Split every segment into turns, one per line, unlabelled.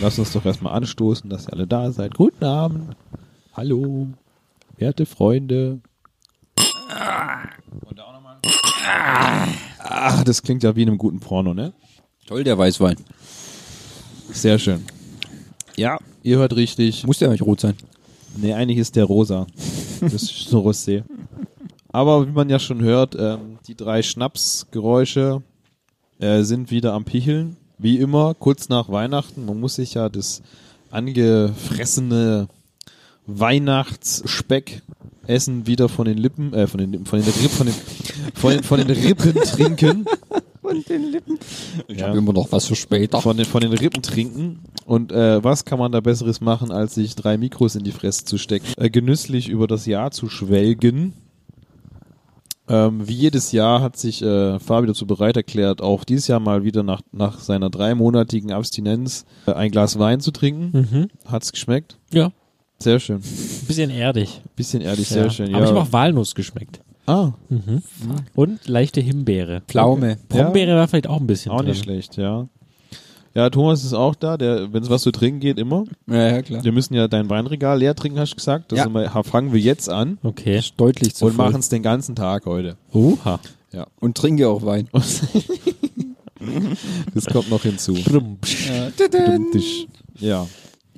Lass uns doch erstmal anstoßen, dass ihr alle da seid. Guten Abend. Hallo. Werte Freunde. Und da auch nochmal. Ach, das klingt ja wie in einem guten Porno, ne?
Toll, der Weißwein.
Sehr schön. Ja, ihr hört richtig.
Muss ja nicht rot sein.
Nee, eigentlich ist der rosa. Das ist so Rosé. Aber wie man ja schon hört, ähm, die drei Schnapsgeräusche äh, sind wieder am Picheln. Wie immer, kurz nach Weihnachten. Man muss sich ja das angefressene Weihnachtsspeck-Essen wieder von den Lippen, äh, von den Lippen, von den Rippen, von den, von den, von den Rippen trinken.
Ich
Ja.
hab immer noch was für später.
Von den, von den Rippen trinken. Und äh, was kann man da Besseres machen, als sich drei Mikros in die Fresse zu stecken? Äh, genüsslich über das Jahr zu schwelgen. Ähm, wie jedes Jahr hat sich äh, Fabi dazu bereit erklärt, auch dieses Jahr mal wieder nach, nach seiner dreimonatigen Abstinenz äh, ein Glas Wein zu trinken.
Mhm.
Hat's geschmeckt?
Ja,
Sehr schön.
bisschen erdig.
Bisschen ehrlich,
ja.
sehr schön.
Aber
ja.
ich habe auch Walnuss geschmeckt.
ah,
Mhm. Und leichte Himbeere.
Pflaume.
Brombeere war vielleicht auch ein bisschen
auch
drin.
nicht schlecht, ja. Ja, Thomas ist auch da, der, wenn es was zu trinken geht, immer.
Ja, ja, klar.
Wir müssen ja dein Weinregal leer trinken, hast du gesagt. Das
Ja.
sind wir, fangen wir jetzt an
Okay.
Ist deutlich zu
und
voll.
machen es den ganzen Tag heute.
Oha.
Und trinke auch Wein.
Das kommt noch hinzu.
Brumm.
Ja,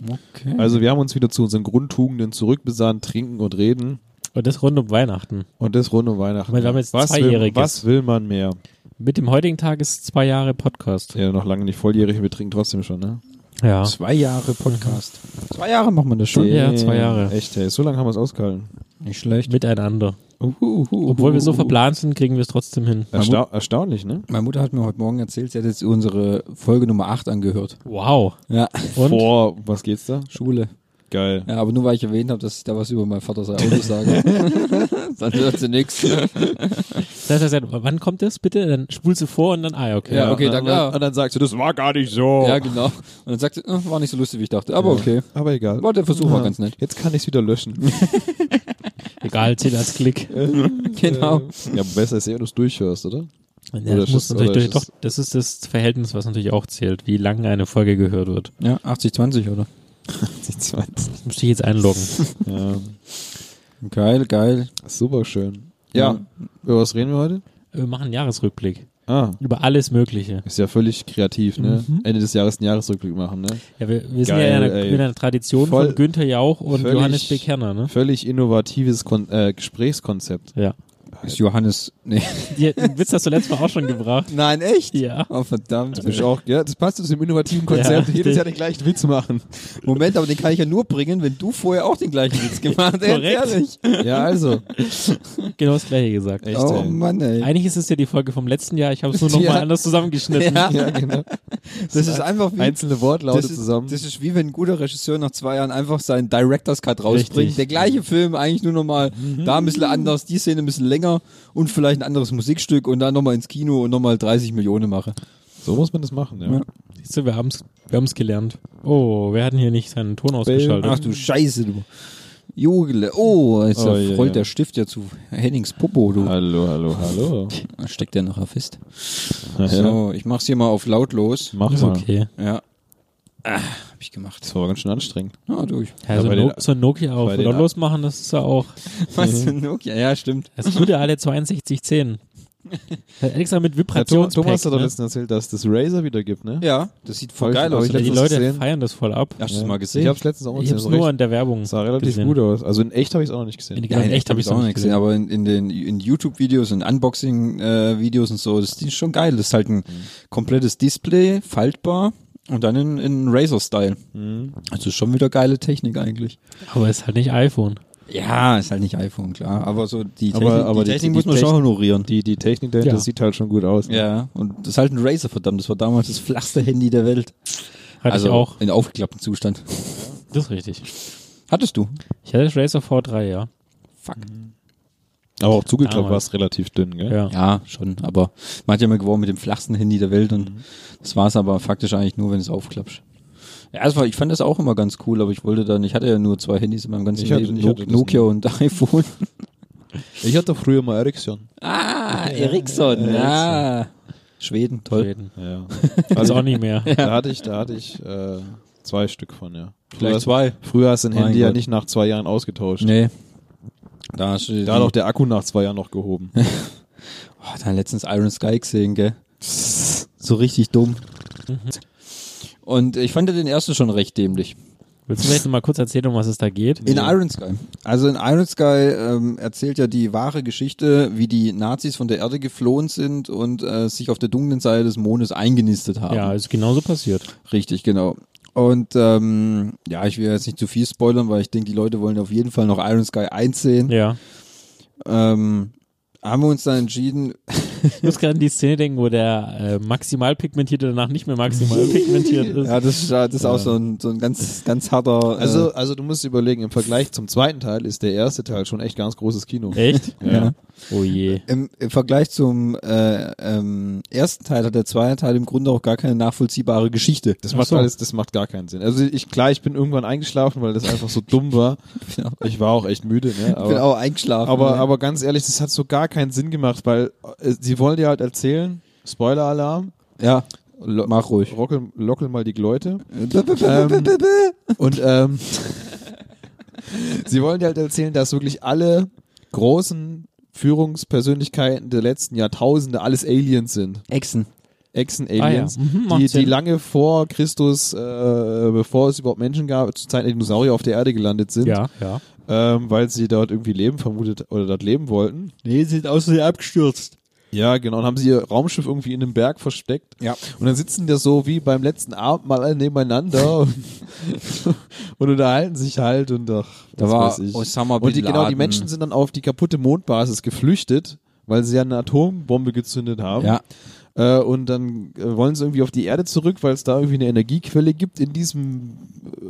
Okay.
also wir haben uns wieder zu unseren Grundtugenden zurückbesandt, trinken und reden.
Und das rund um Weihnachten.
Und das rund um Weihnachten.
Wir haben jetzt
was, will,
Zweijähriges.
was will man mehr?
Mit dem heutigen Tag ist zwei Jahre Podcast.
Ja, noch lange nicht volljährig, wir trinken trotzdem schon, ne?
Ja.
Zwei Jahre Podcast. Zwei Jahre macht man das schon.
Ja,
Damn,
zwei Jahre.
Echt, ey, so lange haben wir es ausgehalten.
Nicht schlecht.
Miteinander.
Uh, Uhuhu.
Obwohl
Uh.
wir so verplant sind, kriegen wir es trotzdem hin.
Ersta erstaunlich, ne?
Meine Mutter hat mir heute Morgen erzählt, sie hat jetzt unsere Folge Nummer 8 angehört.
Wow.
Ja,
Und?
Boah, was geht's da?
Schule.
Geil.
Ja, aber nur weil ich erwähnt habe, dass ich da was über meinen Vater sein Auto sage. Dann hört sie nichts.
Das heißt, wann kommt das bitte? Dann spulst du vor und dann, ah ja, okay.
Ja, okay,
und dann,
danke. Ja.
Und dann sagst du, das war gar nicht so.
Ja, genau. Und dann sagt sie, "Äh, war nicht so lustig, wie ich dachte. Aber okay.
Aber egal.
Aber der Versuch war ganz nett.
Jetzt kann ich es wieder löschen.
Egal, zählt als Klick.
Genau.
Ja, aber besser ist eher, wenn du es durchhörst, oder?
Ja,
Oder
das,
ist
muss
es-
natürlich
oder ist
doch,
es-
das ist das Verhältnis, was natürlich auch zählt, wie lange eine Folge gehört wird.
Ja, 80-20, oder?
Das muss ich jetzt einloggen.
Ja,
Geil, geil.
super schön. Ja,
Ja.
über was reden wir heute?
Wir machen einen Jahresrückblick.
Ah,
Über alles Mögliche.
ist ja völlig kreativ, ne? Ende des Jahres einen Jahresrückblick machen, ne?
Ja, wir, wir sind
Geil,
ja in einer,
ey.
in einer Tradition
Voll-
von Günther Jauch und
völlig-
Johannes B. Kerner, ne?
Völlig innovatives Kon äh, Gesprächskonzept.
Ja.
Ist Johannes. Nee.
ja. Den Witz hast du letztes Mal auch schon gebracht.
Nein, echt?
Ja.
Oh, verdammt.
Ist auch, ja, das passt zu dem innovativen Konzept,
Ja.
jedes Jahr den gleichen Witz machen.
Moment, aber den kann ich ja nur bringen, wenn du vorher auch den gleichen Witz gemacht hättest.
Korrekt.
Ehrlich.
Ja, also.
Genau das gleiche gesagt.
Echt,
Oh
ey.
Mann, ey.
Eigentlich ist es ja die Folge vom letzten Jahr. Ich habe es nur nochmal
Ja.
mal anders zusammengeschnitten.
Ja.
Ja, genau.
Das ist einfach wie.
Einzelne Wortlaute
das ist,
zusammen.
das ist wie wenn ein guter Regisseur nach zwei Jahren einfach seinen Director's Cut rausbringt.
Richtig.
Der gleiche Film, eigentlich nur nochmal
Mhm.
da ein bisschen anders, die Szene ein bisschen länger und vielleicht ein anderes Musikstück und dann nochmal ins Kino und nochmal 30 Millionen mache.
So muss man das machen, ja.
Ja.
Siehst du, wir haben's, wir haben's gelernt. Oh, wir hatten hier nicht seinen Ton
Ach
ausgeschaltet.
du Scheiße, du. Jugele. Oh, jetzt
Oh, ja,
rollt
ja.
der Stift ja zu Hennings Popo, du.
Hallo, hallo, hallo.
Da steckt der nachher fest.
Ja, ja.
So, ich mach's hier mal auf lautlos.
Mach
Ist
mal.
okay.
Ja. Ah, hab ich gemacht.
Das war ganz schön anstrengend.
Na, durch.
Ja, so,
bei
ein
den-
no so ein Also Nokia auf
bei den-
oder losmachen, das ist ja auch
Was für ein Nokia? Ja, stimmt.
das gute alte 6210. Hat extra mit
Ja, Thomas,
Vibrationspack.
Thomas hat doch
ne?
letztens erzählt, dass das Razer wieder gibt, ne?
Ja, das sieht
Hab
voll
ich-
geil
hab
aus.
ich
ja, die
letztens
Leute
gesehen.
feiern das voll ab.
Hast du es mal gesehen?
Ich hab's letztens auch
Ich
gesehen.
hab's
so
nur
recht-
in der Werbung.
sah relativ
gesehen.
gut aus. Also in echt habe ich es auch noch nicht
In
gesehen.
ja, in echt habe ich
es auch nicht gesehen,
gesehen.
aber in, in den, in YouTube-Videos, in Unboxing-Videos und so, das ist schon geil. Das ist halt ein komplettes Display, faltbar und dann in, in Razer-Style. Also schon wieder geile Technik eigentlich.
Aber es ist halt nicht iPhone.
Ja, ist halt nicht iPhone, klar. Aber so die
Aber-
Technik,
aber die-
die Technik
die
muss man
Technik-
schon honorieren.
Die, die Technik dahinter
Ja.
sieht halt schon gut aus. ne?
ja, und das ist halt ein Razer, verdammt. Das war damals das flachste Handy der Welt.
Hatte
also
ich auch.
in aufgeklapptem Zustand.
Das ist richtig.
Hattest du?
Ich hatte das Racer V3, ja.
Fuck.
Aber auch zugeklappt
Damals.
war es relativ dünn, gell?
Ja.
Ja, schon. Aber man hat ja immer geworben mit dem flachsten Handy der Welt und das war's aber faktisch eigentlich nur, wenn du es aufklappst. Ja, das war, ich fand das auch immer ganz cool, aber ich wollte dann, ich hatte ja nur zwei Handys in meinem ganzen
Ich hatte-
Leben,
ich
No-
hatte das
Nokia und iPhone.
Ich hatte früher mal Ericsson.
Ah, Ericsson, ja. Schweden, toll.
Schweden.
Ja.
Also
Also
auch nicht mehr.
da hatte ich, da hatte ich äh, Zwei Stück von, ja.
Vielleicht zwei.
Früher hast du ein
Mein
Handy ja
Gott.
nicht nach zwei Jahren ausgetauscht.
Nee. Da hast du
Da hat auch der Akku nach zwei Jahren noch gehoben.
oh, dann letztens Iron Sky gesehen, gell? So richtig dumm. Mhm. Und ich fand den ersten schon recht dämlich.
Willst du vielleicht nochmal kurz erzählen, um was es da geht?
In Iron Sky. Also in Iron Sky ähm, erzählt ja die wahre Geschichte, wie die Nazis von der Erde geflohen sind und äh, sich auf der dunklen Seite des Mondes eingenistet haben.
Ja, ist genauso passiert.
Richtig, genau. Und ähm, ja, ich will jetzt nicht zu viel spoilern, weil ich denke, die Leute wollen auf jeden Fall noch Iron Sky 1 sehen.
Ja.
Ähm, haben wir uns dann entschieden,
Ich muss gerade an die Szene denken, wo der äh, maximal pigmentierte danach nicht mehr maximal pigmentiert ist.
ja, das ist, äh, das ist auch so ein, so ein ganz, ganz harter. Äh,
Also, also du musst überlegen, im Vergleich zum zweiten Teil ist der erste Teil schon echt ganz großes Kino.
Echt?
Ja.
Oh je.
im, im Vergleich zum äh, ähm, ersten Teil hat der zweite Teil im Grunde auch gar keine nachvollziehbare Geschichte.
Das macht alles, das macht gar keinen Sinn. Also ich, klar, ich bin irgendwann eingeschlafen, weil das einfach so dumm war.
Ja.
Ich war auch echt müde, ne?
Ich bin
Aber,
auch eingeschlafen. ne?
aber, aber ganz ehrlich, das hat so gar keinen Sinn gemacht, weil äh, sie wollen dir halt erzählen, Spoiler-Alarm,
ja, mach ruhig.
rockel, lockel mal die Leute.
Ähm,
Und ähm, sie wollen dir halt erzählen, dass wirklich alle großen Führungspersönlichkeiten der letzten Jahrtausende alles Aliens sind.
Echsen.
Echsen-Aliens,
Ah ja, mhm, macht
die, die
Sinn.
lange vor Christus, äh, bevor es überhaupt Menschen gab, zur Zeit der Dinosaurier auf der Erde gelandet sind,
Ja, ja.
ähm, weil sie dort irgendwie leben vermutet oder dort leben wollten.
Nee, sind außerdem abgestürzt.
Ja, genau, und haben sie ihr Raumschiff irgendwie in einem Berg versteckt.
Ja.
Und dann sitzen die so wie beim letzten Abend mal alle nebeneinander und, und unterhalten sich halt und ach,
Da
was
war
weiß ich.
Osama Bin
und die, genau, die
Laden.
Menschen sind dann auf die kaputte Mondbasis geflüchtet, weil sie ja eine Atombombe gezündet haben.
Ja.
Äh, und dann äh, wollen sie irgendwie auf die Erde zurück, weil es da irgendwie eine Energiequelle gibt in diesem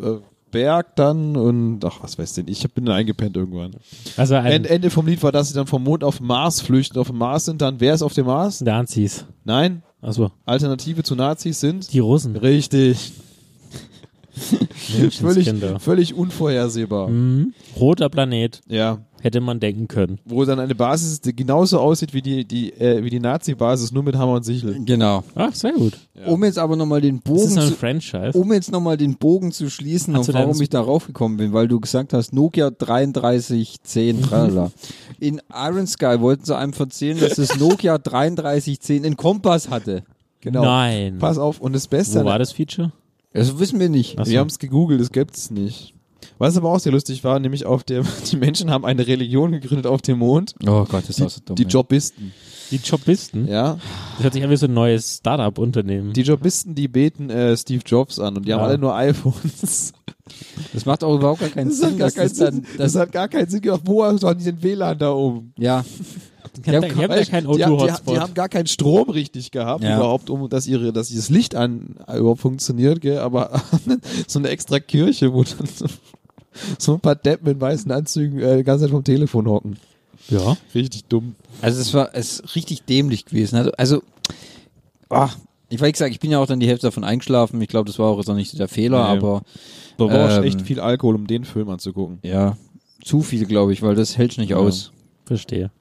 äh, Berg dann und ach, was weiß denn ich, ich bin dann eingepennt irgendwann.
Also ein,
End, Ende vom Lied war, dass sie dann vom Mond auf den Mars flüchten, auf dem Mars sind dann, wer ist auf dem Mars?
der Anziehs.
Nein,
Achso,
Alternative zu Nazis sind
die Russen.
Richtig. völlig,
Menschenskinder.
völlig unvorhersehbar.
Mhm. Roter Planet,
Ja.
hätte man denken können.
Wo dann eine Basis ist, die genauso aussieht wie die, die, äh, wie die Nazi-Basis, nur mit Hammer und
Mhm.
Sichel.
Genau.
Ach, sehr gut.
Um jetzt aber nochmal den
Das ist
Bogen
so ein
zu,
Franchise.
um jetzt noch mal den Bogen zu schließen,
Hast
auf
du deinen-
warum ich darauf gekommen bin, weil du gesagt hast, Nokia 3310, tralala. In Iron Sky wollten sie einem erzählen, dass das Nokia 3310 einen Kompass hatte.
Genau.
Nein.
Pass auf, und das Beste,
Wo war
an-
das Feature?
Das wissen wir nicht.
wir haben es gegoogelt, es gibt es nicht. Was aber auch sehr lustig war, nämlich auf der, die Menschen haben eine Religion gegründet auf dem Mond.
Oh Gott, das ist auch so dumm.
Die
ey.
Jobisten,
Die Jobisten.
ja.
Das hört sich an wie so ein neues Startup-Unternehmen.
Die Jobisten, die beten äh, Steve Jobs an und die haben
Ja.
alle nur iPhones.
Das macht auch überhaupt gar keinen
Das
Sinn.
hat gar
dass
keinen
das dann,
Sinn.
das,
Das hat gar keinen Sinn gemacht. Wo haben die den WLAN da oben?
ja,
Die haben, da- die haben da
Weißt, die,
keinen
haben- die, haben- die
O2-Hotspot.
haben gar keinen Strom richtig gehabt,
Ja.
überhaupt, um dass ihre, dass dieses Licht an überhaupt funktioniert, gell? aber so eine extra Kirche, wo dann so, so ein paar Deppen in weißen Anzügen äh, die ganze Zeit vom Telefon hocken.
Ja.
Richtig dumm.
Also es war es ist richtig dämlich gewesen. Also, also ah, ich weiß gesagt, ich bin ja auch dann die Hälfte davon eingeschlafen. Ich glaube, das war auch jetzt noch nicht der Fehler,
Nee.
aber
Da war
Ähm.
schon echt viel Alkohol, um den Film anzugucken.
ja, zu viel, glaube ich, weil das hält's nicht aus.
Verstehe.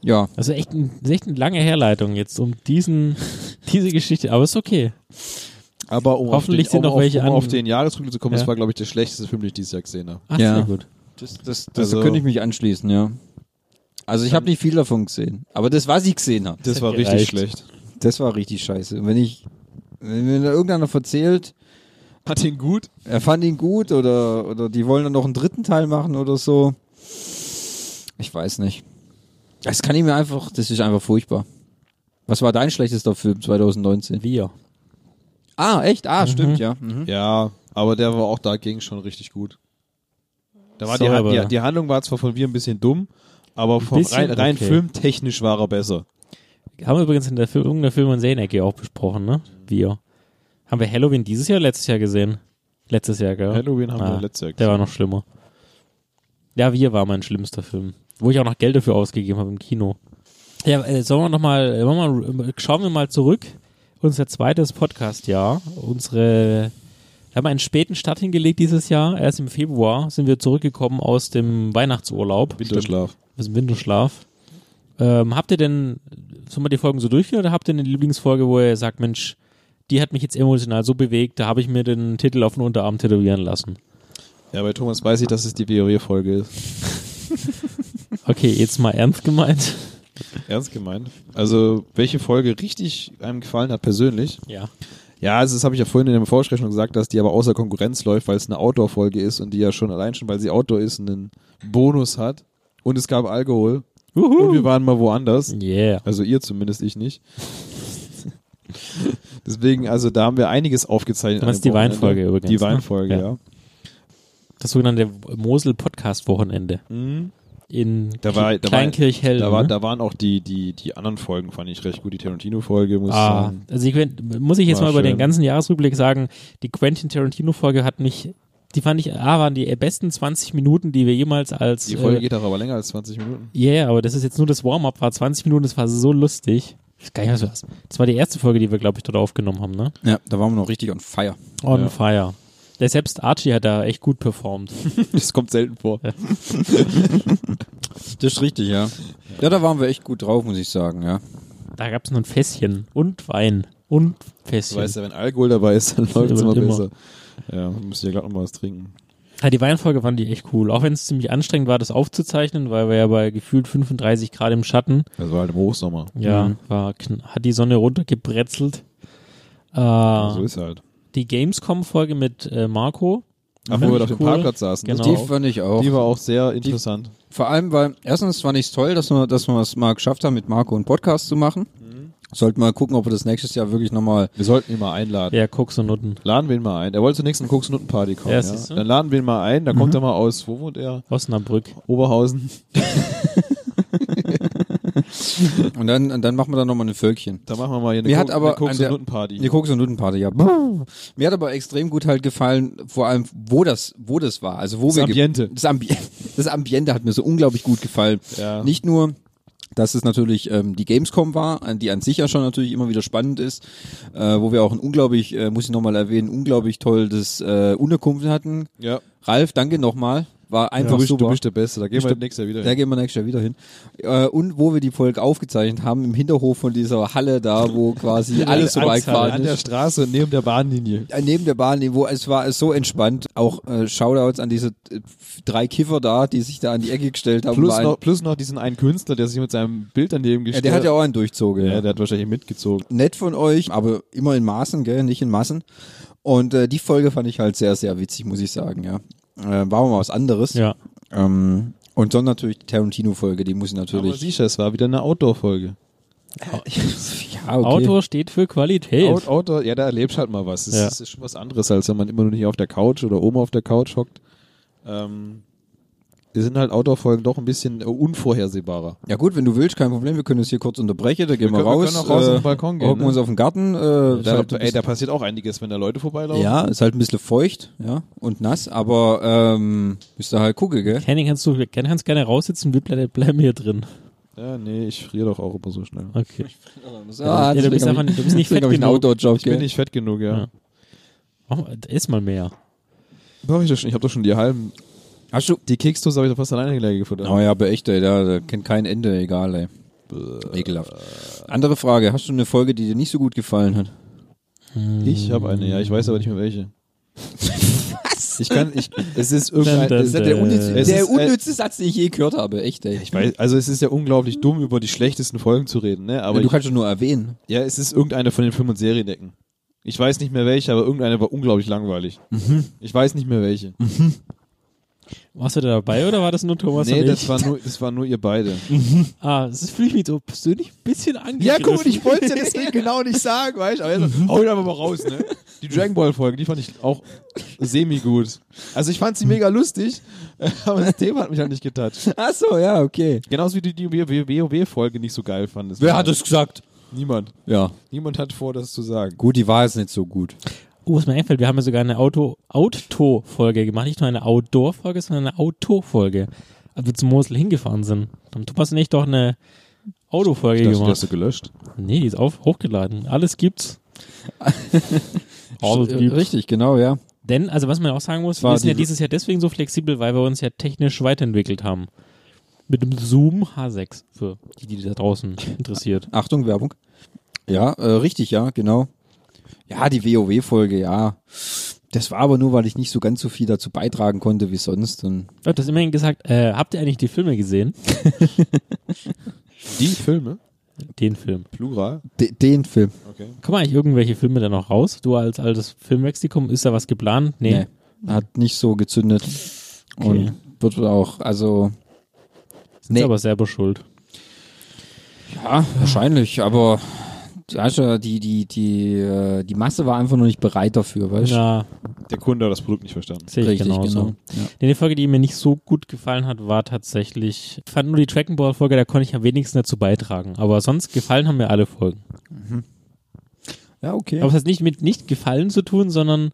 Ja.
Also echt, ein, das ist echt eine lange Herleitung jetzt um diesen, diese Geschichte. Aber ist okay.
Aber um
Hoffentlich
auf den,
sind
um,
noch
auf-
welche
um
an-
auf den Jahresrückblick zu kommen,
Ja.
das war, glaube ich, der schlechteste Film, den ich dieses Jahr gesehen habe.
Ach,
Ja.
sehr gut.
Das, das,
also-
könnte ich mich anschließen, ja. Also ich habe nicht viel davon gesehen, aber das, was ich gesehen habe,
Das
hat
war richtig
gereicht.
schlecht.
das war richtig scheiße. Und wenn ich, wenn mir da irgendeiner verzählt,
Hat ihn gut?
er fand ihn gut oder, oder die wollen dann noch einen dritten Teil machen oder so, ich weiß nicht. Das kann ich mir einfach, das ist einfach furchtbar. Was war dein schlechtester Film 2019?
Wir.
Ah, echt? Ah, stimmt, ja. Mhm.
Ja, aber der war auch dagegen schon richtig gut. Da war
So,
die, Han-
aber-
die, die Handlung war zwar von mir ein bisschen dumm, aber vom
bisschen?
rein, rein
Okay.
filmtechnisch war er besser.
Haben wir übrigens in der Film, irgendeiner Film- und Serienecke auch besprochen, ne? Wir. Haben wir Halloween dieses Jahr oder letztes Jahr gesehen? Letztes Jahr, gell? Ah,
Halloween haben wir letztes Jahr
Der
gesehen.
war noch schlimmer. Ja, wir war mein schlimmster Film. Wo ich auch noch Geld dafür ausgegeben habe im Kino. Ja, äh, sollen wir nochmal, mal, äh, schauen wir mal zurück. Unser zweites Podcast-Jahr. Unsere, wir haben einen späten Start hingelegt dieses Jahr. Erst im Februar sind wir zurückgekommen aus dem Weihnachtsurlaub
Winterschlaf.
aus dem Winterschlaf. Ähm, habt ihr denn, sind wir die Folgen so durchgehört oder habt ihr eine Lieblingsfolge, wo ihr sagt, Mensch, die hat mich jetzt emotional so bewegt, da habe ich mir den Titel auf den Unterarm tätowieren lassen.
Ja, bei Thomas weiß ich, dass es die WoW-Folge ist.
Okay, jetzt mal ernst gemeint.
Ernst gemeint. Also, welche Folge richtig einem gefallen hat persönlich.
Ja.
Ja, also das habe ich ja vorhin in dem Vorgespräch schon gesagt, dass die aber außer Konkurrenz läuft, weil es eine Outdoor-Folge ist und die ja schon allein schon, weil sie Outdoor ist, einen Bonus hat. Und es gab Alkohol. Und wir waren mal woanders.
Yeah.
Also ihr zumindest, ich nicht. Deswegen, also da haben wir einiges aufgezeichnet.
Du
an
meinst
dem
die
Wochenende.
Weinfolge übrigens,
Die
ne?
Weinfolge,
Ja.
ja.
Das sogenannte Mosel-Podcast-Wochenende
Mhm.
in
Da war, da, war,
Kleinkirchhell.
da, war,
ne?
da waren auch die, die, die anderen Folgen, fand ich recht gut. Die Tarantino-Folge muss ich
Ah,
sagen.
also ich, find- muss ich jetzt
War
mal über
schön.
den ganzen Jahresrückblick sagen, die Quentin Tarantino-Folge hat mich, die fand ich, ah, waren die besten 20 Minuten, die wir jemals als
Die Folge
äh,
geht doch aber länger als 20 Minuten.
Ja, yeah, aber das ist jetzt nur das Warm-up, war 20 Minuten, das war so lustig. Ich weiß gar nicht, was war's. Das war die erste Folge, die wir, glaube ich, dort aufgenommen haben, ne?
Ja, da waren wir noch richtig on fire.
On
Ja.
fire. Der selbst Archie hat da echt gut performt.
Das kommt selten vor.
Das ist richtig, ja. Ja, da waren wir echt gut drauf, muss ich sagen, ja.
Da gab's noch ein Fässchen und Wein und
Du
Fässchen.
weißt ja, wenn Alkohol dabei ist, dann läuft es immer,
Immer.
besser. Ja, müsst ihr ja gerade noch mal was trinken.
ja, die Weinfolge fand ich echt cool. Auch wenn es ziemlich anstrengend war, das aufzuzeichnen, weil wir ja bei gefühlt 35 Grad im Schatten,
Das war halt im Hochsommer.
ja,
Mhm.
war, kn- hat die Sonne runtergebrezelt. Äh,
So ist halt.
die Gamescom-Folge mit äh, Marco.
Aber
Fand
wo wir
ich
auf dem
cool.
Parkplatz saßen.
Genau.
Die fand ich auch.
Die war auch sehr interessant.
Vor allem, weil erstens fand ich es toll, dass wir, dass wir es mal geschafft haben, mit Marco einen Podcast zu machen. Sollten wir gucken, ob wir das nächstes Jahr wirklich nochmal.
Wir sollten ihn mal einladen.
Ja, Koks und Nutten.
Laden wir ihn mal ein. Er wollte zur nächsten Koks-Nutten-Party kommen.
Ja,
Ja,
siehst du. Mhm.
Dann laden wir ihn mal ein. Da kommt er mal aus, wo wohnt er?
Osnabrück.
Oberhausen.
Und dann, und dann machen wir da nochmal ein Völkchen.
Da machen wir mal hier eine,
Mir
Ko-
hat aber
eine
an
Koks-
der-
und Nutten-Party.
Die Koks- und Nutenparty, ja. Mir hat aber extrem gut halt gefallen, vor allem, wo das, wo das war. Also, wo
Das
wir. ge-
Ambiente.
Das, Ambi das Ambiente hat mir so unglaublich gut gefallen.
Ja.
Nicht nur, dass es natürlich ähm, die Gamescom war, an- die an sich ja schon natürlich immer wieder spannend ist, äh, wo wir auch ein unglaublich, äh, muss ich nochmal erwähnen, unglaublich tolles äh, Unterkunft hatten.
Ja.
Ralf, danke nochmal. War einfach
Du bist,
super.
du bist der Beste. Da gehen wir nächstes Jahr wieder
da
hin.
gehen wir nächstes Jahr wieder hin. Äh, und wo wir die Folge aufgezeichnet haben, im Hinterhof von dieser Halle da, wo quasi alles so
Eishalle.
beigefahren
An der
ist.
Straße neben der Bahnlinie.
Äh, Neben der Bahn, wo es war es so entspannt. Auch äh, Shoutouts an diese äh, drei Kiffer da, die sich da an die Ecke gestellt haben.
Plus
War ein-
noch, plus noch diesen einen Künstler, der sich mit seinem Bild daneben
ja,
gestellt
der hat ja auch einen durchzogen.
Ja, der hat wahrscheinlich mitgezogen.
nett von euch, aber immer in Maßen, gell, nicht in Massen. Und äh, die Folge fand ich halt sehr, sehr witzig, muss ich sagen, ja. Äh, war mal was anderes.
Ja.
Ähm, und dann natürlich die Tarantino-Folge, die muss ich
Aber
natürlich.
sicher, es war wieder eine Outdoor-Folge.
ja, okay.
Outdoor steht für Qualität.
Out, Outdoor, ja, da erlebst halt mal was. Das,
Ja.
ist, das ist schon was anderes, als wenn man immer nur nicht auf der Couch oder oben auf der Couch hockt. Ähm, wir sind halt Outdoor-Folgen doch ein bisschen äh, unvorhersehbarer.
Ja gut, wenn du willst, kein Problem, wir können es hier kurz unterbrechen, da gehen wir,
können- wir
raus.
können auch raus
äh,
auf den Balkon gehen,
Hocken
ne?
uns auf den Garten. Äh, ist
Da,
halt ein
ey, da
bisschen-
passiert auch einiges, wenn da Leute vorbeilaufen.
ja, ist halt ein bisschen feucht, ja, und nass, aber ähm, müsst ihr halt gucken, gell?
Henning, kannst du Ken, kannst gerne raussitzen, wir ble- bleiben hier drin.
Ja, nee, ich friere doch auch immer so schnell.
Okay.
Ah,
Ja, du
deswegen
bist
hab
einfach
ich-
nicht- du bist
deswegen
nicht fett
hab ich einen
genug.
Outdoor-Job,
Ich bin
gell?
nicht fett genug, ja.
Ja. Oh, Ist mal mehr.
Doch, ich, doch schon- ich habe doch schon die halben.
Hast du
Die Kekstose habe ich doch fast alleine gleich gefuttert.
Oh ja, aber echt, ey, da, da kennt kein Ende, egal, ey. Ekelhaft. Andere Frage, hast du eine Folge, die dir nicht so gut gefallen hat?
Ich habe eine, ja, ich weiß aber nicht mehr welche. Was? Ich kann, ich, es ist irgendein.
Dun, dun,
es-
dun. Der unnütze-
es ist, äh,
Satz, den ich je gehört habe, echt, ey.
Ich weiß, also es ist ja unglaublich dumm, über die schlechtesten Folgen zu reden, ne? Aber
du
ich,
kannst schon nur erwähnen.
ja, es ist irgendeine von den Film- und Serienecken. Ich weiß nicht mehr welche, aber irgendeine war unglaublich langweilig. Ich weiß nicht mehr welche.
Warst du da dabei oder war das nur Thomas
nee,
und
das
ich?
war, nur, das war nur ihr beide.
ah, das fühle ich mich so persönlich ein bisschen
Ja,
angegriffen.
guck mal, ich wollte ja deswegen genau nicht sagen, weißt du? Aber er so, hau ihn einfach mal raus, ne? Die Dragon Ball Folge, die fand ich auch semi-gut. Also ich fand sie mega lustig, aber das Thema hat mich halt nicht getatscht.
Ach so, ja, okay.
Genauso wie du die WoW-Folge nicht so geil fandest.
es gesagt?
Niemand.
Ja.
Niemand hat vor, das zu sagen.
Gut, die war jetzt nicht so gut.
Oh, was mir einfällt, wir haben ja sogar eine Auto Auto-Folge gemacht. Nicht nur eine Outdoor-Folge, sondern eine Auto-Folge. Als wir zum Mosel hingefahren sind. Haben Thomas und ich doch eine Autofolge
Das
gemacht.
hast du gelöscht.
Nee, die ist auf, hochgeladen. Alles gibt's. Alles gibt's.
Richtig, genau, ja.
Denn, also was man ja auch sagen muss, wir
War
sind ja
die-
dieses Jahr deswegen so flexibel, weil wir uns ja technisch weiterentwickelt haben. Mit dem Zoom H6, für die, die da draußen interessiert.
Achtung, Werbung. Ja, äh, richtig, ja, genau. Ja, die WoW-Folge, ja. Das war aber nur, weil ich nicht so ganz so viel dazu beitragen konnte wie sonst. Und
Ich hab das immerhin gesagt, äh, habt ihr eigentlich die Filme gesehen?
Die Filme?
Den Film.
Plural?
de den Film.
Okay.
Kommen eigentlich irgendwelche Filme da noch raus? Du als altes Filmmexikum, ist da was geplant? Nee.
Hat nicht so gezündet.
Okay.
Und wird wohl auch, also
Sind
Nee.
aber selber schuld.
Ja, wahrscheinlich, aber weißt du, die, die, die, äh, die Masse war einfach noch nicht bereit dafür, weißt du?
Ja,
Der Kunde hat das Produkt nicht verstanden.
sehe ich genauso.
genau, Ja.
Nee, die Folge, die mir nicht so gut gefallen hat, war tatsächlich, ich fand nur die Dragon Ball Folge, da konnte ich am wenigsten dazu beitragen. Aber sonst gefallen haben mir alle Folgen.
ja, okay.
Aber es hat nicht mit nicht gefallen zu tun, sondern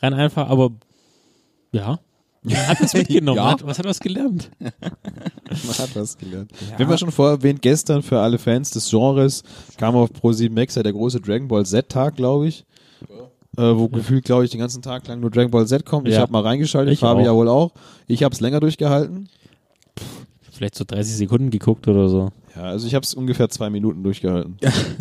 rein einfach, aber ja. Man hat was mitgenommen,
Ja.
man hat, was hat was gelernt.
Man hat was gelernt. Wenn man schon vorher erwähnt, gestern für alle Fans des Genres kam auf Pro7 Max ja der große Dragon Ball Z-Tag, glaube ich. Äh, wo gefühlt, glaube ich, den ganzen Tag lang nur Dragon Ball Z kommt. Ich
Ja.
habe mal reingeschaltet,
Ich
Fabi
auch.
ja wohl auch. Ich habe es länger durchgehalten.
Vielleicht so 30 Sekunden geguckt oder so.
Ja, also ich habe es ungefähr zwei Minuten durchgehalten.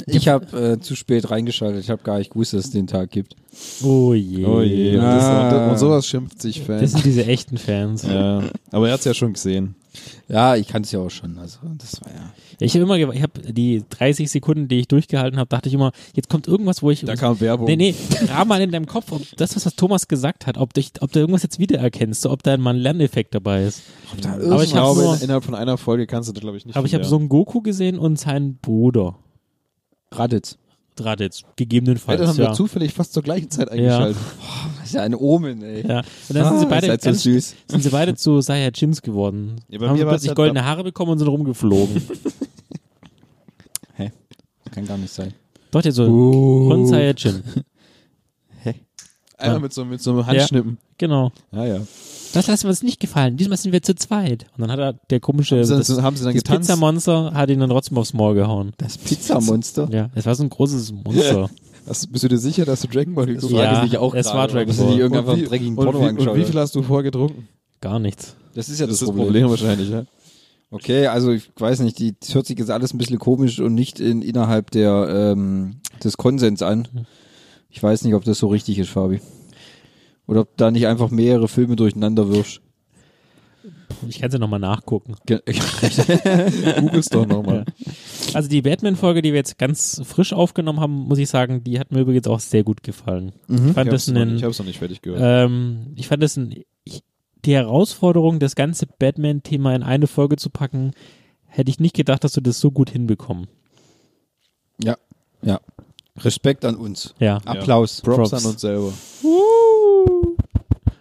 ich habe äh, zu spät reingeschaltet, ich habe gar nicht gewusst, dass es den Tag gibt.
Oh je.
Oh je. Und, das,
Ah.
und sowas schimpft sich
Das
Fans.
sind diese echten Fans.
Ja, aber er hat es ja schon gesehen.
Ja, ich kann's ja auch schon, also das war ja.
Ich habe immer, ge- ich habe die 30 Sekunden, die ich durchgehalten habe, dachte ich immer, jetzt kommt irgendwas, wo ich.
Da kam Werbung.
nee, nee, rahm mal in deinem Kopf, ob das, was, was Thomas gesagt hat, ob, dich, ob du irgendwas jetzt wiedererkennst, so, ob da mal ein Lerneffekt dabei ist.
Aber ich
ich hab
Also glaube,
nur-
in- innerhalb von einer Folge kannst du das, glaube ich, nicht
Aber ich habe
wieder-
so einen Goku gesehen und seinen Bruder.
Raditz.
Raditz,
Alter,
gegebenenfalls.
haben wir
Ja.
zufällig fast zur gleichen Zeit eingeschaltet.
Das ist ja ein Omen, ey.
ja. Und dann sind sie
Ah,
beide
seid so
ganz,
süß.
sind sie beide zu Saiyajins geworden.
Ja, bei
haben
mir war's
sie
halt
plötzlich
ja-
goldene Haare bekommen und sind rumgeflogen.
Hä? Kann gar nicht sein.
Doch, der so von Saiyajin.
Einmal
Ja.
mit so, mit so einem Handschnippen.
Genau.
Ah, Ja, ja.
Das lassen wir uns nicht gefallen. Diesmal sind wir zu zweit. Und dann hat er der komische
Haben sie,
das,
haben sie dann
das
getanzt?
Pizzamonster hat ihn dann trotzdem aufs Maul gehauen.
Das Pizzamonster.
Ja, es war so ein großes Monster.
Hast, bist du dir sicher, dass du Dragon Ball geguckt
Ja,
hast?
ich auch
es
gerade,
war
ob
Dragon
das nicht
Ball.
irgendwie-
und
irgendwann
wie,
einen dreckigen
und,
Porno
wie, und wie
angeschaut
viel hast du vorher getrunken?
Gar nichts.
Das ist ja
Das ist das Problem wahrscheinlich, ja.
Okay, also ich weiß nicht, die das hört sich jetzt alles ein bisschen komisch und nicht in, innerhalb der, ähm, des Konsens an. Ich weiß nicht, ob das so richtig ist, Fabi. Oder ob da nicht einfach mehrere Filme durcheinander wirfst.
Ich kann es ja nochmal nachgucken.
Ge-
Google's doch nochmal.
Also die Batman-Folge, die wir jetzt ganz frisch aufgenommen haben, muss ich sagen, die hat mir übrigens auch sehr gut gefallen. ich
Ich
fand
hab's,
das
noch, ich
einen,
hab's noch nicht fertig gehört.
ähm, ich fand das ein, ich, die Herausforderung, das ganze Batman-Thema in eine Folge zu packen, hätte ich nicht gedacht, dass du das so gut hinbekommen.
ja, ja. Respekt an uns.
Ja.
Applaus.
Props,
Props.
an uns selber.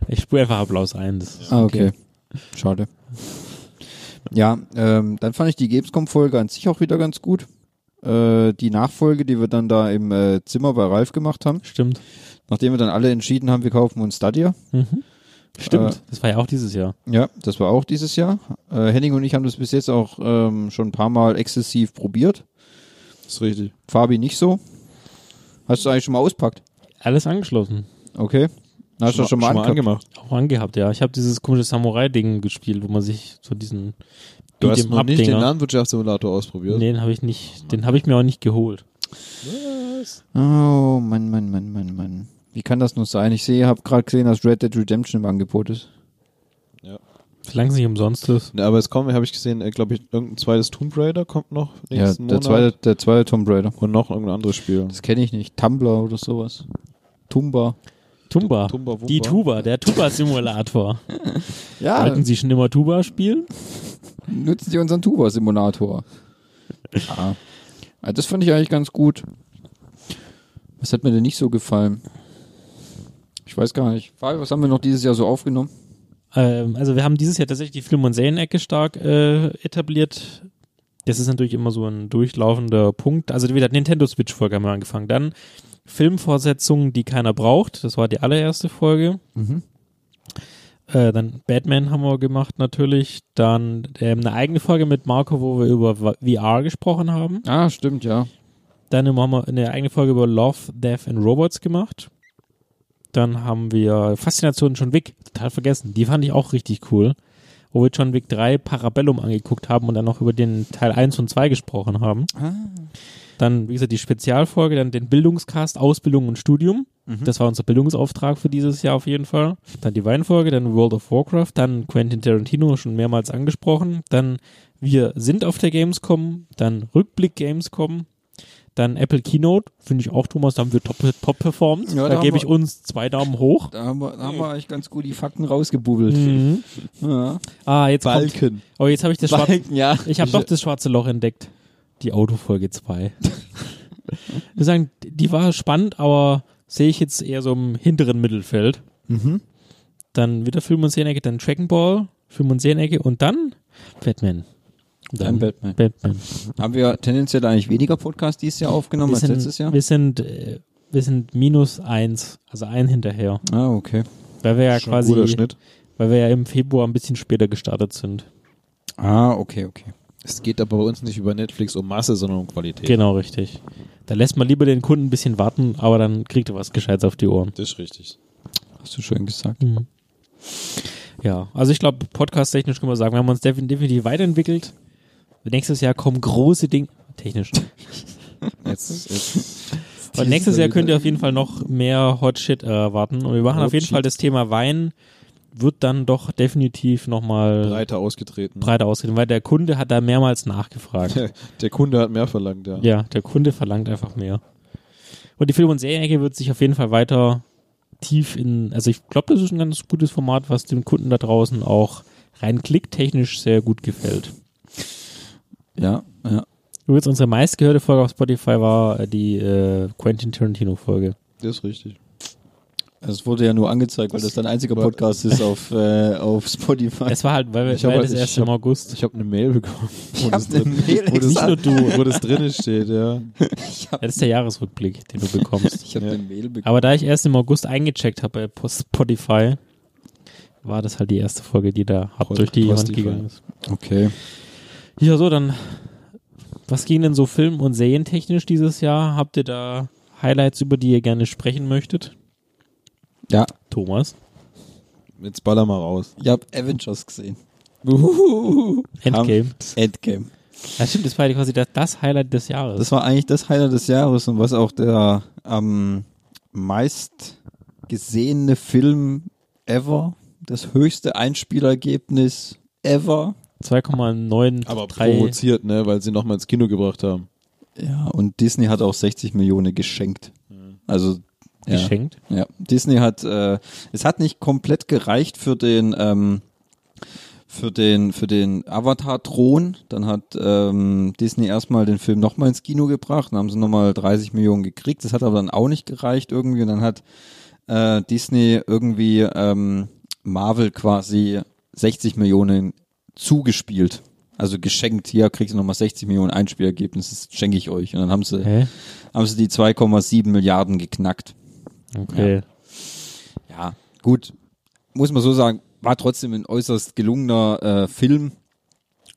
Ich spüre einfach Applaus ein. Das ist
Ah, okay. Schade. Ja, ähm, dann fand ich die Gamescom-Folge an sich auch wieder ganz gut. Äh, die Nachfolge, die wir dann da im äh, Zimmer bei Ralf gemacht haben,
Stimmt.
nachdem wir dann alle entschieden haben, wir kaufen uns Stadia.
Mhm. Stimmt.
Äh.
das war ja auch dieses Jahr.
Ja, das war auch dieses Jahr. Äh, Henning und ich haben das bis jetzt auch ähm, schon ein paar Mal exzessiv probiert.
Ist richtig.
Fabi nicht so. Hast du eigentlich schon mal auspackt?
Alles angeschlossen.
Okay. Hast du schon mal, angepackt?
angemacht?
Auch angehabt, ja. Ich habe dieses komische Samurai-Ding gespielt, wo man sich so diesen
Du
Beat
hast
em
noch
Up
nicht den
Dinger-
Landwirtschaftssimulator ausprobiert.
Nee, den habe ich nicht, den habe ich mir auch nicht geholt.
Oh, Mann, Mann, Mann, Mann, Mann. Wie kann das nur sein? Ich sehe, habe gerade gesehen, dass Red Dead Redemption im Angebot ist.
Solange es nicht umsonst ist.
Nee, aber es kommt, habe ich gesehen, glaube ich, irgendein zweites Tomb Raider kommt noch
Ja,
nächsten
der
Monat.
zweite, der zweite Tomb Raider.
Und noch irgendein anderes Spiel.
Das kenne ich nicht. Tumblr oder sowas. Tumba.
Tumba.
Tumba Wumba. Ah.
Die Tuba, der Tuba-Simulator.
Ja,
Wollten Sie schon immer Tuba spielen?
nutzen Sie unseren Tuba-Simulator. ja. Ah, Das fand ich eigentlich ganz gut. Was hat mir denn nicht so gefallen? Ich weiß gar nicht. Fabio, was haben wir noch dieses Jahr so aufgenommen?
Ähm, also wir haben dieses Jahr tatsächlich die Film- und Serienecke stark äh, etabliert. Das ist natürlich immer so ein durchlaufender Punkt. Also wieder Nintendo Switch-Folge haben wir angefangen. Dann Filmvorsetzungen, die keiner braucht. Das war die allererste Folge.
Mhm.
Äh, dann Batman haben wir gemacht natürlich. Dann ähm, eine eigene Folge mit Marco, wo wir über V- VR gesprochen haben.
Ah, stimmt, ja.
Dann haben wir eine eigene Folge über Love, Death and Robots gemacht. Dann haben wir Faszination John Wick, total vergessen. Die fand ich auch richtig cool. Wo wir John
Ah.
Wick 3 Parabellum angeguckt haben und dann noch über den Teil 1 und 2 gesprochen haben. Dann, wie gesagt, die Spezialfolge, dann den Bildungscast, Ausbildung und Studium.
Mhm.
Das war unser Bildungsauftrag für dieses Jahr auf jeden Fall. Dann die Weinfolge, dann World of Warcraft, dann Quentin Tarantino, schon mehrmals angesprochen. Dann wir sind auf der Gamescom, dann Rückblick Gamescom, dann Apple Keynote, finde ich auch, Thomas, da haben wir top, top performt.
Ja, da
da
haben
gebe ich
wir-
uns zwei Daumen hoch. Mhm.
Da haben wir, da haben wir eigentlich ganz gut die Fakten rausgebubbelt. Ja.
Ah, jetzt kommt,
Balken.
oh, jetzt habe ich das schwarze,
ja.
ich habe
Ich-
doch das schwarze Loch entdeckt. Die Autofolge 2. wir sagen, die war spannend, aber sehe ich jetzt eher so im hinteren Mittelfeld.
Mhm.
Dann wieder Film und Sehenecke, dann Dragon Ball, Film und Sehenecke und dann Batman. Und
Dann Batman.
Batman.
Haben wir tendenziell eigentlich weniger Podcasts dieses Jahr aufgenommen
Wir
als
sind,
letztes Jahr?
Wir sind, äh, wir sind minus eins, also ein hinterher.
Ah, okay.
Weil wir ja
Schon ein guter
quasi,
Schnitt.
weil wir ja im Februar ein bisschen später gestartet sind.
Ah, okay, okay.
Es geht aber bei uns nicht über Netflix um Masse, sondern um Qualität.
Genau, richtig. Da lässt man lieber den Kunden ein bisschen warten, aber dann kriegt er was Gescheites auf die Ohren.
Das ist richtig.
Hast du schön gesagt.
Ja, also ich glaube, podcast-technisch können wir sagen, wir haben uns defin- definitiv weiterentwickelt. Nächstes Jahr kommen große Dinge. Technisch.
Jetzt, jetzt.
Und nächstes Jahr könnt ihr auf jeden Fall noch mehr Hot Shit äh, erwarten. Und wir machen
Hot
auf jeden
Shit.
Fall das Thema Wein, wird dann doch definitiv nochmal
breiter ausgetreten.
breiter ausgehen, weil der Kunde hat da mehrmals nachgefragt.
Der Kunde hat mehr verlangt, ja.
ja, der Kunde verlangt einfach mehr. Und die Film- und Serienecke wird sich auf jeden Fall weiter tief in, also ich glaube, das ist ein ganz gutes Format, was dem Kunden da draußen auch rein klicktechnisch sehr gut gefällt.
Ja, ja.
Übrigens, unsere meistgehörte Folge auf Spotify war äh, die äh, Quentin Tarantino-Folge.
Das ist richtig.
Also Es wurde ja nur angezeigt, weil das dein einziger Podcast ist auf, äh, auf Spotify.
Es war halt, weil, wir-
Ich hab
weil
halt-
das
ich
erst im
hab-
August.
Ich habe eine Mail bekommen. wo das drin-
Mail
wo das-
Nicht nur du.
Wo das drinne steht, ja.
Das ist der Jahresrückblick, den du bekommst.
Ich habe eine Mail bekommen.
Aber da ich erst im August eingecheckt habe bei Pos- Spotify, war das halt die erste Folge, die da hart
Pod-
durch die Wand
Postify.
gegangen ist.
Okay.
Ja, so, dann, was ging denn so film- und serientechnisch dieses Jahr? Habt ihr da Highlights, über die ihr gerne sprechen möchtet?
Ja,
Thomas?
Jetzt baller mal raus.
ich habe Avengers gesehen.
Ähm,
Endgame.
Endgame.
Ja, stimmt, das war ja quasi das, das Highlight des Jahres.
Das war eigentlich das Highlight des Jahres und was auch der am meist gesehene Film ever, das höchste Einspielergebnis ever.
2,9
Aber
drei-
provoziert, ne, weil sie nochmal ins Kino gebracht haben.
Ja, und Disney hat auch 60 Millionen geschenkt. Also ja.
geschenkt.
Ja, Disney hat, äh, es hat nicht komplett gereicht für den, ähm, für den, für den Avatar-Thron. Dann hat ähm, Disney erstmal den Film nochmal ins Kino gebracht, dann haben sie nochmal 30 Millionen gekriegt. Das hat aber dann auch nicht gereicht irgendwie. Und dann hat äh, Disney irgendwie ähm, Marvel quasi 60 Millionen zugespielt. Also geschenkt, hier kriegst du nochmal 60 Millionen Einspielergebnis, das schenke ich euch. Und dann haben sie,
Hä?
haben sie die 2,7 Milliarden geknackt.
Okay.
Ja, gut. Muss man so sagen, war trotzdem ein äußerst gelungener äh, Film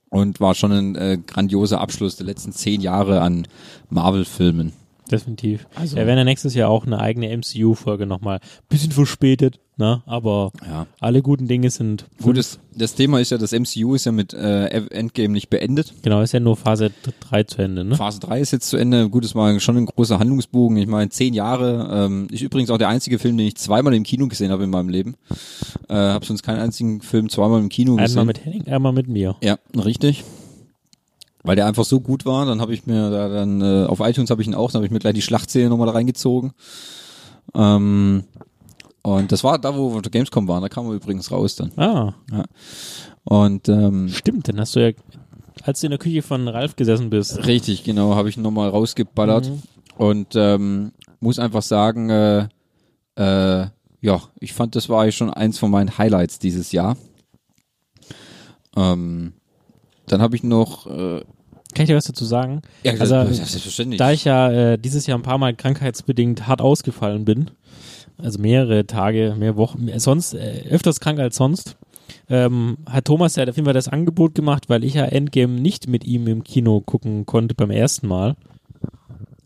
und war schon ein äh, grandioser Abschluss der letzten zehn Jahre an Marvel-Filmen.
Definitiv.
Also
ja, werden ja nächstes Jahr auch eine eigene MCU-Folge nochmal. Bisschen verspätet, ne? Aber
Ja.
alle guten Dinge sind.
Gut, das, das Thema ist ja, das MCU ist ja mit äh, Endgame nicht beendet.
Genau, ist ja nur Phase 3 zu Ende, ne?
Phase 3 ist jetzt zu Ende. Gut, es war schon ein großer Handlungsbogen. Ich meine, zehn Jahre. Ähm, ist übrigens auch der einzige Film, den ich zweimal im Kino gesehen habe in meinem Leben. Äh, habe sonst keinen einzigen Film zweimal im Kino gesehen.
Einmal mit Henning, einmal mit mir.
Ja, richtig. Weil der einfach so gut war, dann habe ich mir da dann äh, auf iTunes habe ich ihn auch, dann habe ich mir gleich die Schlachtszene nochmal da reingezogen. Ähm, und das war da, wo wir auf der Gamescom waren, da kam er übrigens raus dann.
Ah,
Und ähm,
stimmt, dann hast du ja, als du in der Küche von Ralf gesessen bist.
richtig, genau, habe ich ihn nochmal rausgeballert.
Mhm.
Und ähm, muss einfach sagen, äh, äh, ja, ich fand, das war eigentlich schon eins von meinen Highlights dieses Jahr. Ähm, dann habe ich noch äh,
Kann ich dir was dazu sagen?
ja,
Also,
das, das, selbstverständlich.
Da ich ja äh, dieses Jahr ein paar Mal krankheitsbedingt hart ausgefallen bin, also mehrere Tage, mehr Wochen, mehr- sonst äh, öfters krank als sonst, ähm, hat Thomas ja auf jeden Fall das Angebot gemacht, weil ich ja Endgame nicht mit ihm im Kino gucken konnte beim ersten Mal,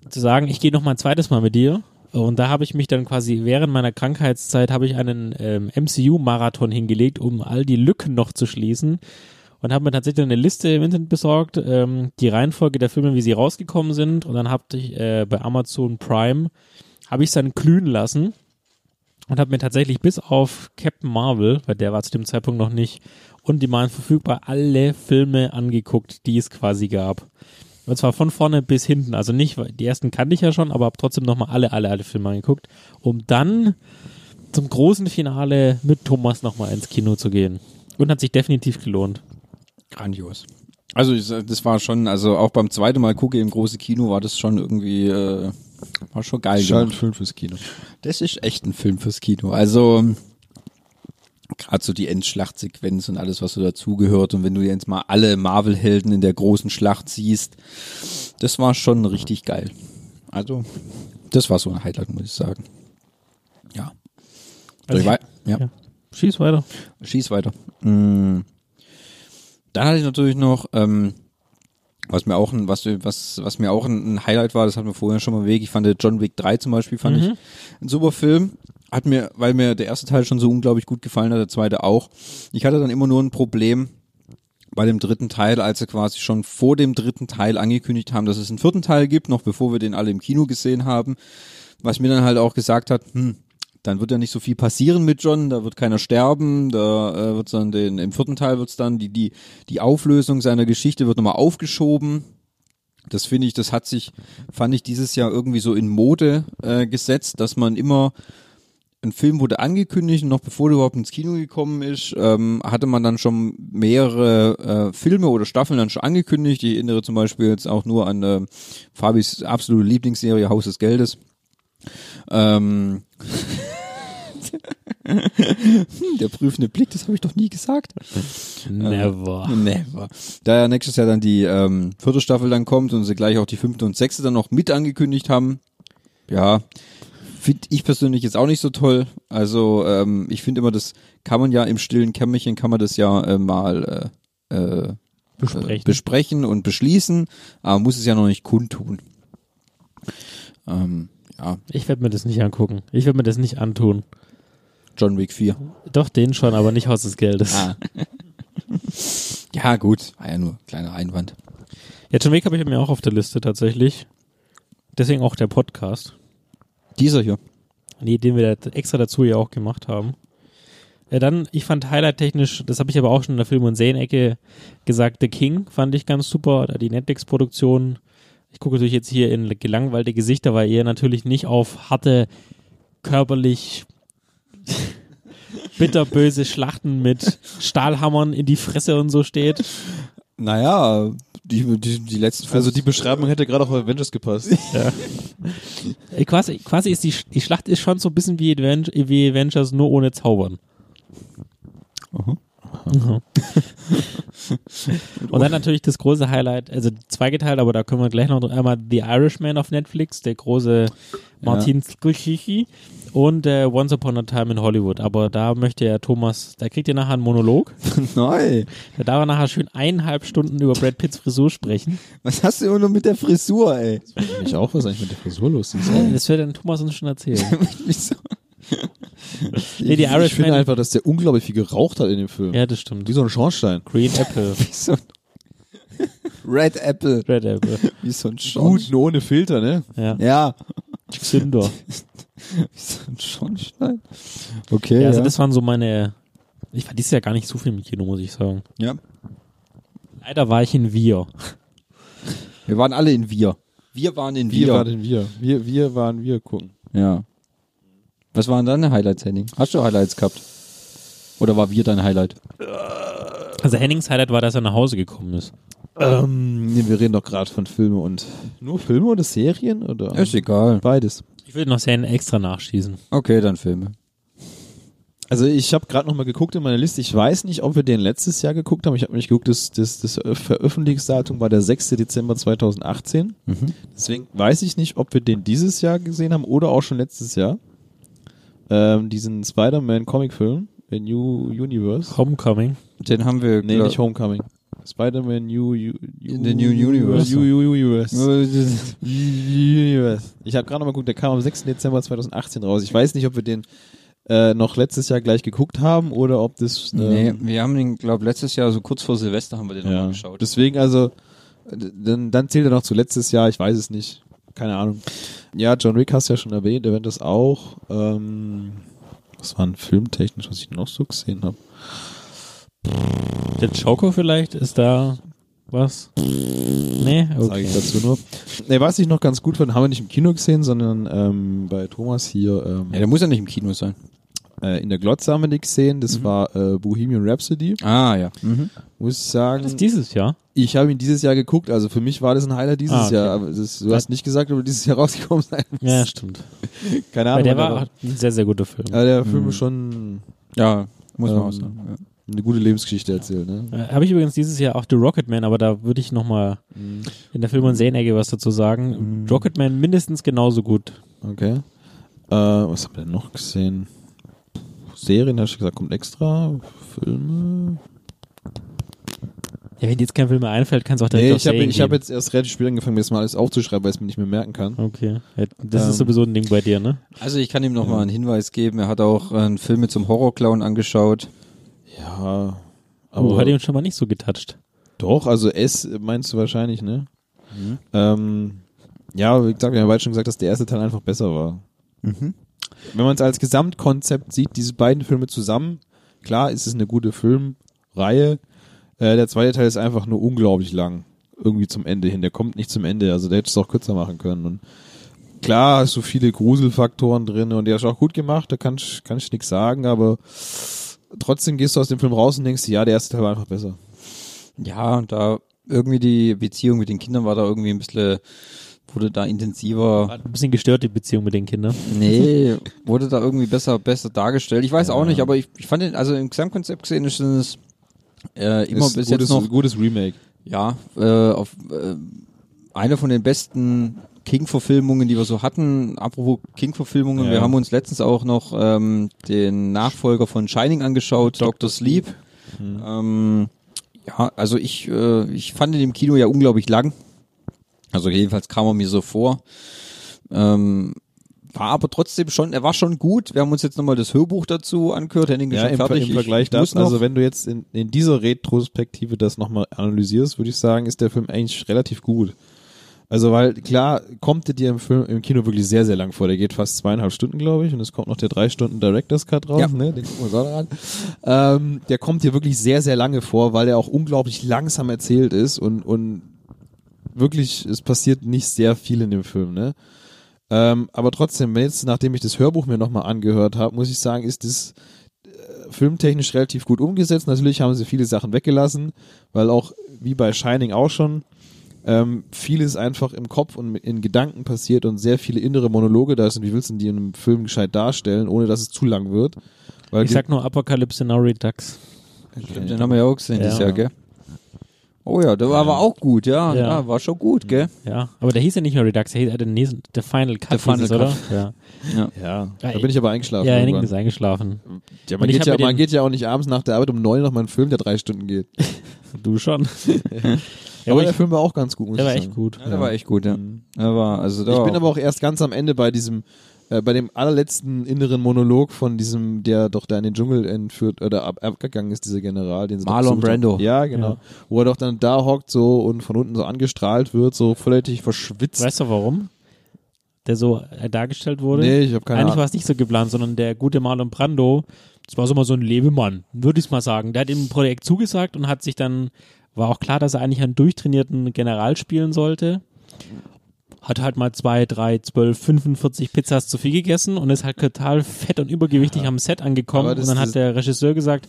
zu sagen, ich gehe noch mal ein zweites Mal mit dir. Und da habe ich mich dann quasi während meiner Krankheitszeit habe ich einen ähm, MCU-Marathon hingelegt, um all die Lücken noch zu schließen. Und und habe mir tatsächlich eine Liste im Internet besorgt, ähm, die Reihenfolge der Filme, wie sie rausgekommen sind. Und dann habe ich äh, bei Amazon Prime, habe ich es dann glühen lassen und habe mir tatsächlich bis auf Captain Marvel, weil der war zu dem Zeitpunkt noch nicht und die waren verfügbar, alle Filme angeguckt, die es quasi gab. Und zwar von vorne bis hinten. Also nicht, die ersten kannte ich ja schon, aber habe trotzdem nochmal alle, alle, alle Filme angeguckt, um dann zum großen Finale mit Thomas nochmal ins Kino zu gehen. Und hat sich definitiv gelohnt.
Grandios. Also ich sag, das war schon, also auch beim zweiten Mal gucke im großen Kino war das schon irgendwie, äh, war schon geil
Schon ein
gemacht.
Film fürs Kino.
Das ist echt ein Film fürs Kino. Also gerade so die Endschlachtsequenz und alles, was so dazugehört und wenn du jetzt mal alle Marvel-Helden in der großen Schlacht siehst, das war schon richtig geil. Also das war so ein Highlight, muss ich sagen. Ja.
Also
ich
ich-
wei- ja.
ja. Schieß weiter.
Schieß weiter. Mm. Dann hatte ich natürlich noch, ähm, was mir auch ein, was, was, was mir auch ein, ein Highlight war, das hatten wir vorher schon mal im Weg. Ich fand John Wick 3 zum Beispiel, fand ich ein super Film. Hat mir, weil mir der erste Teil schon so unglaublich gut gefallen hat, der zweite auch. Ich hatte dann immer nur ein Problem bei dem dritten Teil, als sie quasi schon vor dem dritten Teil angekündigt haben, dass es einen vierten Teil gibt, noch bevor wir den alle im Kino gesehen haben. Was mir dann halt auch gesagt hat, hm, dann wird ja nicht so viel passieren mit John, da wird keiner sterben, da äh, wird's dann den, im vierten Teil wird's dann, die, die, die Auflösung seiner Geschichte wird nochmal aufgeschoben. Das finde ich, das hat sich, fand ich dieses Jahr irgendwie so in Mode äh, gesetzt, dass man immer ein Film wurde angekündigt und noch bevor der überhaupt ins Kino gekommen ist, ähm, hatte man dann schon mehrere äh, Filme oder Staffeln dann schon angekündigt. Ich erinnere zum Beispiel jetzt auch nur an äh, Fabis absolute Lieblingsserie Haus des Geldes. Ähm, hm, der prüfende Blick, das habe ich doch nie gesagt.
Never.
Never. Da ja nächstes Jahr dann die ähm, vierte Staffel dann kommt und sie gleich auch die fünfte und sechste dann noch mit angekündigt haben, ja, finde ich persönlich jetzt auch nicht so toll. Also ähm, ich finde immer, das kann man ja im stillen Kämmerchen, kann man das ja äh, mal äh, äh,
Besprechen.
besprechen und beschließen, aber muss es ja noch nicht kundtun. Ähm, ja,
Ich werde mir das nicht angucken. Ich werde mir das nicht antun.
John Wick 4.
Doch den schon, aber nicht Haus des Geldes.
Ah. ja, gut, war ja nur ein kleiner Einwand.
Ja, John Wick habe ich mir auch auf der Liste tatsächlich. Deswegen auch der Podcast.
Dieser hier.
Nee, den wir da extra dazu ja auch gemacht haben. Ja, dann, ich fand highlight-technisch, das habe ich aber auch schon in der Film- und Serienecke gesagt, The King fand ich ganz super, die Netflix-Produktion. Ich gucke natürlich jetzt hier in gelangweilte Gesichter, weil ihr natürlich nicht auf harte, körperlich bitterböse Schlachten mit Stahlhammern in die Fresse und so steht.
Naja, die, die, die letzten
Also die Beschreibung hätte gerade auch auf Avengers gepasst.
Äh, Quasi, quasi ist die, Sch- die Schlacht ist schon so ein bisschen wie, Advent, wie Avengers, nur ohne Zaubern. Mhm. Und dann natürlich das große Highlight, also zweigeteilt, aber da können wir gleich noch dr- einmal The Irishman auf Netflix, der große Martin Scorsese und äh, Once Upon a Time in Hollywood. Aber da möchte ja Thomas, da kriegt ihr nachher einen Monolog.
Nein.
Da darf er nachher schön eineinhalb Stunden über Brad Pitts Frisur sprechen.
Was hast du immer nur mit der Frisur, ey?
Ich auch, was eigentlich mit der Frisur los ist.
Das wird dann Thomas uns schon erzählen.
Wieso?
Nee, die
Ich finde halt-
Irishman.
einfach, dass der unglaublich viel geraucht hat in dem Film.
Ja, das
Wie
stimmt.
so ein Schornstein.
Green Apple.
Wieso? Red Apple.
Red Apple.
Wie so ein Schornstein.
Gut, nur ohne Filter, ne?
Ja.
Ja.
Sünder.
Wie so ein Schornstein. Okay,
Ja,
ja.
also das waren so meine. Ich war dieses Jahr gar nicht so viel im Kino, muss ich sagen.
ja.
Leider war ich in Wir.
Wir waren alle in Wir. Wir waren in
Wir
Wir.
waren wir. Wir, wir waren wir gucken.
ja. Was waren deine Highlights, Henning? Hast du Highlights gehabt? Oder war Wir dein Highlight?
Also Hennings Highlight war, dass er nach Hause gekommen ist.
Ähm, nee, wir reden doch gerade von Filmen und. Nur Filme oder Serien? Oder?
egal.
Beides.
Ich würde noch Serien extra nachschießen.
Okay, dann Filme.
Also ich habe gerade nochmal geguckt in meiner Liste. Ich weiß nicht, ob wir den letztes Jahr geguckt haben. Ich habe nicht geguckt, das, das, das Veröffentlichungsdatum war der 6. Dezember 2018.
Mhm.
Deswegen weiß ich nicht, ob wir den dieses Jahr gesehen haben oder auch schon letztes Jahr. Ähm, diesen Spider-Man-Comic-Film in New Universe.
Homecoming.
Den haben wir,
Nee,
glaub-
nicht Homecoming. Spider-Man New, U- U-
The New Universe.
New Universe. Universe. Ich habe gerade nochmal geguckt, der kam am 6. Dezember 2018 raus. Ich weiß nicht, ob wir den äh, noch letztes Jahr gleich geguckt haben oder ob das.
Nee,
Äh,
wir haben den, glaube letztes Jahr, so kurz vor Silvester haben wir den
ja.
nochmal geschaut.
Deswegen also, d- dann, dann zählt er noch zu letztes Jahr, ich weiß es nicht. Keine Ahnung. Ja, John Wick hast du ja schon erwähnt, Avengers auch. Ähm, was war ein filmtechnisch, was ich noch so gesehen habe?
Der Choco vielleicht ist da was? Nee, okay.
sage ich dazu nur. Nee, was ich noch ganz gut fand, haben wir nicht im Kino gesehen, sondern ähm, bei Thomas hier ähm,
Ja, der muss ja nicht im Kino sein.
äh, in der Glotze haben wir die gesehen.
Mhm.
Das war äh, Bohemian Rhapsody,
Ah, ja.
muss ich sagen.
Das ist dieses Jahr.
Ich habe ihn dieses Jahr geguckt, also für mich war das ein Highlight dieses
Ah, okay.
Jahr. Aber das, du hast nicht gesagt, ob er dieses Jahr rausgekommen sein muss.
Ja, stimmt.
Keine
Weil
Ahnung.
der
wann er
war halt- auch ein sehr, sehr guter Film.
war. Aber der
Hm.
Film ist schon
Ja, muss man auch
Ähm,
sagen. Ja.
eine gute Lebensgeschichte erzählt. Ne?
Äh, Habe ich übrigens dieses Jahr auch The Rocketman, aber da würde ich nochmal
Mhm.
in der Film- und Serienecke was dazu sagen. Rocketman mindestens genauso gut.
Okay. Äh, was haben wir denn noch gesehen? Serien, hast du gesagt, kommt extra. Filme.
Ja, wenn dir jetzt kein Film mehr einfällt, kannst du auch direkt
Nee,
auf
ich habe
Serien
ich hab
gehen.
jetzt erst relativ spät angefangen, mir das mal alles aufzuschreiben, weil ich es mir nicht mehr merken kann.
Okay. Ja, Das
Ähm.
ist sowieso ein Ding bei dir, ne?
Also ich kann ihm nochmal mal einen Hinweis geben. Er hat auch äh, einen Film mit zum Horrorclown angeschaut.
Ja. Aber
Oh, hat ihn schon mal nicht so getoucht.
doch, also S meinst du wahrscheinlich, ne? Ähm, ja, wie gesagt, wir haben ja beide schon gesagt, dass der erste Teil einfach besser war. Wenn man es als Gesamtkonzept sieht, diese beiden Filme zusammen, klar, ist es eine gute Filmreihe. Äh, der zweite Teil ist einfach nur unglaublich lang. Irgendwie zum Ende hin. Der kommt nicht zum Ende. Also der hätte es auch kürzer machen können. Und klar, hast du viele Gruselfaktoren drin und der ist auch gut gemacht, da kann ich, kann ich nichts sagen, aber trotzdem gehst du aus dem Film raus und denkst, ja, der erste Teil war einfach besser.
Ja, und da irgendwie die Beziehung mit den Kindern war da irgendwie ein bisschen, wurde da intensiver.
Hat ein bisschen gestört, die Beziehung mit den Kindern.
Nee, wurde da irgendwie besser, besser dargestellt. Ich weiß auch nicht, aber ich, ich fand den, also im Gesamtkonzept gesehen ist es äh, immer
Ist ein gutes,
bis jetzt noch,
gutes Remake.
ja, äh, auf, äh, eine von den besten King-Verfilmungen, die wir so hatten. Apropos King-Verfilmungen,
Ja.
wir haben uns letztens auch noch ähm, den Nachfolger von Shining angeschaut, Dr. Sleep.
Mhm.
Ähm, ja, also ich, äh, ich fand ihn im Kino ja unglaublich lang. Also jedenfalls kam er mir so vor. Ähm, war aber trotzdem schon, er war schon gut. Wir haben uns jetzt nochmal das Hörbuch dazu angehört. Henning ist
Ja,
schon
im, Ver-
fertig.
im Vergleich
ich, ich muss
dazu,
noch,
also wenn du jetzt in, in dieser Retrospektive das nochmal analysierst, würde ich sagen, ist der Film eigentlich relativ gut. Also weil, klar, kommt der dir im Film, im Kino wirklich sehr, sehr lang vor. Der geht fast zweieinhalb Stunden, glaube ich, und es kommt noch der drei Stunden Director's Cut raus,
Ja.
ne? Den gucken wir uns auch noch an. Ähm, der kommt dir wirklich sehr, sehr lange vor, weil der auch unglaublich langsam erzählt ist und, und wirklich, es passiert nicht sehr viel in dem Film, ne? Ähm, aber trotzdem, wenn jetzt, nachdem ich das Hörbuch mir nochmal angehört habe, muss ich sagen, ist das äh, filmtechnisch relativ gut umgesetzt. Natürlich haben sie viele Sachen weggelassen, weil auch, wie bei Shining auch schon, ähm, vieles einfach im Kopf und in Gedanken passiert und sehr viele innere Monologe da sind. Wie willst du denn die in einem Film gescheit darstellen, ohne dass es zu lang wird? Weil
Ich
die-
sag nur Apocalypse Now Redux.
Stimmt, den haben wir ja auch gesehen
Ja.
dieses Jahr, gell? Oh ja, der war aber auch gut, ja,
Ja.
ja. War schon gut, gell?
Ja, aber der hieß ja nicht mehr Redux, der hieß ja den nächsten, The Final Cut,
The Final
hieß es,
Cut.
oder? Ja,
ja, da
Ja,
bin ich aber
ja
eingeschlafen.
Henning
irgendwann.
ist eingeschlafen.
ja,
und
man,
ich
geht
hab
ja,
mir
man
den-
geht ja auch nicht abends nach der Arbeit um neun noch mal einen Film, der drei Stunden geht.
Du schon. ja,
aber
aber
der
ich,
Film war auch ganz gut, muss
der
ich
war
sagen.
echt gut.
Ja, Der war echt gut, ja. Der war, also der
Ich
war
bin
auch-
aber auch erst ganz am Ende bei diesem, äh, bei dem allerletzten inneren Monolog von diesem, der doch da in den Dschungel entführt oder ab, abgegangen ist, dieser General, den sie doch
Marlon
gesucht haben.
Brando.
Ja, genau.
Ja.
Wo er doch dann da hockt so und von unten so angestrahlt wird, so völlig verschwitzt.
Weißt du warum? Der so äh, dargestellt wurde?
nee, ich habe keine
Eigentlich
Ahnung.
war es nicht so geplant, sondern der gute Marlon Brando, das war so mal so ein Lebemann, würde ich mal sagen. Der hat im Projekt zugesagt und hat sich dann, war auch klar, dass er eigentlich einen durchtrainierten General spielen sollte. Hat halt mal zwei, drei, zwölf, 45 Pizzas zu viel gegessen und ist halt total fett und übergewichtig am Set angekommen.
Aber
Und
das-
dann
das-
hat der Regisseur gesagt,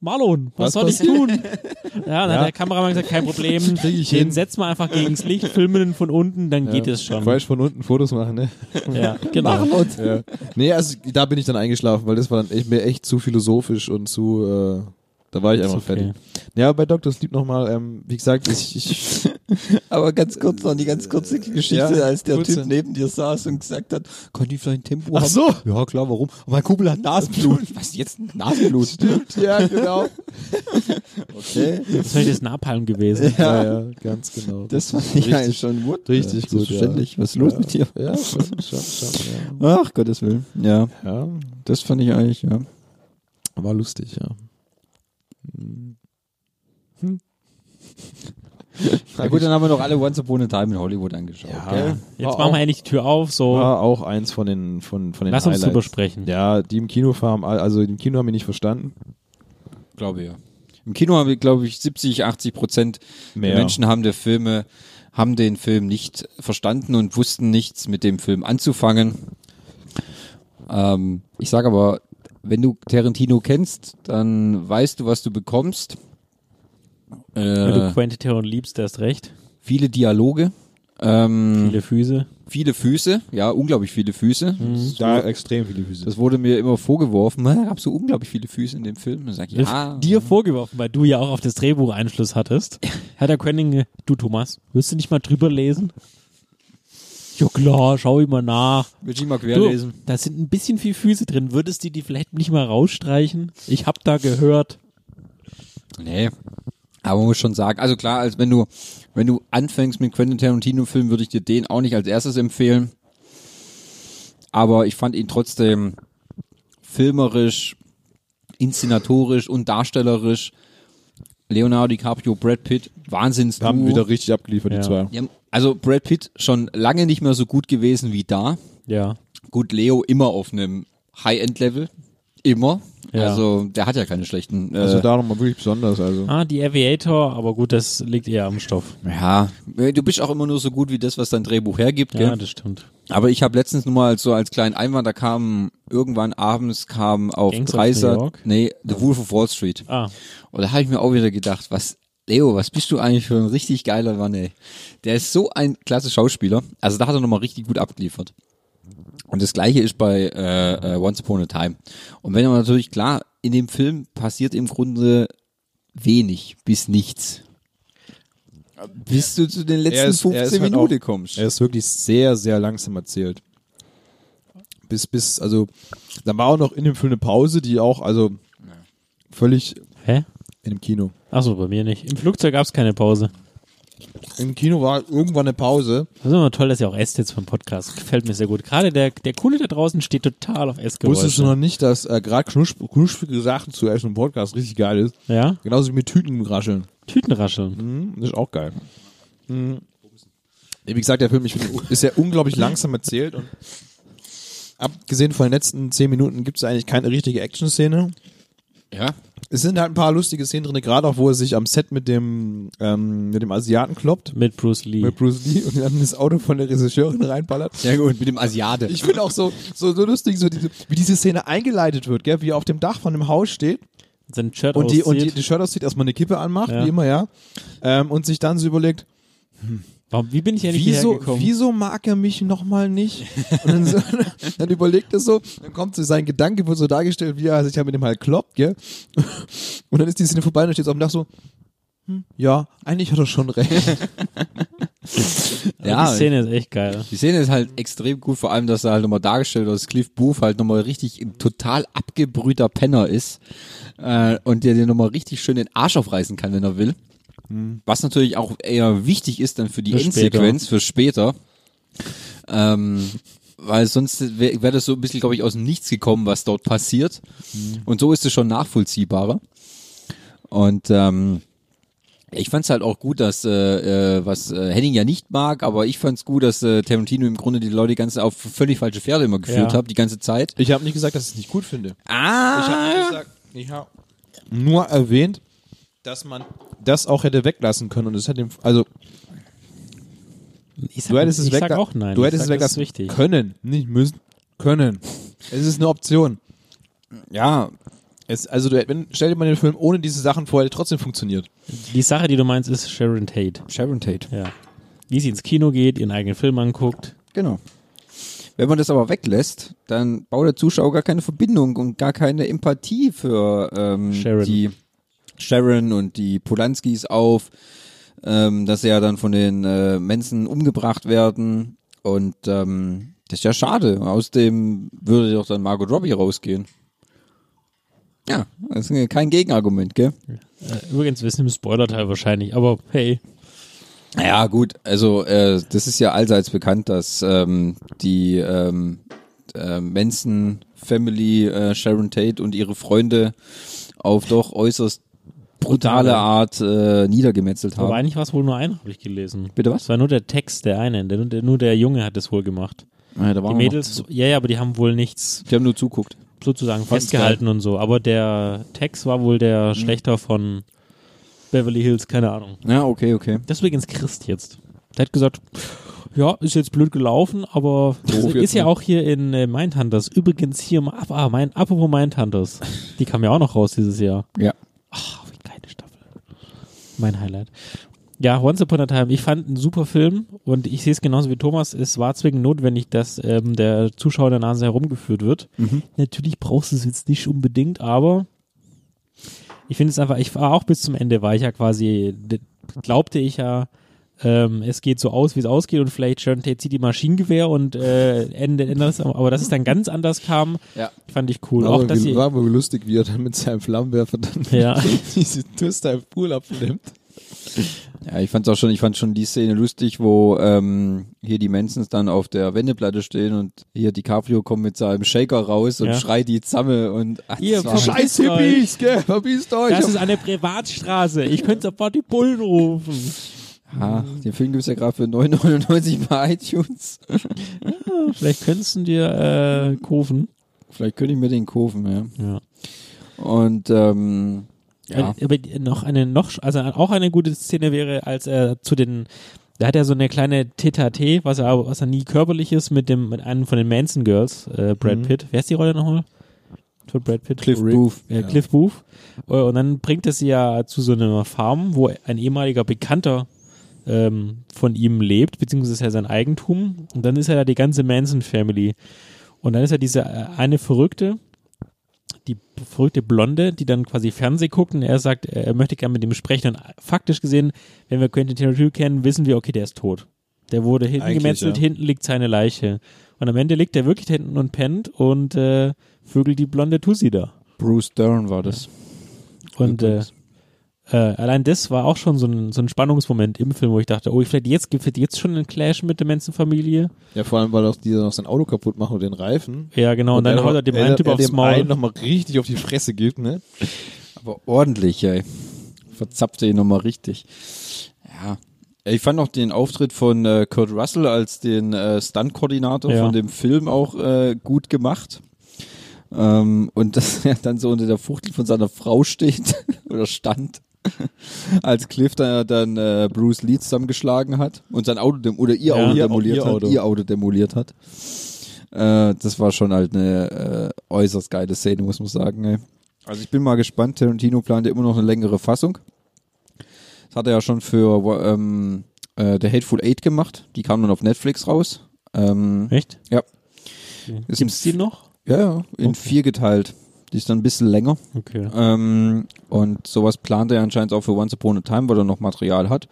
Marlon,
Was
was, soll ich
passiert?
tun? Ja, dann
Ja.
hat der Kameramann gesagt, kein Problem,
Krieg ich
den
hin.
setzt man einfach gegens Licht, filmen ihn von unten, dann geht es schon.
Falsch von unten Fotos machen, ne?
Ja, genau.
ja. Nee, also da bin ich dann eingeschlafen, weil das war dann echt, mir echt zu philosophisch und zu, äh, da war ich einfach
okay.
fertig. Ja, bei Dr. Sleep nochmal, ähm, wie gesagt, ich, ich
Aber ganz kurz noch die ganz kurze Geschichte,
Ja,
als der
kurze.
Typ neben dir saß und gesagt hat, kann die vielleicht ein Tempo
Ach
haben?
so.
Ja, klar, warum? Aber mein Kumpel hat Nasenblut. Was jetzt? Nasenblut?
ja, genau.
Okay.
Das wäre jetzt Napalm gewesen.
Ja, ja, ganz genau.
Das fand ich
Richtig.
eigentlich schon gut.
Richtig gut,
Verständlich. Was ist los mit dir?
ja, schon, schon, schon,
Ach, Gottes Willen. Ja,
ja. ja,
das fand ich eigentlich, ja.
war lustig, ja.
Na gut, dann haben wir noch alle Once Upon a Time in Hollywood angeschaut.
Ja.
Gell?
Jetzt
War
machen
auch-
wir endlich die Tür auf, so.
War auch eins von den, von, von den
Oh. Lass uns
Highlights.
drüber sprechen.
Ja, die im Kino haben, also im Kino haben wir nicht verstanden.
Glaube ja. Im Kino haben wir, glaube ich, 70, 80 Prozent
Mehr.
der Menschen haben der Filme, haben den Film nicht verstanden und wussten nichts mit dem Film anzufangen. Ähm, ich sage aber, wenn du Tarantino kennst, dann weißt du, was du bekommst.
Wenn du
Äh,
Quentin Tarantino liebst, erst recht.
viele Dialoge, ähm, viele.
Viele Füße.
Füße, ja, unglaublich viele Füße.
Mhm.
Da extrem viele Füße.
Das wurde mir immer vorgeworfen, "Hä, gab so unglaublich viele Füße in dem Film. Dann sag ich, ja,
Dir vorgeworfen, weil du ja auch auf das Drehbuch Einschluss hattest. Hat der Quentin, ge- du Thomas, wirst du nicht mal drüber lesen? Ja klar, schau ich mal nach.
will ich mal
Du,
querlesen.
da sind ein bisschen viel Füße drin. Würdest du die vielleicht nicht mal rausstreichen? Ich hab da gehört.
Nee. Aber man muss schon sagen, also klar, als wenn du, wenn du anfängst mit Quentin Tarantino-Filmen, würde ich dir den auch nicht als erstes empfehlen. Aber ich fand ihn trotzdem filmerisch, inszenatorisch und darstellerisch. Leonardo DiCaprio, Brad Pitt, Wahnsinns.
haben wieder richtig abgeliefert,
Ja.
die zwei.
Also Brad Pitt schon lange nicht mehr so gut gewesen wie da.
Ja.
Gut, Leo immer auf einem High-End-Level. Immer.
Ja.
Also der hat ja keine schlechten. Äh,
Also darum war wirklich besonders. Also.
Ah, die Aviator, aber gut, das liegt eher am Stoff.
Ja, du bist auch immer nur so gut wie das, was dein Drehbuch hergibt.
Ja,
gell?
das stimmt.
Aber ich habe letztens nur mal so als kleinen Einwand, da kam irgendwann abends kam auf
Gangs of New
Dreiser,
York?
nee, The Wolf of Wall Street.
Ah,
Und da habe ich mir auch wieder gedacht, was Leo, was bist du eigentlich für ein richtig geiler Mann, ey. Der ist so ein klasse Schauspieler. Also da hat er nochmal richtig gut abgeliefert. Und das gleiche ist bei äh, äh, Once Upon a Time. Und wenn er natürlich, klar, in dem Film passiert im Grunde wenig bis nichts. Bis du zu den letzten 15
halt
Minuten
auch-
kommst.
Er ist wirklich sehr, sehr langsam erzählt. Bis, bis, also, dann war auch noch in dem Film eine Pause, die auch, also, völlig
hä?
in dem Kino.
Achso, bei mir nicht. Im Flugzeug gab's keine Pause.
Im Kino war irgendwann eine Pause.
Das ist immer toll, dass ihr auch esst jetzt vom Podcast. Gefällt mir sehr gut. Gerade der, der Coole da draußen steht total auf Essgeräusche.
Wusstest du noch nicht, dass äh, gerade knusp knuspige Sachen zu essen im Podcast richtig geil ist?
Ja?
Genauso wie mit Tüten rascheln.
Tütenrascheln.
Mhm, das ist auch geil. Mhm. Wie gesagt, der Film ich find, ist ja unglaublich langsam erzählt und abgesehen von den letzten zehn Minuten gibt es eigentlich keine richtige Action-Szene.
Ja.
Es sind halt ein paar lustige Szenen drin, gerade auch, wo er sich am Set mit dem, ähm, mit dem Asiaten kloppt,
Mit Bruce Lee.
mit Bruce Lee und dann das Auto von der Regisseurin reinballert.
Sehr gut, mit dem Asiate.
Ich finde auch so, so, so lustig, so diese, wie diese Szene eingeleitet wird, gell? wie er auf dem Dach von dem Haus steht
Sein Shirt
und die, und die,
auszieht.
die Shirt auszieht, erstmal eine Kippe anmacht,
Ja.
wie immer, ja, ähm, und sich dann so überlegt,
Warum, wie bin ich eigentlich hierher
wieso,
gekommen?
wieso mag er mich nochmal nicht? Und dann, so, dann überlegt er so, dann kommt so sein Gedanke, wird so dargestellt, wie er sich ja mit dem halt kloppt, gell? Und dann ist die Szene vorbei und dann steht es auf dem Dach so, hm, ja, eigentlich hat er schon recht.
Also die Szene ist echt geil.
Die Szene ist halt extrem gut, vor allem, dass er halt nochmal dargestellt wird, dass Cliff Booth halt nochmal richtig ein total abgebrühter Penner ist äh, und der dir nochmal richtig schön den Arsch aufreißen kann, wenn er will. Was natürlich auch eher wichtig ist dann für die
Für
Endsequenz, für später. Ähm, weil sonst wäre wär das so ein bisschen, glaube ich, aus dem Nichts gekommen, was dort passiert. Und so ist es schon nachvollziehbarer. Und ähm, ich fand es halt auch gut, dass, äh, äh, was äh, Henning ja nicht mag, aber ich fand es gut, dass äh, Tarantino im Grunde die Leute die ganze auf völlig falsche Pferde immer geführt
Ja.
hat, die ganze Zeit.
Ich habe nicht gesagt, dass ich es nicht gut finde. Ich habe
Ah!
gesagt, ich habe nur erwähnt, dass man das auch hätte weglassen können und es hätte, dem- also
Ich sag,
Du hättest es
ich sag
wegla-
auch nein.
Du
Ich
hättest
sag,
es
das ist
weglassen
wichtig.
können, nicht müssen. Können. Es ist eine Option.
Ja,
Es, also du, hätt- wenn, stell dir mal den Film ohne diese Sachen vor, hätte trotzdem funktioniert.
Die Sache, die du meinst, ist Sharon Tate.
Sharon Tate.
Ja. Wie sie ins Kino geht, ihren eigenen Film anguckt.
Genau. Wenn man das aber weglässt, dann baut der Zuschauer gar keine Verbindung und gar keine Empathie für ähm,
Sharon.
die Sharon und die Polanskis auf, ähm, dass sie ja dann von den äh, Menschen umgebracht werden. Und ähm, das ist ja schade. Aus dem würde doch dann Margot Robbie rausgehen. Ja, das ist kein Gegenargument, gell?
Äh, übrigens, wir sind im Spoilerteil wahrscheinlich, aber hey.
Ja, gut, also äh, das ist ja allseits bekannt, dass ähm, die ähm, äh, Manson Family, äh, Sharon Tate und ihre Freunde auf doch äußerst brutale Art äh, niedergemetzelt
Aber
haben.
eigentlich war es wohl nur einer, habe ich gelesen.
Bitte
Es war nur der Text, der eine. Der, der, nur der Junge hat es wohl gemacht.
Ja, da waren
Die
Oh
wir
Mädels, ja, ja, aber die haben wohl nichts
noch. Die haben nur zuguckt.
sozusagen
Fand's
festgehalten und so. Aber der Text war wohl der Schlechter von Beverly Hills, keine Ahnung.
Ja, okay, okay.
Deswegen ist Christ jetzt. Der hat gesagt, ja, ist jetzt blöd gelaufen, aber
Doof
ist
jetzt,
ja
ne?
auch hier in äh, Mindhunters. Übrigens hier mal, ah, mein, apropos Mindhunters. Die kam ja auch noch raus dieses Jahr.
Ja.
Ach, wie geile Staffel. Mein Highlight. Ja, Once Upon a Time. Ich fand einen super Film und ich sehe es genauso wie Thomas. Es war zwingend notwendig, dass ähm, der Zuschauer der Nase herumgeführt wird.
Mhm.
Natürlich brauchst du es jetzt nicht unbedingt, aber ich finde es einfach, ich war auch bis zum Ende, war ich ja quasi, d- glaubte ich ja, ähm, es geht so aus, wie es ausgeht und vielleicht Sharon Tate zieht die Maschinengewehr und äh, endet anders, aber dass es dann ganz anders kam,
Ja.
fand ich cool.
war,
Auch,
aber,
dass
gel-
sie,
war aber lustig, wie er dann mit seinem Flammenwerfer dann
Ja.
diese Twister im Pool abnimmt.
Ja, ich fand's auch schon, ich fand schon die Szene lustig, wo ähm, hier die Mansons dann auf der Wendeplatte stehen und hier DiCaprio kommt mit seinem Shaker raus und
Ja.
schreit die Zamme und ach,
Ihr
das war
Versch-
schon,
Scheiß
Scheiß
Hippies, gell? Verpisst euch!
das ist eine Privatstraße, ich könnte sofort die Bullen rufen.
ah, den Film gibt's ja gerade für 9,99 bei iTunes.
Vielleicht könntest du dir äh, kaufen.
Vielleicht könnte ich mir den kaufen, ja.
Ja.
Und ähm, ja.
Äh, Aber die- noch eine noch, also auch eine gute Szene wäre, als er zu den, da hat er so eine kleine TTT, was er aber- was er nie körperlich ist, mit dem, mit einem von den Manson Girls, äh, Brad Pitt. Wer ist die Rolle nochmal? Für Brad Pitt?
Cliff Booth.
Äh, Cliff Booth. Äh, Und dann bringt er sie ja zu so einer Farm, wo ein ehemaliger Bekannter ähm, von ihm lebt, beziehungsweise ist ja sein Eigentum. Und dann ist ja da die ganze Manson-Family. Und dann ist ja diese äh, eine Verrückte, die verrückte Blonde, die dann quasi Fernseh guckt und er sagt, er möchte gerne mit dem sprechen. Und äh, faktisch gesehen, wenn wir Quentin Tarantino kennen, wissen wir, okay, der ist tot. Der wurde hinten
Eigentlich,
gemetzelt,
ja.
hinten liegt seine Leiche. Und am Ende liegt er wirklich da hinten und pennt und äh, vögelt die blonde Tussi da.
Bruce Dern war das.
Und äh,
Übrigens.
äh, allein das war auch schon so ein, so ein Spannungsmoment im Film, wo ich dachte, oh, vielleicht jetzt gibt es jetzt schon einen Clash mit der Menschenfamilie.
Ja, vor allem, weil auch die dann noch sein Auto kaputt machen und den Reifen.
Ja, genau. Und, dann haut er dem einen Typ aufs
dem einen
Maul.
nochmal richtig auf die Fresse gibt, ne?
Aber ordentlich, ey. Verzapfte ihn nochmal richtig. Ja. Ich fand auch den Auftritt von äh, Kurt Russell als den äh, Stunt-Koordinator
Ja.
von dem Film auch äh, gut gemacht. Ähm, und dass er dann so unter der Fuchtel von seiner Frau steht oder stand, als Cliff da dann äh, Bruce Lee zusammengeschlagen hat und sein Auto dem oder ihr
Ja.
Auto
Ihr-
demoliert
ihr
hat,
Auto.
ihr Auto demoliert hat. Äh, das war schon halt eine äh, äußerst geile Szene, muss man sagen. Ey. Also ich bin mal gespannt. Tarantino plant ja immer noch eine längere Fassung. Das hat er ja schon für ähm, äh, The Hateful Eight gemacht. Die kam dann auf Netflix raus. Ähm,
Echt?
Ja.
Okay.
Ist
Gibt's die
ein-
noch?
ja, ja, in
Okay.
vier geteilt. Die ist dann ein bisschen länger.
Okay.
Ähm, und sowas plant er anscheinend auch für Once Upon a Time, weil er noch Material hat.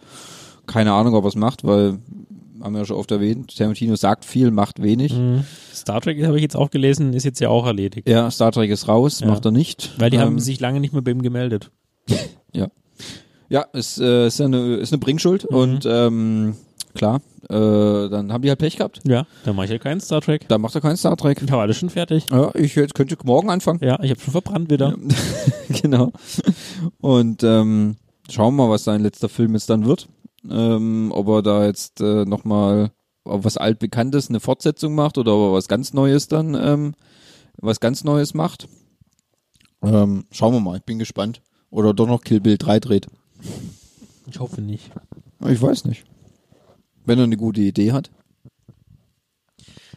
Keine Ahnung, ob er es macht, weil, haben wir ja schon oft erwähnt, Tarantino sagt viel, macht wenig.
Mhm. Star Trek habe ich jetzt auch gelesen, ist jetzt ja auch erledigt.
Ja, Star Trek ist raus,
Ja.
macht er nicht.
Weil die
ähm,
haben sich lange nicht mehr bei ihm gemeldet.
Ja, es äh, ist ja eine, ist eine Bringschuld und ähm, klar, äh, dann haben die halt Pech gehabt.
Ja. Dann mache ich halt keinen Star Trek.
Da macht er keinen Star Trek.
Ich habe alles schon fertig.
Ja, ich jetzt könnte morgen anfangen.
Ja, ich habe schon verbrannt wieder.
genau. Und ähm, schauen wir mal, was sein letzter Film jetzt dann wird. Ähm, ob er da jetzt äh, nochmal was altbekanntes, eine Fortsetzung macht oder ob er was ganz Neues dann, ähm, was ganz Neues macht. Ähm, schauen wir mal, ich bin gespannt. Oder doch noch Kill Bill 3 dreht.
Ich hoffe nicht.
Ich weiß nicht. Wenn er eine gute Idee hat.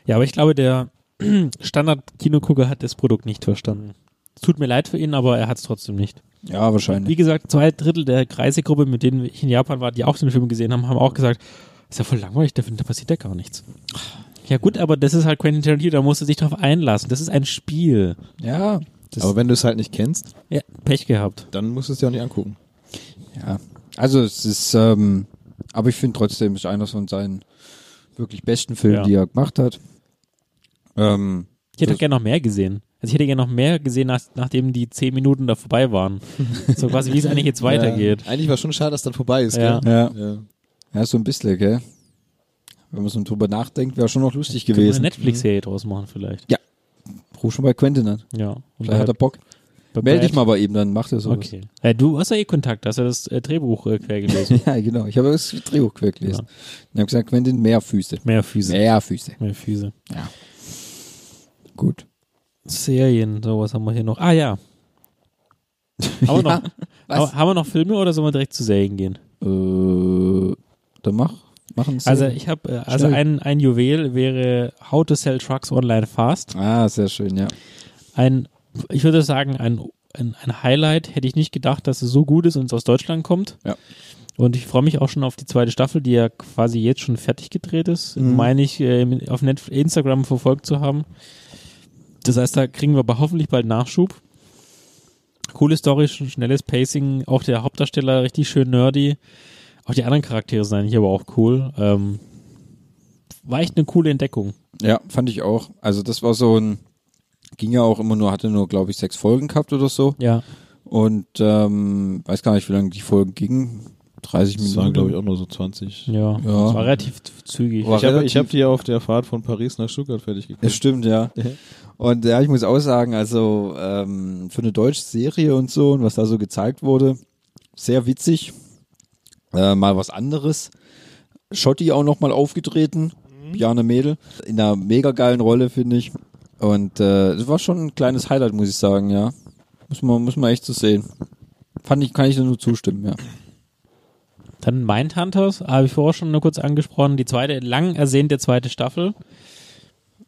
Ja, aber ich glaube, der Standard-Kinogucker hat das Produkt nicht verstanden. Es tut mir leid für ihn, aber er hat es trotzdem nicht.
Ja,
Wie
wahrscheinlich.
gesagt, zwei Drittel der Kreisegruppe, mit denen ich in Japan war, die auch den Film gesehen haben, haben auch gesagt, ist ja voll langweilig, da, da passiert ja gar nichts. Ja gut, aber das ist halt Quentin Tarantino, da musst du dich drauf einlassen. Das ist ein Spiel.
Ja. Das
Aber wenn du es halt nicht kennst,
Ja, Pech gehabt.
dann musst du es dir auch nicht angucken.
Ja, Also es ist, ähm, aber ich finde trotzdem, ist einer von seinen wirklich besten Filmen,
Ja.
die er gemacht hat. Ähm,
Ich hätte
Das-
auch gerne noch mehr gesehen. Also ich hätte gerne noch mehr gesehen, nach, nachdem die zehn Minuten da vorbei waren. so quasi, wie es eigentlich jetzt weitergeht.
Ja. Eigentlich war schon schade, dass dann vorbei ist,
Ja.
gell?
ja,
Ja.
ja, so ein bisschen, gell? Wenn man so drüber nachdenkt, wäre schon noch lustig
Können wir eine
gewesen. Mhm.
Netflix-Serie draus machen vielleicht.
Ruf schon bei Quentin an.
Ja. Und
Vielleicht hat er Bock.
bei
Meld
Brad-
dich mal bei ihm, dann macht er sowas.
Okay. Äh, du hast ja eh Kontakt, hast ja das äh, Drehbuch äh, quer gelesen.
Ja, genau. Ich habe das Drehbuch quer gelesen. Und habe gesagt, Quentin, mehr Füße.
Mehr Füße.
Mehr Füße.
Mehr Füße.
Gut.
Serien, so was haben wir hier noch. Ah ja. Haben wir,
Ja,
noch,
was?
ha- haben wir noch Filme oder sollen wir direkt zu Serien gehen?
Äh, dann mach, machen Sie.
Also ich habe, äh, also
Schnell.
ein, ein Juwel wäre How to Sell Trucks Online Fast.
ah, sehr schön, ja.
Ein, ich würde sagen, ein, ein, ein Highlight. Hätte ich nicht gedacht, dass es so gut ist und es aus Deutschland kommt.
Ja.
Und ich freue mich auch schon auf die zweite Staffel, die ja quasi jetzt schon fertig gedreht ist.
Mhm.
Meine ich, äh, mit- auf Netf- Instagram verfolgt zu haben. Das heißt, da kriegen wir aber hoffentlich bald Nachschub. Coole Story, sch- schnelles Pacing, auch der Hauptdarsteller richtig schön nerdy. Auch die anderen Charaktere sind eigentlich aber auch cool. Ähm, war echt eine coole Entdeckung.
Ja, fand ich auch. Also das war so ein, ging ja auch immer nur, hatte nur, glaube ich, sechs Folgen gehabt oder so.
Ja.
Und ähm, weiß gar nicht, wie lange die Folgen gingen. 30
Das
Minuten.
waren, glaube ich, auch nur so 20.
Ja. Es war relativ zügig.
War
Ich habe
relativ-
ich hab die ja auf der Fahrt von Paris nach Stuttgart fertig
Ja,
gekriegt.
stimmt, ja.
Ja.
Und ja, ich muss auch sagen, also ähm, für eine deutsche Serie und so und was da so gezeigt wurde, sehr witzig. Äh, mal was anderes. Schotti auch nochmal aufgetreten, Bjane Mädel, in einer mega geilen Rolle, finde ich. Und äh, das war schon ein kleines Highlight, muss ich sagen, ja. Muss man, muss man echt so sehen. Fand ich, kann ich nur zustimmen, ja.
Dann Mindhunters, habe ich vorher schon nur kurz angesprochen, die zweite, lang ersehnte zweite Staffel.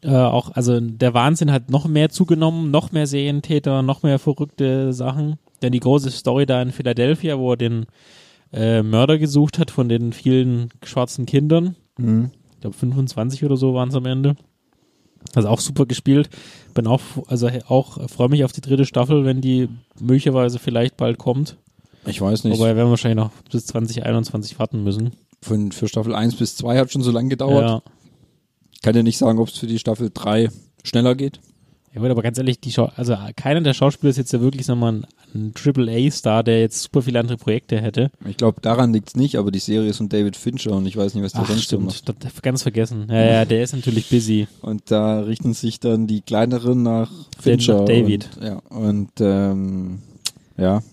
Äh, auch, also der Wahnsinn hat noch mehr zugenommen, noch mehr Serientäter, noch mehr verrückte Sachen. Denn die große Story da in Philadelphia, wo er den äh, Mörder gesucht hat von den vielen schwarzen Kindern. Ich glaube 25 oder so waren es am Ende. Also auch super gespielt. Bin auch, also auch freue mich auf die dritte Staffel, wenn die möglicherweise vielleicht bald kommt.
Ich weiß nicht.
Wobei werden wir wahrscheinlich noch bis 2021 warten müssen.
Von, für Staffel 1 bis 2 hat schon so lange gedauert. Kann ja nicht sagen, ob es für die Staffel 3 schneller geht.
Ja, gut, aber ganz ehrlich, die Schau also keiner der Schauspieler ist jetzt ja wirklich, sagen wir mal, ein Triple-A-Star, der jetzt super viele andere Projekte hätte.
Ich glaube, daran liegt's nicht, aber die Serie ist von David Fincher und ich weiß nicht, was der sonst so macht.
Das hab ich ganz vergessen. Ja, ja, der ist natürlich busy.
Und da richten sich dann die kleineren nach Fincher.
nach David.
Und, ja, und ähm, ja,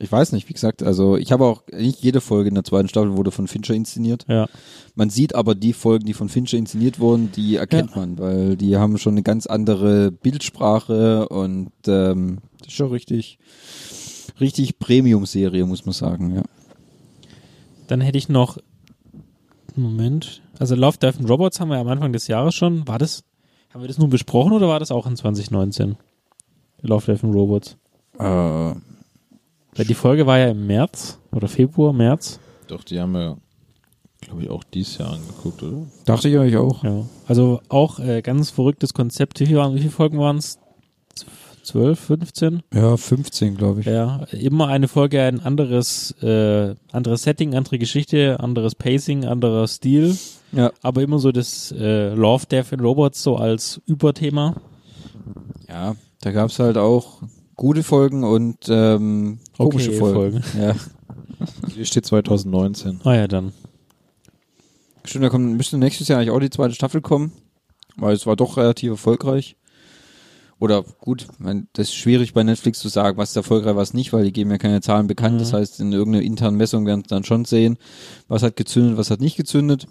ich weiß nicht, wie gesagt, also ich habe auch, nicht jede Folge in der zweiten Staffel wurde von Fincher inszeniert.
Ja.
Man sieht aber die Folgen, die von Fincher inszeniert wurden, die erkennt man, weil die haben schon eine ganz andere Bildsprache und ähm, das ist schon richtig, richtig Premium-Serie, muss man sagen, ja.
Dann hätte ich noch. Moment. Also Love, Dive and Robots haben wir am Anfang des Jahres schon. War das. Haben wir das nun besprochen oder war das auch in 2019? Love, Dive and Robots.
Äh,
Weil die Folge war ja im März oder Februar, März.
Doch, die haben wir, glaube ich, auch dieses Jahr angeguckt, oder?
dachte ich euch auch.
Ja. Also auch äh, ganz verrücktes Konzept. Wie viele, waren, wie viele Folgen waren es? 12, 15?
Ja, 15, glaube ich.
Ja, immer eine Folge, ein anderes, äh, anderes Setting, andere Geschichte, anderes Pacing, anderer Stil,
Ja.
aber immer so das äh, Love, Death and Robots so als Überthema.
Ja, da gab's halt auch gute Folgen und ähm, komische
Okay,
Folgen. Ja.
Hier steht 2019.
Ah ja, dann.
Stimmt, da kommt, müsste nächstes Jahr eigentlich auch die zweite Staffel kommen, weil es war doch relativ erfolgreich. Oder gut, ich mein, das ist schwierig bei Netflix zu sagen, was ist erfolgreich, was nicht, weil die geben ja keine Zahlen bekannt. Das heißt, in irgendeiner internen Messung werden es dann schon sehen, was hat gezündet, was hat nicht gezündet.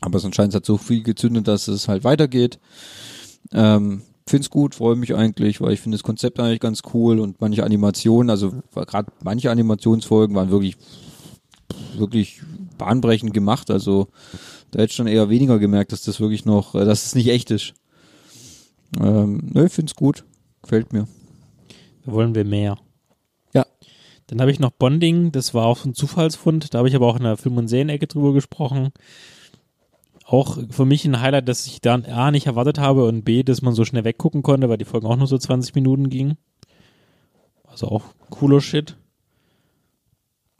Aber es anscheinend hat so viel gezündet, dass es halt weitergeht. Ähm, find's gut, freue mich eigentlich, weil ich finde das Konzept eigentlich ganz cool und manche Animationen, also gerade manche Animationsfolgen waren wirklich wirklich bahnbrechend gemacht. Also da hätte ich schon eher weniger gemerkt, dass das wirklich noch, äh, dass es nicht echt ist. Ähm, ne, find's gut. Gefällt mir.
Da wollen wir mehr.
Ja.
Dann habe ich noch Bonding, das war auch so ein Zufallsfund, da habe ich aber auch in der Film- und Serienecke drüber gesprochen. Auch für mich ein Highlight, dass ich dann A nicht erwartet habe und B, dass man so schnell weggucken konnte, weil die Folgen auch nur so 20 Minuten gingen. Also auch cooler Shit.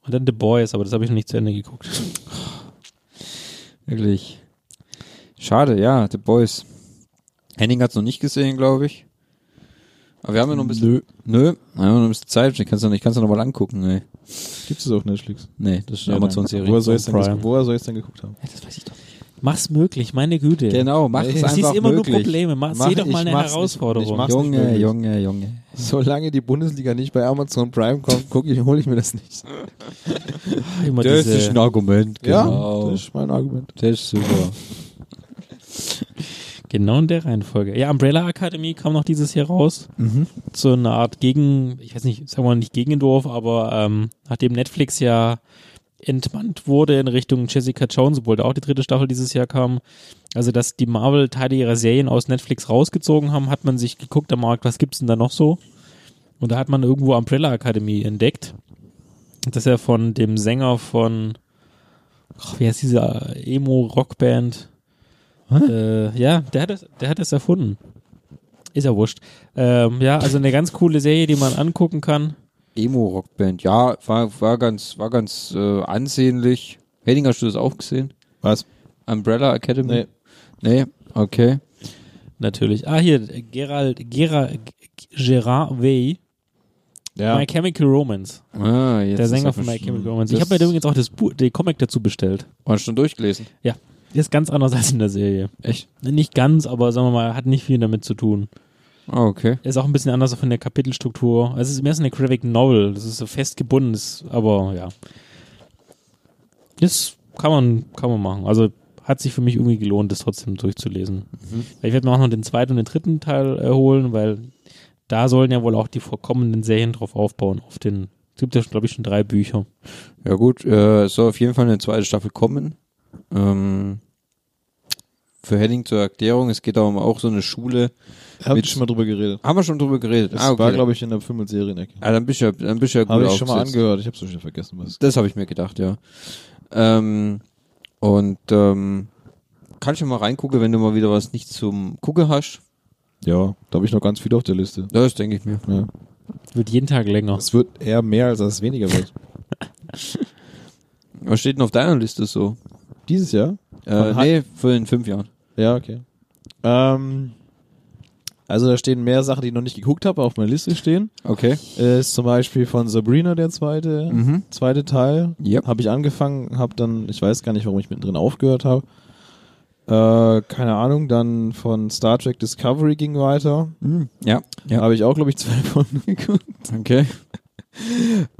Und dann The Boys, aber das habe ich noch nicht zu Ende geguckt.
Wirklich. Schade, ja, The Boys. Henning hat's noch nicht gesehen, glaube ich. Aber wir haben ja noch ein bisschen. Nö. Nö, wir haben noch ein bisschen Zeit. Ich kann's ja noch- ich kann's ja noch mal angucken, ey.
Gibt es auf Netflix?
Nee, das ist eine
Ja,
Amazon-Serie.
Woher soll ich es denn,
Prime.
ges- woher soll ich's denn geguckt haben?
das weiß ich doch nicht. Mach's möglich, meine Güte.
Genau, mach es
Du
einfach
siehst immer
möglich.
nur Probleme. Mach,
Mach-
seh doch mal
ich
eine
mach's nicht.
Herausforderung.
Ich mach's nicht
Junge,
möglich.
Junge, Junge.
Solange die Bundesliga nicht bei Amazon Prime kommt, guck ich, hole ich mir das nicht.
Ach, immer
Das
diese-
ist ein Argument,
Ja,
genau.
das ist mein Argument.
das ist super.
Genau in der Reihenfolge. Ja, Umbrella Academy kam noch dieses Jahr raus.
Mhm.
So eine Art Gegen, ich weiß nicht, sagen wir mal nicht Gegendorf, aber ähm, nachdem Netflix ja entmannt wurde in Richtung Jessica Jones, obwohl da auch die dritte Staffel dieses Jahr kam, also dass die Marvel Teile ihrer Serien aus Netflix rausgezogen haben, hat man sich geguckt am Markt, was gibt's denn da noch so? Und da hat man irgendwo Umbrella Academy entdeckt. Das ist ja von dem Sänger von, ach, wie heißt diese äh, Emo-Rockband? Äh, ja, der hat, das, der hat das erfunden. Ist ja wurscht. Ähm, ja, also eine ganz coole Serie, die man angucken kann.
Emo-Rockband. Ja, war, war ganz, war ganz äh, ansehnlich. Henning, hast du das auch gesehen?
Was?
Umbrella Academy? Nee. Nee, okay.
Natürlich. Ah, hier, äh, Gerald, Gera, G- Gerard Way,
Ja.
My Chemical Romance.
Ah, jetzt
der
ist
Sänger
er
von My
versch-
Chemical Romance. Ich
Das-
habe mir übrigens auch das Bu den Comic dazu bestellt.
Hast du schon durchgelesen?
Ist ganz anders als in der Serie.
Echt?
Nicht ganz, aber sagen wir mal, hat nicht viel damit zu tun.
Ah, okay.
Ist auch ein bisschen anders von der Kapitelstruktur. Also Es ist mehr so eine Graphic Novel. Das ist so fest gebunden, ist, aber ja. Das kann man, kann man machen. Also hat sich für mich irgendwie gelohnt, das trotzdem durchzulesen.
Mhm.
Ich werde mir auch noch den zweiten und den dritten Teil äh, holen, weil da sollen ja wohl auch die vorkommenden Serien drauf aufbauen. Auf den, es gibt ja, glaube ich, schon drei Bücher.
Ja gut, äh, es soll auf jeden Fall eine zweite Staffel kommen. Ähm, für Henning zur Erklärung, es geht da um auch so eine Schule.
Hab
Mit-
ich schon mal drüber geredet.
Haben wir schon drüber geredet?
Das
ah, okay.
war, glaube ich, in der Film- und Serienecke.
ah, dann bist du ja, dann bist du ja gut
Habe ich schon mal
aufgesetzt.
angehört. Ich habe es schon wieder vergessen. Was.
Das habe ich mir gedacht, ja. Ähm, und ähm, kannst du mal reingucken, wenn du mal wieder was nicht zum Gucken hast?
Ja, da habe ich noch ganz viel auf der Liste.
Das denke ich mir.
Ja.
Wird jeden Tag länger.
Es wird eher mehr, als dass es weniger wird.
Was steht denn auf deiner Liste so?
Dieses Jahr?
Äh, nee, für in fünf Jahren.
Ja, okay. Ähm, also da stehen mehr Sachen, die ich noch nicht geguckt habe, auf meiner Liste stehen.
Okay.
Äh, Ist zum Beispiel von Sabrina der zweite,
Mhm.
zweite Teil.
Yep.
Habe ich angefangen, habe dann, ich weiß gar nicht, warum ich mittendrin aufgehört habe. Äh, keine Ahnung, dann von Star Trek Discovery ging weiter.
Mhm. Ja. Ja.
Habe ich auch, glaube ich, zwei Folgen geguckt.
Okay.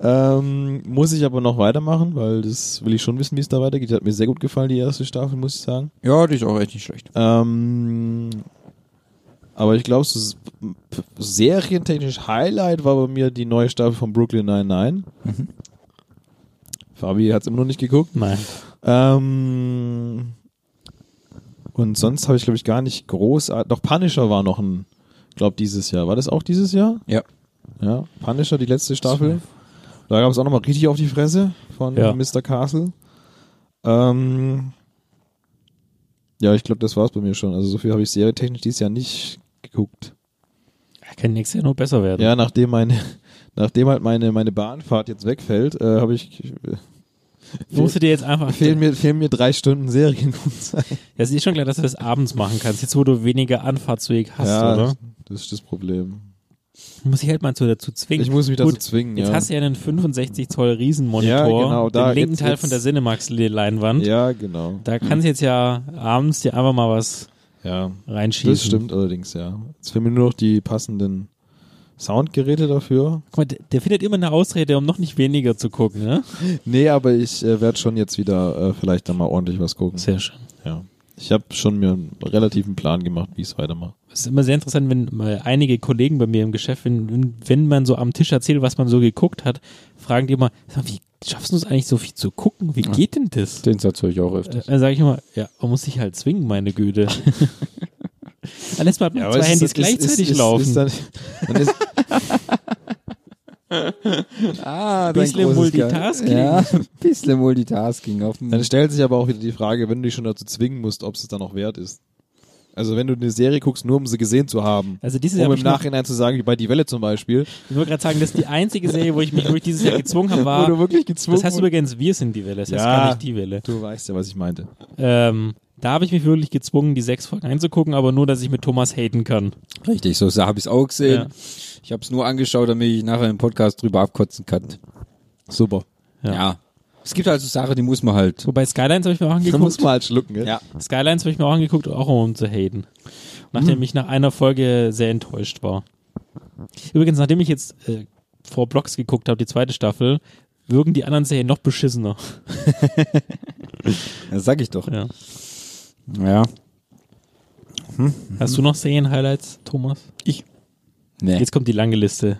Ähm, muss ich aber noch weitermachen, weil das will ich schon wissen, wie es da weitergeht. Die hat mir sehr gut gefallen, die erste Staffel, muss ich sagen.
Ja, die ist auch echt nicht schlecht.
Ähm, aber ich glaube, so s- p- serientechnisch Highlight war bei mir die neue Staffel von Brooklyn 99. Fabi hat es immer noch nicht geguckt.
Nein.
Ähm, und sonst habe ich, glaube ich, gar nicht großartig. Doch Punisher war noch ein, glaube dieses Jahr. War das auch dieses Jahr?
Ja.
Ja, Punisher, die letzte Staffel. Da gab es auch nochmal richtig auf die Fresse von
Ja.
Mr. Castle. Ähm, ja, ich glaube, das war's bei mir schon. Also so viel habe ich serietechnisch dieses Jahr nicht geguckt.
Kann nächstes Jahr nur besser werden.
Ja, nachdem meine, nachdem halt meine, meine Bahnfahrt jetzt wegfällt, äh, habe ich
Du musst dir jetzt einfach
fehlen mir, fehlen mir drei Stunden Serienunzeit.
Das ist schon klar, dass du das abends machen kannst, jetzt wo du weniger Anfahrtsweg hast,
ja,
oder?
Das ist das Problem.
Muss ich halt mal so dazu zwingen.
Ich muss mich
Gut,
dazu zwingen,
Jetzt
ja.
hast du ja einen 65 Zoll Riesenmonitor,
Ja, genau, da
den linken
jetzt-
Teil
jetzt-
von der Cinemax-Leinwand.
ja, genau.
Da kannst du jetzt ja abends dir einfach mal was
Ja.
reinschießen.
Das stimmt allerdings, ja. Jetzt fehlen mir nur noch die passenden Soundgeräte dafür.
Guck mal, der, der findet immer eine Ausrede, um noch nicht weniger zu gucken, ne?
Nee, aber ich äh, werde schon jetzt wieder äh, vielleicht dann mal ordentlich was gucken.
Sehr schön.
Ja. Ich habe schon mir einen relativen Plan gemacht, wie ich es weitermache.
Es ist immer sehr interessant, wenn mal einige Kollegen bei mir im Geschäft, wenn, wenn, wenn man so am Tisch erzählt, was man so geguckt hat, fragen die immer, sag mal, wie schaffst du es eigentlich so viel zu gucken? Wie geht denn das?
Den Satz höre ich auch
Äh,
öfters.
Dann sage ich immer, ja, man muss sich halt zwingen, meine Güte. Dann lässt man halt mal zwei Handys gleichzeitig laufen.
Ist, dann, dann ist,
Ah,
dein Bisschen großes Ge- Multitasking.
Ja, bisschen Multitasking. Auf dem
dann stellt sich aber auch wieder die Frage, wenn du dich schon dazu zwingen musst, ob es dann auch wert ist. Also wenn du eine Serie guckst, nur um sie gesehen zu haben.
Also dieses Jahr
um
hab
im
ich noch-
Nachhinein zu sagen, wie bei Die Welle zum Beispiel.
Ich wollte gerade sagen, das ist die einzige Serie, wo ich mich wirklich dieses Jahr gezwungen habe, war.
Wo du wirklich gezwungen
das heißt übrigens, wir sind die Welle, das heißt
Ja.
gar nicht die Welle.
Du weißt ja, was ich meinte.
Ähm, da habe ich mich wirklich gezwungen, die sechs Folgen einzugucken, aber nur, dass ich mit Thomas haten kann.
Richtig, so habe ich es auch gesehen.
Ja.
Ich habe es nur angeschaut, damit ich nachher im Podcast drüber abkotzen kann.
Super.
Ja.
Ja. Es gibt also Sachen, die muss man halt.
Wobei Skylines habe ich mir auch
Da muss
angeguckt.
man halt schlucken, gell?
Ja.
Skylines habe ich mir auch angeguckt, auch um zu haten. Nachdem ich nach einer Folge sehr enttäuscht war. Übrigens, nachdem ich jetzt äh, vor Blocks geguckt habe, die zweite Staffel, wirken die anderen Serien noch beschissener.
Das sag ich doch.
Ja.
Ja.
Hast du noch Serien-Highlights, Thomas?
Nee.
Jetzt kommt die lange Liste.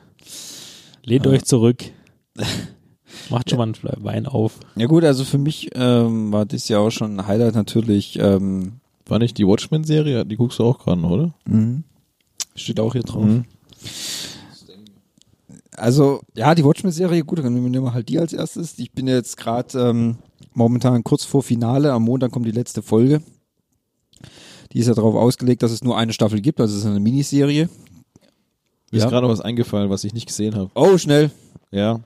Lehnt euch zurück. Macht schon mal einen Fle- Wein auf.
Ja gut, also für mich ähm, war das ja auch schon ein Highlight natürlich. Ähm,
War nicht die Watchmen-Serie? Die guckst du auch gerade noch, oder?
Mhm. Steht auch hier drauf.
Mhm.
Also, ja, die Watchmen-Serie, gut, dann nehmen wir halt die als erstes. Ich bin jetzt gerade ähm, momentan kurz vor Finale. Am Montag kommt die letzte Folge. Die ist ja darauf ausgelegt, dass es nur eine Staffel gibt, also es ist eine Miniserie.
Mir
Ja.
ist gerade noch was eingefallen, was ich nicht gesehen habe.
Oh, schnell.
Ja.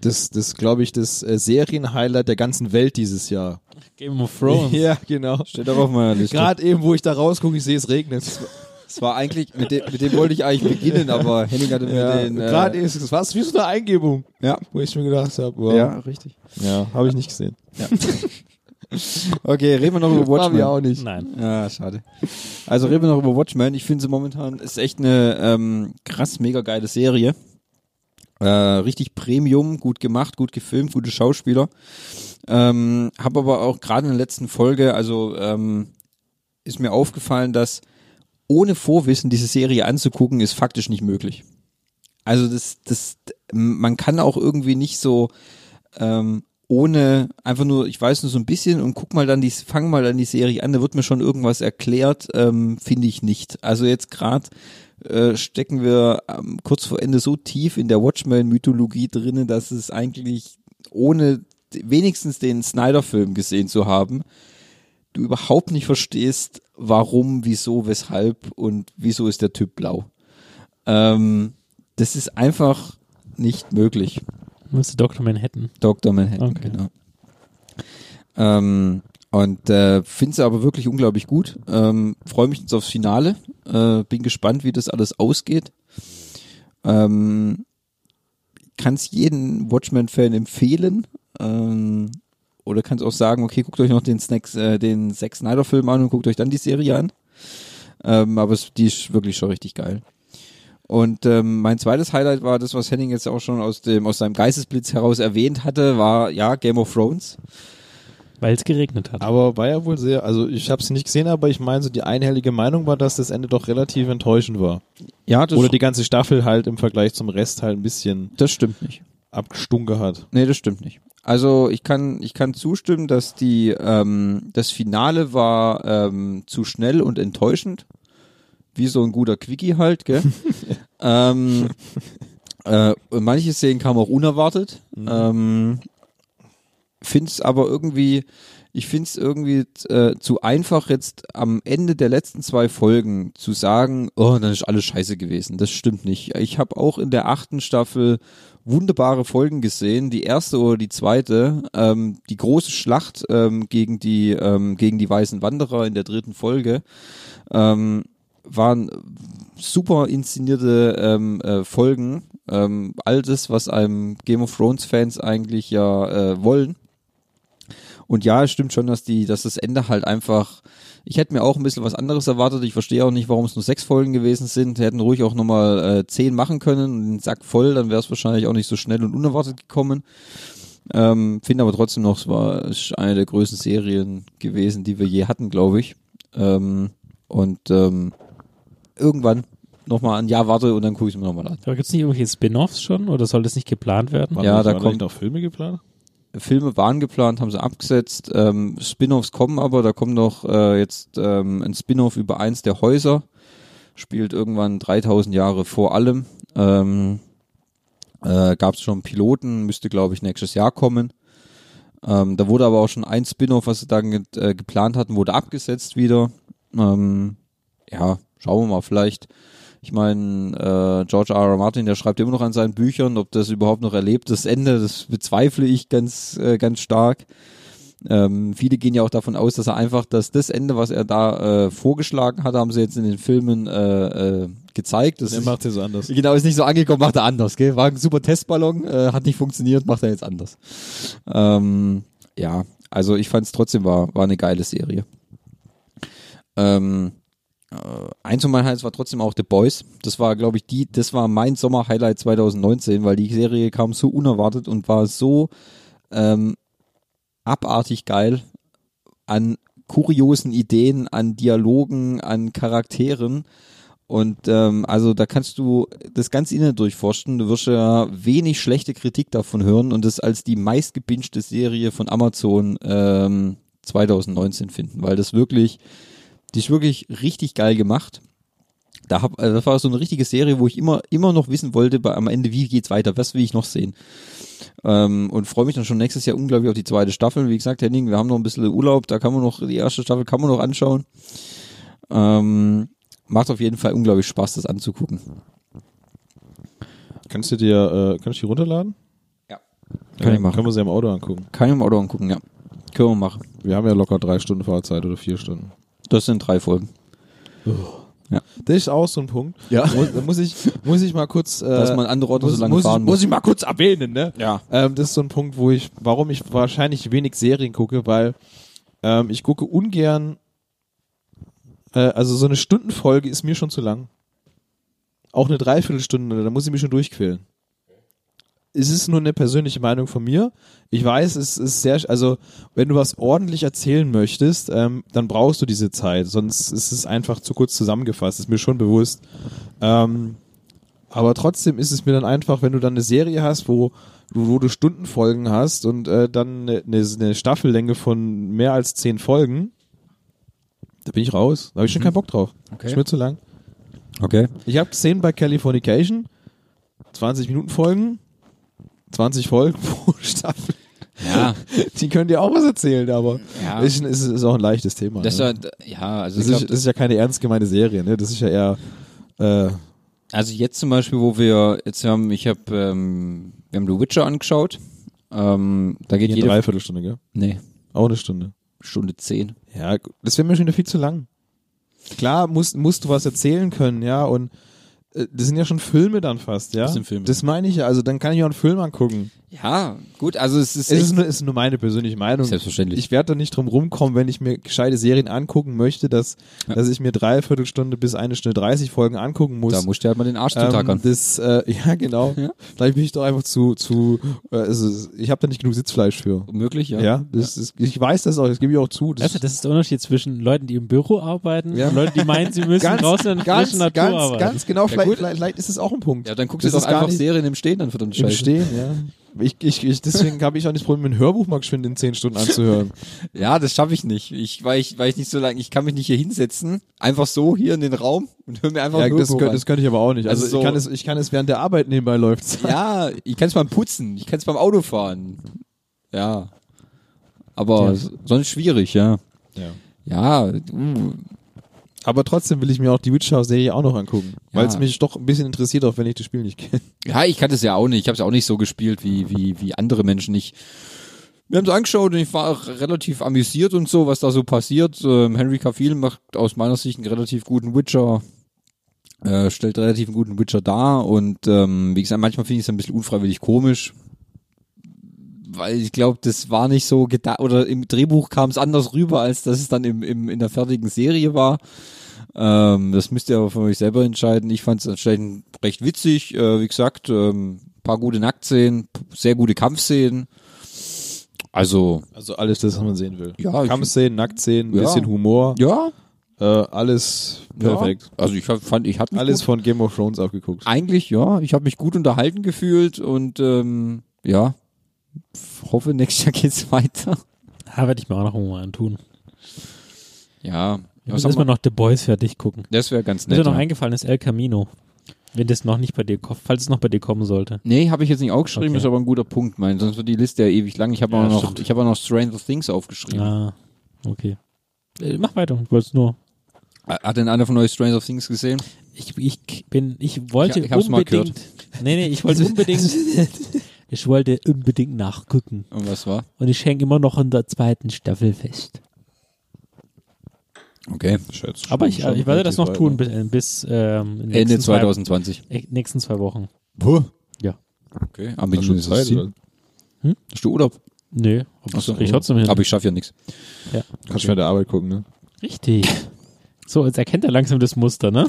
Das, das glaube ich, das äh, Serien-Highlight der ganzen Welt dieses Jahr.
Game of Thrones.
Ja, genau.
Steht auch auf meiner Liste.
Gerade eben, wo ich da rausgucke, ich sehe es regnet.
Es war eigentlich, mit dem, mit dem wollte ich eigentlich beginnen, aber Henning hatte mir den. Äh,
Gerade ist es was wie so eine Eingebung,
ja,
wo ich mir gedacht habe, wow.
ja, richtig.
ja habe ich nicht gesehen.
Okay, reden wir noch über Watchmen.
auch nicht.
Nein.
Ja, schade. Also reden wir noch über Watchmen. Ich finde sie momentan ist echt eine ähm, krass mega geile Serie. Äh, richtig Premium, gut gemacht, gut gefilmt, gute Schauspieler. Ähm, hab aber auch gerade in der letzten Folge, also ähm, ist mir aufgefallen, dass ohne Vorwissen diese Serie anzugucken, ist faktisch nicht möglich. Also das, das, man kann auch irgendwie nicht so ähm, ohne einfach nur, ich weiß nur so ein bisschen und guck mal dann die, fang mal dann die Serie an, da wird mir schon irgendwas erklärt, ähm, finde ich nicht. Also jetzt gerade äh, stecken wir ähm, kurz vor Ende so tief in der Watchmen-Mythologie drinne, dass es eigentlich ohne d- wenigstens den Snyder-Film gesehen zu haben, du überhaupt nicht verstehst, warum, wieso, weshalb und wieso ist der Typ blau. Ähm, das ist einfach nicht möglich.
Müsste Dr. Manhattan.
Dr. Manhattan,
Okay.
genau. Ähm, und äh, finde sie aber wirklich unglaublich gut. Ähm, Freue mich jetzt aufs Finale. Äh, bin gespannt, wie das alles ausgeht. Ähm, kann es jeden Watchmen-Fan empfehlen. Ähm, oder kannst auch sagen, okay, guckt euch noch den, Snacks, äh, den Zack Snyder-Film an und guckt euch dann die Serie an. Ähm, aber es, die ist wirklich schon richtig geil. Und ähm, mein zweites Highlight war das, was Henning jetzt auch schon aus, dem, aus seinem Geistesblitz heraus erwähnt hatte, war ja Game of Thrones.
Weil es geregnet hat.
Aber war ja wohl sehr, also ich habe sie nicht gesehen, aber ich meine so die einhellige Meinung war, dass das Ende doch relativ enttäuschend war.
Ja, das,
Oder die ganze Staffel halt im Vergleich zum Rest halt ein bisschen
das stimmt nicht.
abgestunken hat.
Nee, das stimmt nicht. Also ich kann, ich kann zustimmen, dass die, ähm, das Finale war ähm, zu schnell und enttäuschend. Wie so ein guter Quickie halt, gell? ähm, äh, und manche Szenen kamen auch unerwartet. Ähm, find's aber irgendwie, ich find's irgendwie äh, zu einfach, jetzt am Ende der letzten zwei Folgen zu sagen, oh, dann ist alles scheiße gewesen. Das stimmt nicht. Ich habe auch in der achten Staffel wunderbare Folgen gesehen. Die erste oder die zweite, ähm, die große Schlacht ähm, gegen die ähm, gegen die weißen Wanderer in der dritten Folge ähm, waren super inszenierte ähm, äh, Folgen. Ähm, all das, was einem Game of Thrones Fans eigentlich ja äh, wollen. Und ja, es stimmt schon, dass die, dass das Ende halt einfach. Ich hätte mir auch ein bisschen was anderes erwartet. Ich verstehe auch nicht, warum es nur sechs Folgen gewesen sind. Die hätten ruhig auch nochmal äh, zehn machen können und den Sack voll, dann wäre es wahrscheinlich auch nicht so schnell und unerwartet gekommen. Ähm, Finde aber trotzdem noch, es war es ist eine der größten Serien gewesen, die wir je hatten, glaube ich. Ähm, und ähm, irgendwann nochmal ein Jahr warte und dann gucke ich es mir nochmal an.
Aber gibt es nicht irgendwelche Spin-Offs schon oder soll das nicht geplant werden?
Waren
Ja,
nicht-
da
waren
kommt-
nicht noch Filme geplant.
Filme waren geplant, haben sie abgesetzt. Ähm, Spin-offs kommen aber, da kommt noch äh, jetzt ähm, ein Spin-off über eins der Häuser. Spielt irgendwann 3000 Jahre vor allem. Ähm, äh, Gab es schon einen Piloten, müsste glaube ich nächstes Jahr kommen. Ähm, da wurde aber auch schon ein Spin-off, was sie dann ge äh, geplant hatten, wurde abgesetzt wieder. Ähm, ja, schauen wir mal, vielleicht. Ich meine, äh, George R. R. Martin, der schreibt immer noch an seinen Büchern, ob das überhaupt noch erlebt. Das Ende, das bezweifle ich ganz, äh, ganz stark. Ähm, viele gehen ja auch davon aus, dass er einfach, dass das Ende, was er da äh, vorgeschlagen hat, haben sie jetzt in den Filmen äh, äh, gezeigt. Das
Er
ist-
macht es anders.
Genau, ist nicht so angekommen, macht er anders, gell? War ein super Testballon, äh, hat nicht funktioniert, macht er jetzt anders. Ähm, ja, also ich fand es trotzdem war, war eine geile Serie. Ähm, äh, eins von meinen Highlights war trotzdem auch The Boys. Das war, glaube ich, die, das war mein Sommer-Highlight 2019, weil die Serie kam so unerwartet und war so ähm, abartig geil an kuriosen Ideen, an Dialogen, an Charakteren. Und ähm, also da kannst du das ganze Internet durchforschen. Du wirst ja wenig schlechte Kritik davon hören und das als die meistgebingte Serie von Amazon ähm, 2019 finden, weil das wirklich, die ist wirklich richtig geil gemacht. Da hab, also das war so eine richtige Serie, wo ich immer, immer noch wissen wollte, bei, am Ende, wie geht's weiter, was will ich noch sehen. Ähm, und freue mich dann schon nächstes Jahr unglaublich auf die zweite Staffel. Wie gesagt, Henning, wir haben noch ein bisschen Urlaub, da kann man noch, die erste Staffel kann man noch anschauen. Ähm, macht auf jeden Fall unglaublich Spaß, das anzugucken.
Kannst du dir, äh, kannst du die runterladen?
Ja.
Dann
Kann ich machen.
Können wir sie im Auto angucken.
Kann ich im Auto angucken, ja. Können wir machen.
Wir haben ja locker drei Stunden Fahrzeit oder vier Stunden.
Das sind drei Folgen.
Das ist auch so ein Punkt.
Ja.
Muss, da muss ich, muss ich mal kurz, äh,
Dass man andere Orte
muss,
so lange
muss
fahren
ich,
muss.
Muss ich mal kurz erwähnen, ne?
Ja.
Ähm, das ist so ein Punkt, wo ich, warum ich wahrscheinlich wenig Serien gucke, weil ähm, ich gucke ungern, äh, also so eine Stundenfolge ist mir schon zu lang. Auch eine Dreiviertelstunde, da muss ich mich schon durchquälen. Es ist nur eine persönliche Meinung von mir. Ich weiß, es ist sehr, also wenn du was ordentlich erzählen möchtest, ähm, dann brauchst du diese Zeit, sonst ist es einfach zu kurz zusammengefasst, ist mir schon bewusst. Ähm, aber trotzdem ist es mir dann einfach, wenn du dann eine Serie hast, wo du, wo du Stundenfolgen hast und äh, dann eine, eine, eine Staffellänge von mehr als zehn Folgen, da bin ich raus. Da habe ich schon keinen Bock drauf.
Okay.
Ist mir zu lang.
Okay.
Ich habe gesehen bei Californication, 20 Minuten Folgen, 20 Folgen pro Staffel.
Ja,
Die können dir auch was erzählen, aber
Ja.
ist, ist, ist auch ein leichtes Thema.
das ist
ne?
ja, ja also,
das,
ich glaub,
ist, das ist ja keine ernst gemeinte Serie, ne? Das ist ja eher äh,
also jetzt zum Beispiel, wo wir jetzt haben, ich habe, ähm, wir haben The Witcher angeschaut. Ähm, da geht
eine
jede
Dreiviertelstunde, gell?
nee,
Auch eine Stunde.
Stunde zehn.
Ja, gu- das wäre mir schon wieder viel zu lang. Klar, musst, musst du was erzählen können, ja, und äh, das sind ja schon Filme dann fast, ja.
Das sind Filme.
Das meine ich ja, also dann kann ich auch einen Film angucken.
Ja, gut, also es
Es
ist,
ist
echt-
nur, ist nur meine persönliche Meinung.
Selbstverständlich.
Ich werde da nicht drum rumkommen, wenn ich mir gescheite Serien angucken möchte, dass, dass ich mir dreiviertel Stunde bis eine Stunde 30 Folgen angucken muss.
da musst du halt mal den Arsch
Ähm,
zutackern.
Das, äh, ja, genau.
Ja.
Vielleicht bin ich doch einfach zu, zu äh, also ich habe da nicht genug Sitzfleisch für.
Möglich,
Ja, das Ist, ich weiß das auch, das gebe ich auch zu. Das
Also, das ist der Unterschied zwischen Leuten, die im Büro arbeiten
Ja.
und Leuten, die meinen, sie müssen draußen in der
ganz,
frischen Natur
ganz,
arbeiten.
ganz genau, vielleicht,
gut.
vielleicht, vielleicht ist es auch ein Punkt.
Ja, dann guckst du
Das
doch
ist gar
einfach
nicht
Serien im Stehen dann verdammt
im
Scheiße.
Stehen, ja. Ich, ich, ich, deswegen habe ich auch nicht das Problem, ein Hörbuch mal geschwind in zehn Stunden anzuhören.
Ja, das schaffe ich nicht. Ich, weil ich, weil ich nicht so lange, ich kann mich nicht hier hinsetzen, einfach so hier in den Raum und höre mir einfach
ja,
ein
das,
Hörbuch
könnte,
an.
das könnte ich aber auch nicht. Also,
Also so-
ich, kann es, ich kann es während der Arbeit nebenbei läuft.
Ja, ich kann es beim Putzen, ich kann es beim Autofahren. Ja. Aber
Ja.
s- sonst schwierig, ja.
Ja.
Ja, uh,
Aber trotzdem will ich mir auch die Witcher-Serie auch noch angucken,
Ja.
weil es mich doch ein bisschen interessiert, auch wenn ich das Spiel nicht kenne.
ja, ich kann das ja auch nicht. Ich habe es auch nicht so gespielt wie, wie, wie andere Menschen. Ich, wir haben es angeschaut und ich war auch relativ amüsiert und so, was da so passiert. Ähm, Henry Cavill macht aus meiner Sicht einen relativ guten Witcher. Äh, stellt relativ einen guten Witcher dar und ähm, wie gesagt, manchmal finde ich es ein bisschen unfreiwillig komisch, weil ich glaube, das war nicht so gedacht, oder im Drehbuch kam es anders rüber, als dass es dann im, im, in der fertigen Serie war. Ähm, das müsst ihr aber von euch selber entscheiden. Ich fand es anscheinend recht witzig. Äh, wie gesagt, ähm, paar gute Nacktszenen, p- sehr gute Kampfszenen. Also,
Also alles das, was man sehen will.
Ja, ich-
Kampfszenen, Nacktszenen,
Ja.
bisschen Humor,
ja.
äh, alles perfekt.
Ja. Also ich hab, fand, ich hatte mich
Alles
gut,
von Game of Thrones abgeguckt.
eigentlich, ja. Ich habe mich gut unterhalten gefühlt und ähm, ja, f- hoffe, nächstes Jahr geht's weiter.
Da werde Ah, ich mir auch noch irgendwann antun.
Ja, was
Wir
haben
müssen
wir-
erstmal noch The Boys fertig gucken.
das wäre ganz
Mir
nett.
ist ja noch
ja.
eingefallen, ist El Camino. Wenn das noch nicht bei dir kommt, falls es noch bei dir kommen sollte.
Nee, habe ich jetzt nicht aufgeschrieben,
Okay.
ist aber ein guter Punkt, mein. Sonst wird die Liste ja ewig lang. Ich habe
Ja,
auch noch,
stimmt.
ich habe auch noch Stranger Things aufgeschrieben.
Ah, okay. Äh, mach weiter, ich wollte es nur
Hat denn einer von euch Stranger Things gesehen?
Ich, ich bin, ich wollte
Ich- ich hab's mal
unbedingt. nee, nee, ich wollte unbedingt. ich wollte unbedingt nachgucken.
Und was war?
Und ich hänge immer noch in der zweiten Staffel fest.
Okay.
Schätzt
Aber
schon,
ich,
schon
ich werde das noch
relativ ne?
tun
weit,
bis, äh, bis ähm, in den
Ende
nächsten zwei-
2020.
äh, nächsten zwei Wochen.
Puh.
Ja.
Okay. also Am
ne? Hast du
Beginn ist das
Zeit,
Ziel.
oder?
Hast du Urlaub?
Nö, aber
Achso.
so, ich trotzdem hin.
Aber ich schaffe ja nichts.
Kannst du während der Arbeit gucken, ne?
Richtig. So, jetzt erkennt er langsam das Muster, ne?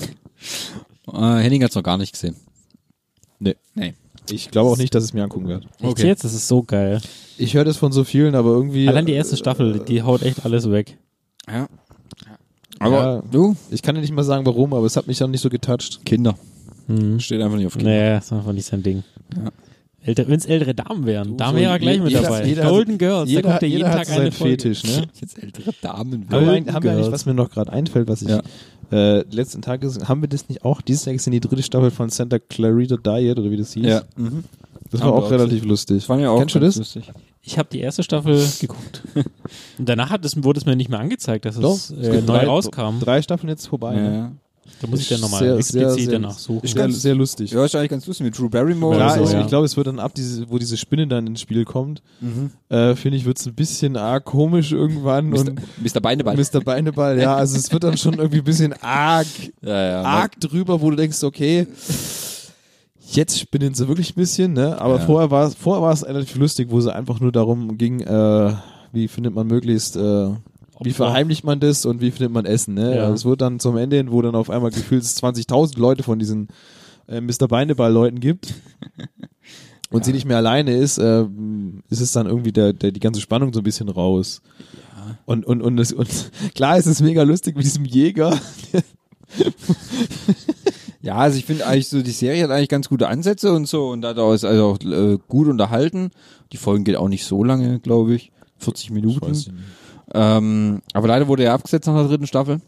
Äh, Henning hat's noch gar nicht gesehen.
Nee.
Nee.
Ich glaube auch nicht, dass ich es mir angucken werde.
Echt
Okay.
jetzt? Das ist so geil.
Ich höre das von so vielen, aber irgendwie. äh,
Allein die erste Staffel, die haut echt alles weg.
Ja. Aber
Ja.
du?
Ich kann dir nicht mal sagen, warum, aber es hat mich dann nicht so getoucht.
Kinder.
Mhm.
Hm.
Steht einfach nicht auf Kinder.
Nee, das ist einfach nicht sein Ding.
Ja.
Älter- Wenn's ältere Damen wären, da
so
wäre er gleich mit
jeder-
dabei.
jeder-
Golden Girls, da kommt ja jeden
jeder
Tag
hat seinen
eine Folge.
Fetisch, ne?
Jetzt ältere Damen.
Haben wir,
Golden
eigentlich- haben wir eigentlich,
Girls.
was mir noch gerade einfällt, was ich
Ja.
äh, letzten Tag gesehen haben wir das nicht auch? Dieses Jahr gesehen, die dritte Staffel von Santa Clarita Diet oder wie das hieß.
Ja. Mhm.
Das
Haben
war
wir
auch
auch
relativ lustig.
Fand ich auch
Kennst du
ganz
das?
Lustig.
Ich habe die erste Staffel geguckt. Und danach hat es, wurde es mir nicht mehr angezeigt, dass
Doch,
es,
es
äh,
gibt
neu
drei-
rauskam.
Drei Staffeln jetzt vorbei. Ne?
Ja.
Da muss ich dann nochmal
Sehr-
explizit
sehr- sehr-
danach suchen.
Ist sehr,
ganz-
sehr lustig.
ja, ist eigentlich ganz lustig mit Drew Barrymore.
Klar,
Also,
ich,
ja.
ich glaube, es wird dann ab, diese, wo diese Spinne dann ins Spiel kommt, äh, finde ich, wird es ein bisschen arg komisch irgendwann.
Mr.
Und
Mr. Beineball.
Mr. Beineball, ja, also es wird dann schon irgendwie ein bisschen arg,
Ja, ja.
arg drüber, wo du denkst, okay, jetzt spinnen sie wirklich ein bisschen, ne? Aber
Ja.
vorher war es vorher war es relativ lustig, wo sie einfach nur darum ging, äh, wie findet man möglichst, äh, wie
Opfer.
verheimlicht man das und wie findet man Essen, ne?
Ja.
Also es wird dann zum Ende hin, wo dann auf einmal gefühlt es 20.000 Leute von diesen äh, Mr. Beineball-Leuten gibt. Und sie nicht mehr alleine ist, äh, ist es dann irgendwie der, der, die ganze Spannung so ein bisschen raus. Und, und, und, das, und klar ist es mega lustig mit diesem Jäger.
Ja, also ich finde eigentlich so, die Serie hat eigentlich ganz gute Ansätze und so und hat auch, ist also auch äh, gut unterhalten. Die Folgen geht auch nicht so lange, glaube ich. 40 Minuten. Ähm, aber leider wurde er abgesetzt nach der dritten Staffel.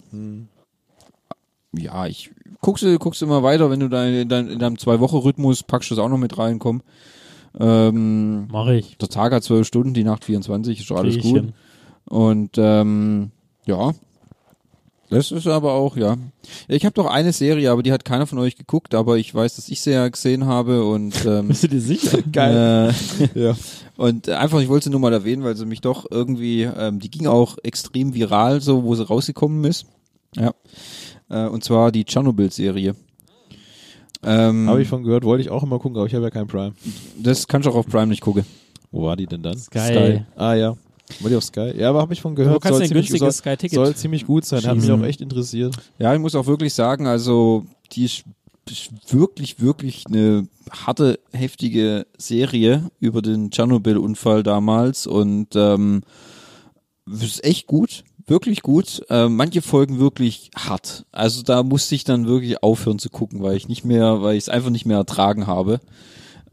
Ja, ich guckst du, guckst du immer weiter, wenn du da in, dein, in deinem Zwei-Woche-Rhythmus packst du das auch noch mit rein, komm. Ähm,
Mach ich.
der Tag hat zwölf Stunden, die Nacht 24, ist schon alles
Krieg ich
gut.
hin.
Und ähm, ja, das ist aber auch, ja. Ich habe doch eine Serie, aber die hat keiner von euch geguckt, aber ich weiß, dass ich sie ja gesehen habe und ähm, äh,
Bist du dir sicher?
Geil.
Ja.
und äh, einfach, ich wollte sie nur mal erwähnen, weil sie mich doch irgendwie, ähm, die ging auch extrem viral, so wo sie rausgekommen ist. Ja. Äh, und zwar die Tschernobyl-Serie.
Hm.
Ähm,
Habe ich von gehört, wollte ich auch immer gucken, aber ich habe ja kein Prime.
das kannst du auch auf Prime nicht gucken.
Wo war die denn dann?
Geil.
Ah ja. War die auf Sky? Ja, aber habe ich von gehört.
Wo kannst
soll
du ein
ziemlich-
günstiges
soll,
Sky-Ticket
Soll ziemlich gut sein, hat mich
schießen?
auch echt interessiert.
Ja, ich muss auch wirklich sagen, also die ist, ist wirklich, wirklich eine harte, heftige Serie über den Tschernobyl-Unfall damals und ähm, ist echt gut, wirklich gut. Äh, manche Folgen wirklich hart. Also da musste ich dann wirklich aufhören zu gucken, weil ich nicht mehr, weil ich es einfach nicht mehr ertragen habe.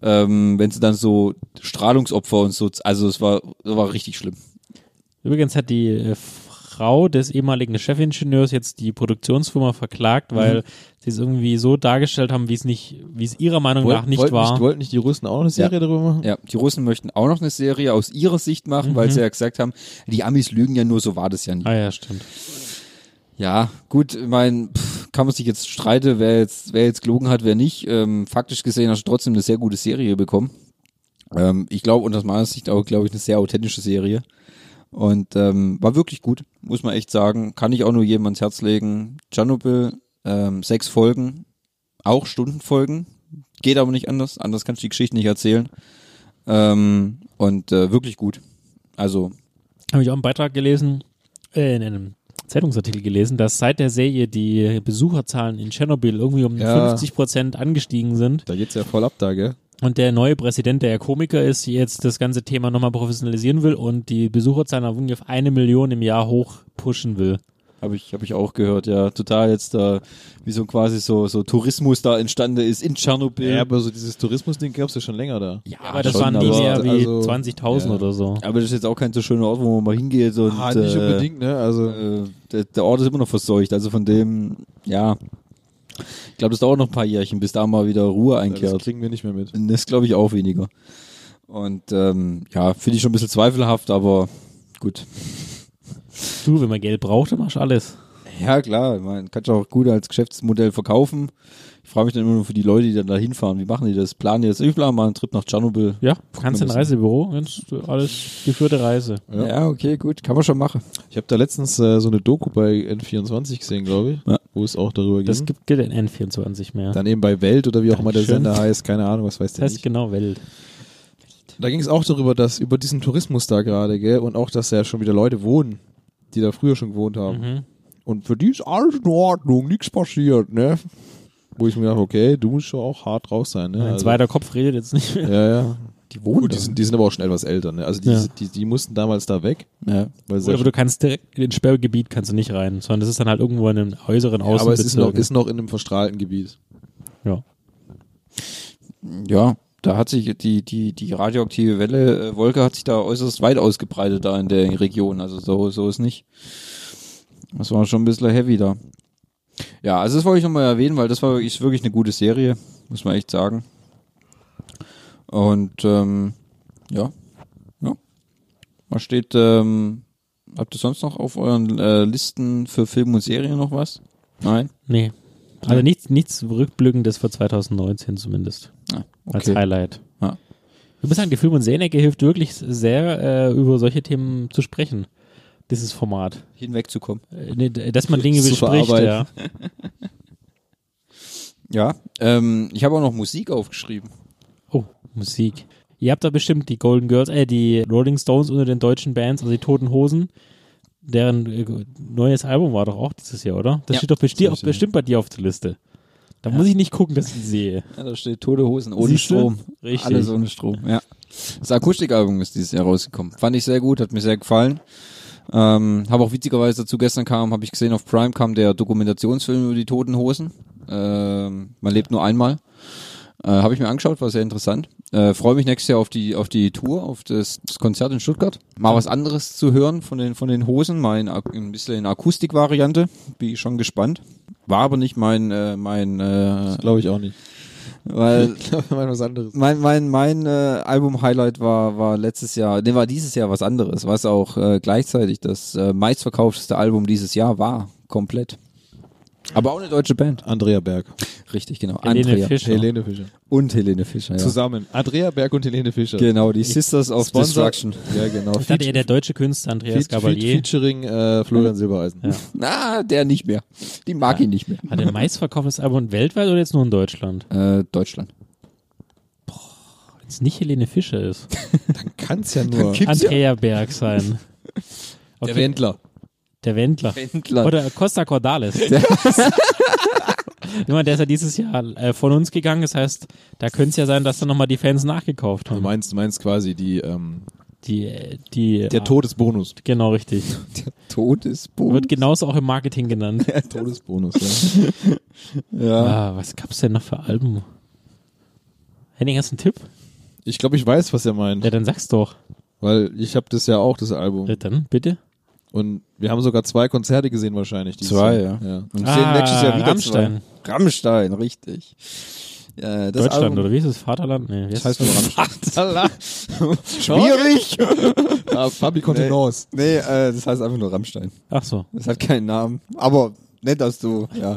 Ähm, wenn sie dann so Strahlungsopfer und so, also es war, war richtig schlimm.
Übrigens hat die äh, Frau des ehemaligen Chefingenieurs jetzt die Produktionsfirma verklagt,
Mhm.
weil sie es irgendwie so dargestellt haben, wie es nicht, wie es ihrer Meinung nach nicht
wollt
war.
Nicht, wollten nicht die Russen auch eine Serie darüber machen?
Ja, die Russen möchten auch noch eine Serie aus ihrer Sicht machen, weil sie ja gesagt haben, die Amis lügen ja nur, so war das ja nie.
ah ja, stimmt.
Ja, gut, ich mein, pff, kann man sich jetzt streiten, wer jetzt, wer jetzt gelogen hat, wer nicht. Ähm, faktisch gesehen hast du trotzdem eine sehr gute Serie bekommen. Ähm, ich glaube, und aus meiner Sicht auch, glaube ich, eine sehr authentische Serie. Und ähm, war wirklich gut, muss man echt sagen. Kann ich auch nur jedem ans Herz legen. Tschernobyl, ähm, sechs Folgen, auch Stundenfolgen. Geht aber nicht anders. Anders kannst du die Geschichte nicht erzählen. Ähm, und äh, wirklich gut. Also,
Habe ich auch einen Beitrag gelesen, äh, in einem Zeitungsartikel gelesen, dass seit der Serie die Besucherzahlen in Tschernobyl irgendwie um
Ja.
50 Prozent angestiegen sind
Da geht's ja voll ab da, gell?
und der neue Präsident, der ja Komiker ist, jetzt das ganze Thema nochmal professionalisieren will und die Besucherzahlen auf ungefähr eine Million im Jahr hoch pushen will.
Habe ich, hab ich auch gehört, ja. Total jetzt da, wie so quasi so, so Tourismus da entstanden ist in Tschernobyl.
Ja, aber so dieses Tourismusding gab's ja schon länger da.
Ja, aber das
schon,
waren nie
aber-
mehr wie
also-
20.000
ja.
oder so.
aber das ist jetzt auch kein so schöner Ort, wo man mal hingeht. Und,
ah, nicht
äh,
unbedingt, ne? Also,
Äh, der, der Ort ist immer noch verseucht. Also von dem, ja. Ich glaube, das dauert noch ein paar Jährchen, bis da mal wieder Ruhe
das
einkehrt.
kriegen wir nicht mehr mit.
Das glaube ich auch weniger. Und ähm, ja, finde ich schon ein bisschen zweifelhaft, aber gut.
Du, wenn man Geld braucht, dann machst du alles.
Ja, klar, man kann es auch gut als Geschäftsmodell verkaufen. Ich frage mich dann immer nur für die Leute, die dann da hinfahren, wie machen die das? Planen die das? Ich plan mal einen Trip nach Tschernobyl.
Ja, kannst in
müssen.
Reisebüro, ganz alles geführte Reise.
Ja.
Ja. okay, gut, kann man schon machen.
Ich habe da letztens äh, so eine Doku bei N24 gesehen, glaube ich,
Ja.
wo es auch darüber
Das
ging.
gibt gilt in N24 mehr.
Dann eben bei Welt oder wie auch immer der
Dankeschön.
Sender heißt, keine Ahnung, was weiß
das
der
heißt
nicht.
genau Welt.
Da ging es auch darüber, dass über diesen Tourismus da gerade, gell, und auch, dass da ja schon wieder Leute wohnen, die da früher schon gewohnt haben.
Mhm.
Und für die ist alles in Ordnung, nichts passiert, ne? Wo ich mir dachte, okay, du musst schon auch hart raus sein, ne?
Mein
Also,
zweiter Kopf redet jetzt nicht mehr.
ja, ja.
Die
Gut, die sind, die sind aber auch schon etwas älter, ne? Also die,
Ja.
die, die mussten damals da weg,
Ja.
weil sie
Oder aber du kannst direkt in den Sperrgebiet kannst du nicht rein, sondern das ist dann halt irgendwo in einem äußeren
ja, aber es ist noch,
Außenbezirk.
ist noch in einem verstrahlten Gebiet.
ja.
ja, da hat sich die, die, die radioaktive Welle, äh, Wolke hat sich da äußerst weit ausgebreitet da in der Region. Also so, so ist nicht. Das war schon ein bisschen heavy da. Ja, also das wollte ich nochmal erwähnen, weil das war wirklich- ist wirklich eine gute Serie, muss man echt sagen. Und ähm, ja, ja. Was steht, ähm, habt ihr sonst noch auf euren äh, Listen für Film und Serien noch was? Nein?
Nee. Also nichts, nichts Rückblückendes für 2019 zumindest.
Ah,
Als Highlight.
Ja.
Du bist sagen, die Film- und Serienecke hilft wirklich sehr, äh, über solche Themen zu sprechen. Dieses Format.
Hinwegzukommen.
Äh, nee, dass man Dinge
Zu
bespricht, ja.
verarbeiten.
Ja, ähm, ich habe auch noch Musik aufgeschrieben.
Oh, Musik. Ihr habt da bestimmt die Golden Girls, äh, die Rolling Stones unter den deutschen Bands, also die Toten Hosen. Deren äh, neues Album war doch auch dieses Jahr, oder? Das
Ja.
steht doch besti
Das ist ja-
bestimmt bei dir auf der Liste. Da muss ich nicht gucken, dass ich ihn sehe.
Ja, da steht Tote Hosen ohne
Siehst du?
Strom.
Richtig.
Alles ohne Strom, ja. Das Akustikalbum ist dieses Jahr rausgekommen. Fand ich sehr gut, hat mir sehr gefallen. Ähm, habe auch witzigerweise dazu gestern kam, habe ich gesehen, auf Prime kam der Dokumentationsfilm über die Toten Hosen. Ähm, man lebt nur einmal. Äh, habe ich mir angeschaut, war sehr interessant. Äh, Freue mich nächstes Jahr auf die auf die Tour, auf das, das Konzert in Stuttgart. Mal was anderes zu hören von den von den Hosen, mal in, Ak- ein bisschen in Akustikvariante. Bin ich schon gespannt. War aber nicht mein äh, mein äh,
Das glaube ich auch nicht.
weil
Ich glaube, wir meinen was anderes.
mein mein mein äh, Album Highlight war war letztes Jahr, ne war dieses Jahr was anderes, was auch äh, gleichzeitig das äh, meistverkaufteste Album dieses Jahr war, komplett. Aber auch eine deutsche Band.
Andrea Berg.
Richtig, genau.
Helene Fischer.
Helene Fischer.
und Helene Fischer. Ja.
Zusammen. Andrea Berg und Helene Fischer.
Genau, die Sisters of
Sponsor-
Destruction.
Ja, genau.
Ich dachte eher der deutsche Künstler Andreas
Feat-
Gabalier.
Feat- Featuring äh, Florian Silbereisen.
halt Ja.
Na, der nicht mehr. Die mag ihn nicht mehr.
Hat er meistverkauftes Album weltweit oder jetzt nur in Deutschland?
Äh, Deutschland.
Wenn es nicht Helene Fischer ist.
Dann kann es ja nur
Gibt's ja-
Andrea Berg sein. Okay.
der Wendler.
Der Wendler.
Wendler.
Oder Costa Cordales. Jemand, der ist ja dieses Jahr äh, von uns gegangen. Das heißt, da könnte es ja sein, dass dann nochmal die Fans nachgekauft
Du
haben.
meinst, du meinst quasi die, ähm,
Die, äh, die,
der
ah,
Todesbonus.
Genau richtig.
Todesboot.
Wird genauso auch im Marketing genannt.
Der Todesbonus, ja.
Ja.
Ah, was gab's denn noch für Alben? Henning, hast du einen Tipp?
Ich glaube, ich weiß, was er meint.
Ja, dann sag's doch.
Weil ich habe das ja auch, das Album.
Ja, dann, bitte.
Und wir haben sogar zwei Konzerte gesehen wahrscheinlich. dieses
Zwei,
Jahr.
ja. Und sehen nächstes Jahr wieder
Ah, Rammstein.
Zwei. Rammstein, richtig. Äh, das
Deutschland,
Album,
oder wie ist es? Vaterland? Nee, wie
Das heißt nur Rammstein.
Ja.
Schwierig!
Ah, Public Contenance.
Nee, äh, das heißt einfach nur Rammstein.
Ach so.
Das hat keinen Namen. Aber nett, dass du, ja.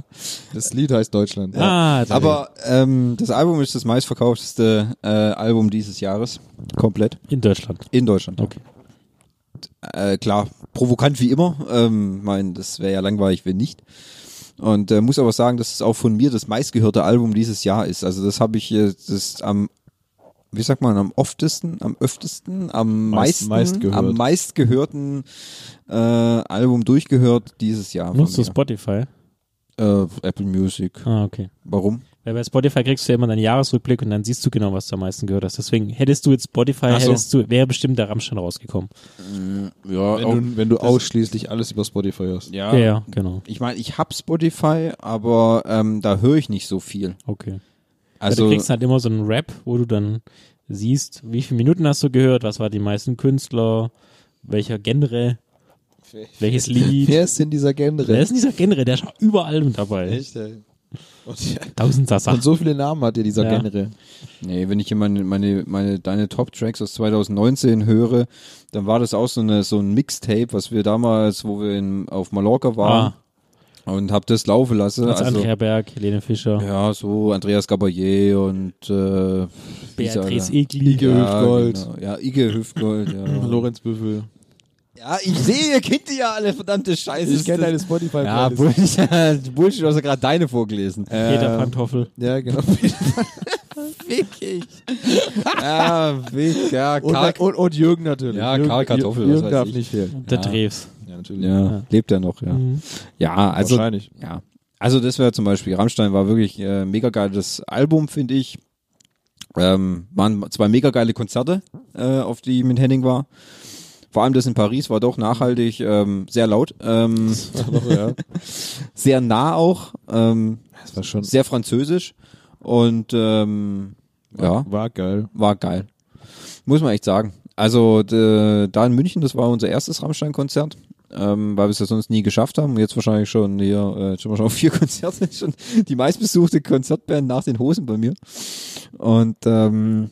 Das Lied heißt Deutschland.
Ah, da-
Aber ähm, das Album ist das meistverkaufteste äh, Album dieses Jahres. Komplett.
in Deutschland.
In Deutschland.
Okay.
Äh, klar, provokant wie immer. Ähm, mein, das wäre ja langweilig, wenn nicht. Und äh, muss aber sagen, dass es auch von mir das meistgehörte Album dieses Jahr ist. Also das habe ich äh, das am, wie sagt man, am oftesten, am öftesten, am
Meist-
meisten,
meistgehört.
am meistgehörten äh, Album durchgehört dieses Jahr.
Nutzt du
von
Spotify?
mir. Äh, Apple Music.
Ah, okay.
Warum?
Weil bei Spotify kriegst du ja immer deinen Jahresrückblick und dann siehst du genau, was du am meisten gehört hast. Deswegen hättest du jetzt Spotify,
Ach so.
hättest du, wäre bestimmt der Rammstein rausgekommen.
Ja,
Wenn du, wenn du ausschließlich alles über Spotify hörst.
ja,
Ja, ja genau.
Ich meine, ich hab Spotify, aber ähm, da höre ich nicht so viel.
Okay. Also,
Also
du kriegst halt immer so einen Rap, wo du dann siehst, wie viele Minuten hast du gehört, was war die meisten Künstler, welcher Genre, welches Lied.
Wer ist in dieser
Wer
Genre?
ist denn dieser Genre? Der ist überall mit dabei.
Echt, ey. Und, ja.
Tausend Sachen.
Und so viele Namen hat ja dieser
Ja.
Genre.
Nee, wenn ich hier meine, meine, meine, deine Top-Tracks aus 2019 höre, dann war das auch so, eine, so ein Mixtape, was wir damals, wo wir in, auf Mallorca waren,
Ah,
und hab das laufen lassen.
Als
Also,
Andrea Berg, Helene Fischer,
ja, so Andreas Gabayé und äh, wie ist er,
Beatrice
Alter?
Egli.
Ige Hüftgold.
Ja, genau. ja, Ige Hüftgold, ja.
Lorenz Büffel.
ja, ich sehe, ihr kennt die ja alle, verdammte Scheiße.
Ich kenne
Das-
deine spotify
Ja, Bullshit, Bullshit, du hast ja gerade deine vorgelesen.
Peter Pantoffel.
Ja, genau.
Wirklich. Äh, ja, wirklich. Ja, Karl,
Und, und, und Jürgen natürlich.
Ja,
Jürgen,
Karl Kartoffel, was
Jürgen
weiß
darf
ich.
nicht fehlen.
Der Drews.
Ja, natürlich.
ja, lebt er noch, ja.
Mhm.
Ja, also,
Wahrscheinlich.
ja. Also, das wäre zum Beispiel, Rammstein war wirklich äh, mega geiles Album, finde ich. Ähm, waren zwei mega geile Konzerte, äh, auf die ich mit Henning war. Vor allem das in Paris war doch nachhaltig, ähm, sehr laut, ähm,
Noch, ja.
sehr nah auch, ähm,
Das war schon
sehr französisch und ähm, ja.
war geil.
war geil. Muss man echt sagen. Also d- da in München, das war unser erstes Rammstein-Konzert, ähm, weil wir es ja sonst nie geschafft haben. Jetzt wahrscheinlich schon hier, äh, jetzt sind wir schon auf vier Konzerte, schon die meistbesuchte Konzertband nach den Hosen bei mir. Und ähm,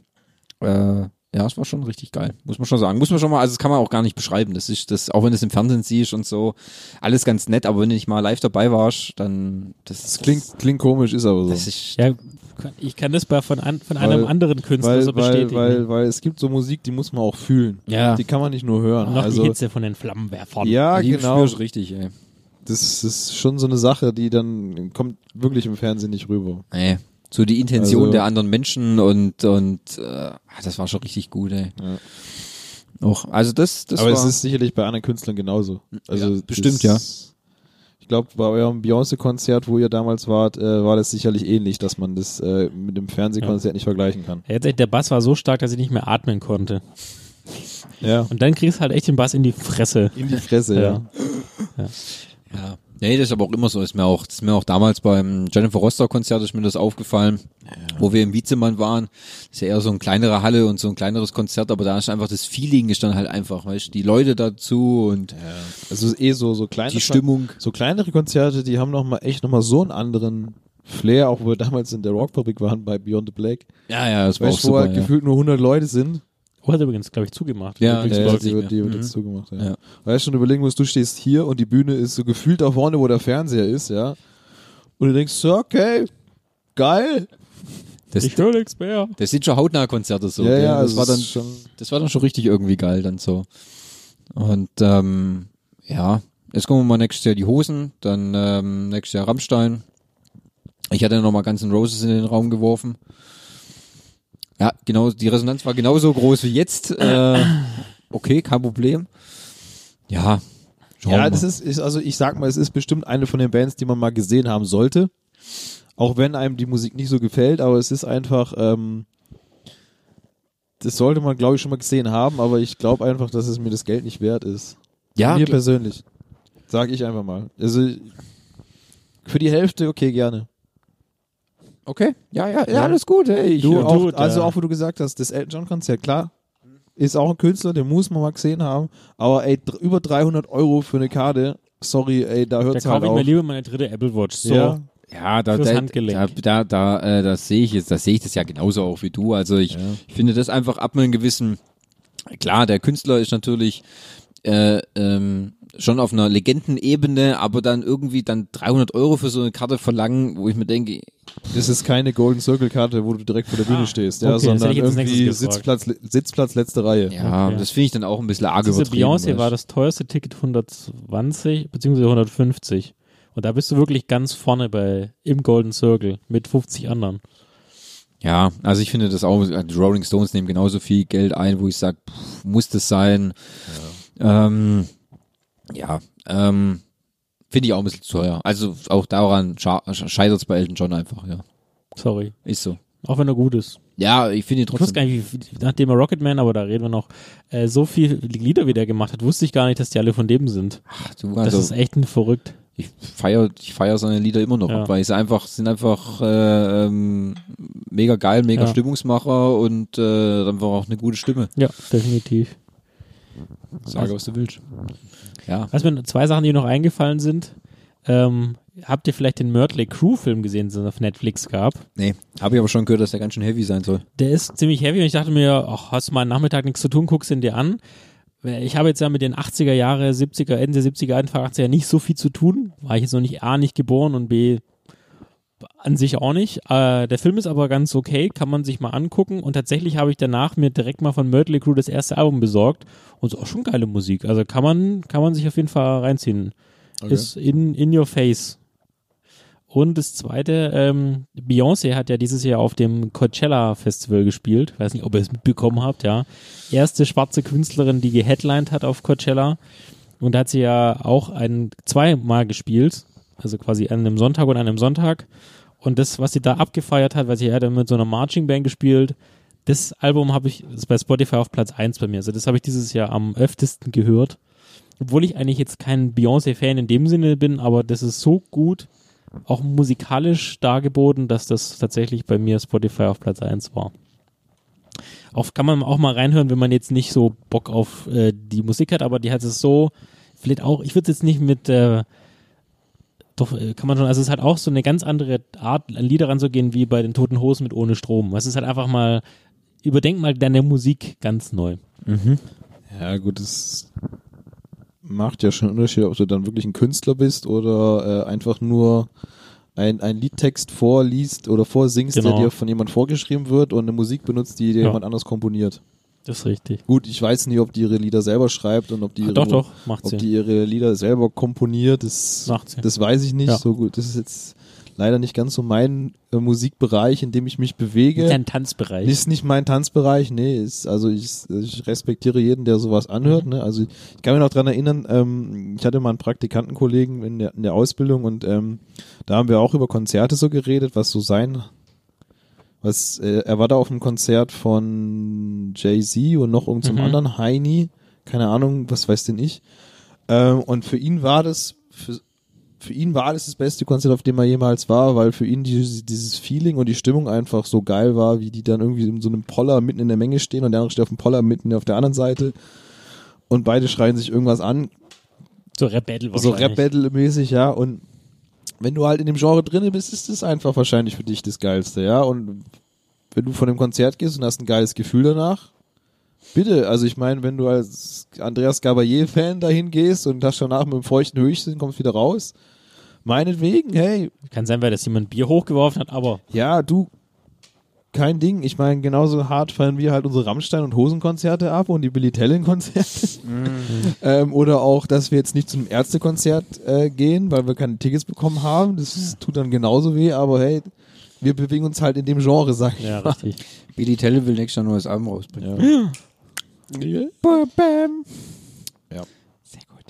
äh, ja, es war schon richtig geil, muss man schon sagen. Muss man schon mal, also das kann man auch gar nicht beschreiben. Das ist das, auch wenn du es im Fernsehen siehst und so, alles ganz nett, aber wenn du nicht mal live dabei warst, dann das,
Das klingt, klingt komisch, ist aber so.
das ist
Ja, kann- ich kann das bei von, an, von einem
Weil-
anderen Künstler
weil,
so
weil,
bestätigen.
weil, weil es gibt so Musik, die muss man auch fühlen.
Ja.
Die kann man nicht nur hören.
Und noch
also,
die Hitze von den Flammenwerfern.
Ja,
die
genau.
spürst du richtig, ey.
Das ist schon so eine Sache, die dann kommt wirklich im Fernsehen nicht rüber.
Nee. So die Intention
Also-
der anderen Menschen und, und äh, ah, das war schon richtig gut, ey. Auch, also das, das
Aber
war
es ist sicherlich bei anderen Künstlern genauso. Also
Ja, bestimmt,
das, Ich glaube, bei eurem Beyoncé-Konzert, wo ihr damals wart, äh, war das sicherlich ähnlich, dass man das äh, mit dem Fernsehkonzert nicht vergleichen kann.
Ja, jetzt echt, Der Bass war so stark, dass ich nicht mehr atmen konnte.
Ja.
Und dann kriegst du halt echt den Bass in die Fresse.
In die Fresse, ja.
Ja.
ja. Nee, das ist aber auch immer so. Ist mir auch, ist mir auch damals beim Jennifer Rostock-Konzert ist mir das aufgefallen, wo wir im Wiezemann waren. Das ist ja eher so eine kleinere Halle und so ein kleineres Konzert, aber da ist einfach das Feeling ist dann halt einfach, weißt du, die Leute dazu und
Also es ist eh so, so kleine
die Stimmung.
So kleinere Konzerte, die haben noch mal echt noch mal so einen anderen Flair, auch wo wir damals in der Rockfabrik waren bei Beyond the Black.
Ja, ja, das war auch
Weißt du, wo
super.
halt
Ja.
gefühlt nur 100 Leute sind.
Oh, hat er übrigens, glaube ich, zugemacht.
Ja,
Übrigens,
ja,
Ja,
Leute.
läuft
die
nicht
wird, die
mehr.
wird
Mhm.
jetzt zugemacht, ja.
Ja.
Weißt du, schon überlegen musst, du stehst hier und die Bühne ist so gefühlt da vorne, wo der Fernseher ist, ja. Und du denkst, so, okay, geil.
Das,
ich höre nichts mehr.
das sind schon hautnah Konzerte so.
ja,
gell?
ja, also
das
es
war dann
ist schon.
das war dann schon richtig irgendwie geil dann so. Und ähm, ja, jetzt gucken wir mal nächstes Jahr die Hosen, dann ähm, nächstes Jahr Rammstein. Ich hatte noch mal ganzen Roses in den Raum geworfen. Ja, genau, die Resonanz war genauso groß wie jetzt. Äh, okay, kein Problem. Ja, schauen
Ja,
wir
das
mal.
ist, ist, also ich sag mal, es ist bestimmt eine von den Bands, die man mal gesehen haben sollte. Auch wenn einem die Musik nicht so gefällt, aber es ist einfach, ähm, das sollte man, glaube ich, schon mal gesehen haben, aber ich glaube einfach, dass es mir das Geld nicht wert ist.
ja,
mir
klar.
persönlich. Sag ich einfach mal. Also für die Hälfte, okay, gerne.
okay, ja, Ah, ja, ja, alles gut. Hey, ich,
Du
Ja,
auch,
du,
also
der-
auch wo du gesagt hast, das Elton John Konzert, klar, ist auch ein Künstler, den muss man mal gesehen haben, aber ey, dr- über 300 Euro für eine Karte, sorry, ey, da
Da
hört's halt
kaufe ich
auf.
mir lieber meine dritte Apple Watch. So.
Ja.
Ja, da,
Fürs
da,
Handgelenk.
da, da, da, äh, das sehe ich jetzt, das sehe ich das ja genauso auch wie du. Also ich, ich finde das einfach ab einem gewissen, klar, der Künstler ist natürlich äh, ähm, schon auf einer Legendenebene, aber dann irgendwie dann 300 Euro für so eine Karte verlangen, wo ich mir denke,
Das ist keine Golden Circle Karte, wo du direkt vor der Bühne stehst, ja,
Ah, okay, das hätte
sondern
ich jetzt als nächstes
irgendwie
gefragt.
Sitzplatz, Sitzplatz letzte Reihe.
ja,
Okay.
das finde ich dann auch ein bisschen arg
Diese
übertrieben.
Beyoncé
weißt
war
du.
das teuerste Ticket 120 bzw. 150. Und da bist du wirklich ganz vorne bei im Golden Circle mit 50 anderen.
Ja, also ich finde das auch, die Rolling Stones nehmen genauso viel Geld ein, wo ich sage, muss das sein? Ja, ähm, ja ähm, finde ich auch ein bisschen zu teuer. Also auch daran scheitert es bei Elton John einfach, ja.
Sorry.
Ist so.
Auch wenn er gut ist.
Ja, ich finde ihn
Ich wusste
trotzdem.
gar nicht, wie, nachdem er Rocketman, aber da reden wir noch, äh, so viel Lieder wieder gemacht hat, wusste ich gar nicht, dass die alle von dem sind.
Ach, du,
Das ist
also,
echt ein verrückt.
ich feier, ich feier seine Lieder immer noch,
Ja.
weil sie einfach, sind einfach äh, ähm, mega geil, mega
Ja.
Stimmungsmacher und äh, dann war auch eine gute Stimme.
Ja, definitiv.
Sage, was du willst. Ja.
Was mir zwei Sachen, die mir noch eingefallen sind. Ähm, habt ihr vielleicht den Mörtley Crew-Film gesehen, den es auf Netflix gab?
Nee, habe ich aber schon gehört, dass der ganz schön heavy sein soll.
Der ist ziemlich heavy und ich dachte mir, ach, hast du mal einen Nachmittag nichts zu tun, guckst ihn dir an. ich habe jetzt ja mit den 80er Jahre, 70er, Ende 70er, Anfang 80er nicht so viel zu tun. War ich jetzt noch nicht A, nicht geboren und B, an sich auch nicht. Äh, der Film ist aber ganz okay, kann man sich mal angucken. Und tatsächlich habe ich danach mir direkt mal von Myrtle Crew das erste Album besorgt. Und so auch schon geile Musik. Also kann man, kann man sich auf jeden Fall reinziehen.
Okay.
Ist in, in your face. Und das zweite, ähm, Beyoncé hat ja dieses Jahr auf dem Coachella Festival gespielt. Weiß nicht, ob ihr es mitbekommen habt, ja. Erste schwarze Künstlerin, die geheadlined hat auf Coachella. Und da hat sie ja auch ein, zweimal gespielt. Also quasi an einem Sonntag und an einem Sonntag. Und das, was sie da abgefeiert hat, weil sie hat ja mit so einer Marching Band gespielt, das Album habe ich, ist bei Spotify auf Platz 1 bei mir. Also das habe ich dieses Jahr am öftesten gehört. Obwohl ich eigentlich jetzt kein Beyoncé-Fan in dem Sinne bin, aber das ist so gut, auch musikalisch dargeboten, dass das tatsächlich bei mir Spotify auf Platz 1 war. Auf, kann man auch mal reinhören, wenn man jetzt nicht so Bock auf äh, die Musik hat, aber die hat es so, vielleicht auch, ich würde es jetzt nicht mit äh, doch, äh, kann man schon, also es ist halt auch so eine ganz andere Art, an Lieder ranzugehen, wie bei den Toten Hosen mit Ohne Strom. Es ist halt einfach mal, überdenk mal deine Musik ganz neu.
Ja, gut, es macht ja schon einen Unterschied, ob du dann wirklich ein Künstler bist oder äh, einfach nur ein, ein Liedtext vorliest oder vorsingst,
Genau.
der dir von jemand vorgeschrieben wird und eine Musik benutzt, die dir
Ja.
jemand anders komponiert.
Das ist richtig.
Gut, ich weiß nicht, ob die ihre Lieder selber schreibt und ob die ihre,
Ah, doch, doch, macht
ob
sie.
die ihre Lieder selber komponiert. Das,
Macht sie.
das weiß ich nicht.
Ja.
So gut, das ist jetzt leider nicht ganz so mein äh, Musikbereich, in dem ich mich bewege.
Dein Tanzbereich.
Ist nicht mein Tanzbereich, nee, ist, also ich, ich respektiere jeden, der sowas anhört, ne? Also ich kann mich noch dran erinnern, ähm, ich hatte mal einen Praktikantenkollegen in der, in der Ausbildung und ähm, da haben wir auch über Konzerte so geredet, was so sein, was, äh, er war da auf einem Konzert von Jay-Z und noch irgendeinem
Mhm.
anderen Heini, keine Ahnung, was weiß denn ich. Ähm, und für ihn war das, für, für ihn war das das beste Konzert, auf dem er jemals war, weil für ihn dieses, dieses Feeling und die Stimmung einfach so geil war, wie die dann irgendwie in so einem Poller mitten in der Menge stehen und der andere steht auf dem Poller mitten auf der anderen Seite und beide schreien sich irgendwas an,
so Rap-Battle
so
wahrscheinlich.
Rap-Battle-mäßig, ja, und wenn du halt in dem Genre drinne bist, ist das einfach wahrscheinlich für dich das Geilste, ja, und wenn du von dem Konzert gehst und hast ein geiles Gefühl danach, bitte, also ich meine, wenn du als Andreas Gabayé-Fan dahin gehst und hast danach mit dem feuchten Höchsten, kommst wieder raus, meinetwegen, hey,
Kann sein, weil das jemand Bier hochgeworfen hat, aber
ja, du, kein Ding. Ich meine, genauso hart feiern wir halt unsere Rammstein- und Hosenkonzerte ab und die Billy Talent-Konzerte. ähm, oder auch, dass wir jetzt nicht zum Ärztekonzert äh, gehen, weil wir keine Tickets bekommen haben. Das ist, tut dann genauso weh, aber hey, wir bewegen uns halt in dem Genre, sag ich
ja,
mal.
richtig.
Billy Telle will nächstes Jahr ein neues Album rausbringen.
Bam, bam.
Sehr gut.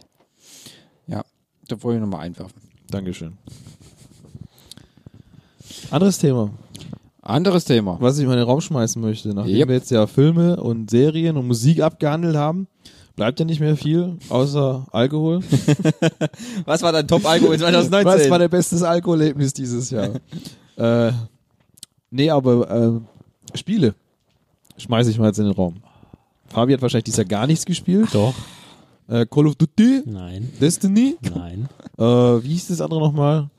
Ja, da wollte ich nochmal einwerfen.
Dankeschön. Anderes Thema,
Anderes Thema.
was ich mal in den Raum schmeißen möchte, nachdem
Yep.
wir jetzt ja Filme und Serien und Musik abgehandelt haben, bleibt ja nicht mehr viel außer Alkohol.
Was war dein Top-Alkohol
Was war dein bestes Alkoholerlebnis dieses Jahr? äh, nee, aber äh, Spiele schmeiße ich mal jetzt in den Raum. Fabi hat wahrscheinlich dieses Jahr gar nichts gespielt.
Doch,
Äh, Call of Duty,
nein,
Destiny,
nein.
äh, wie hieß das andere nochmal?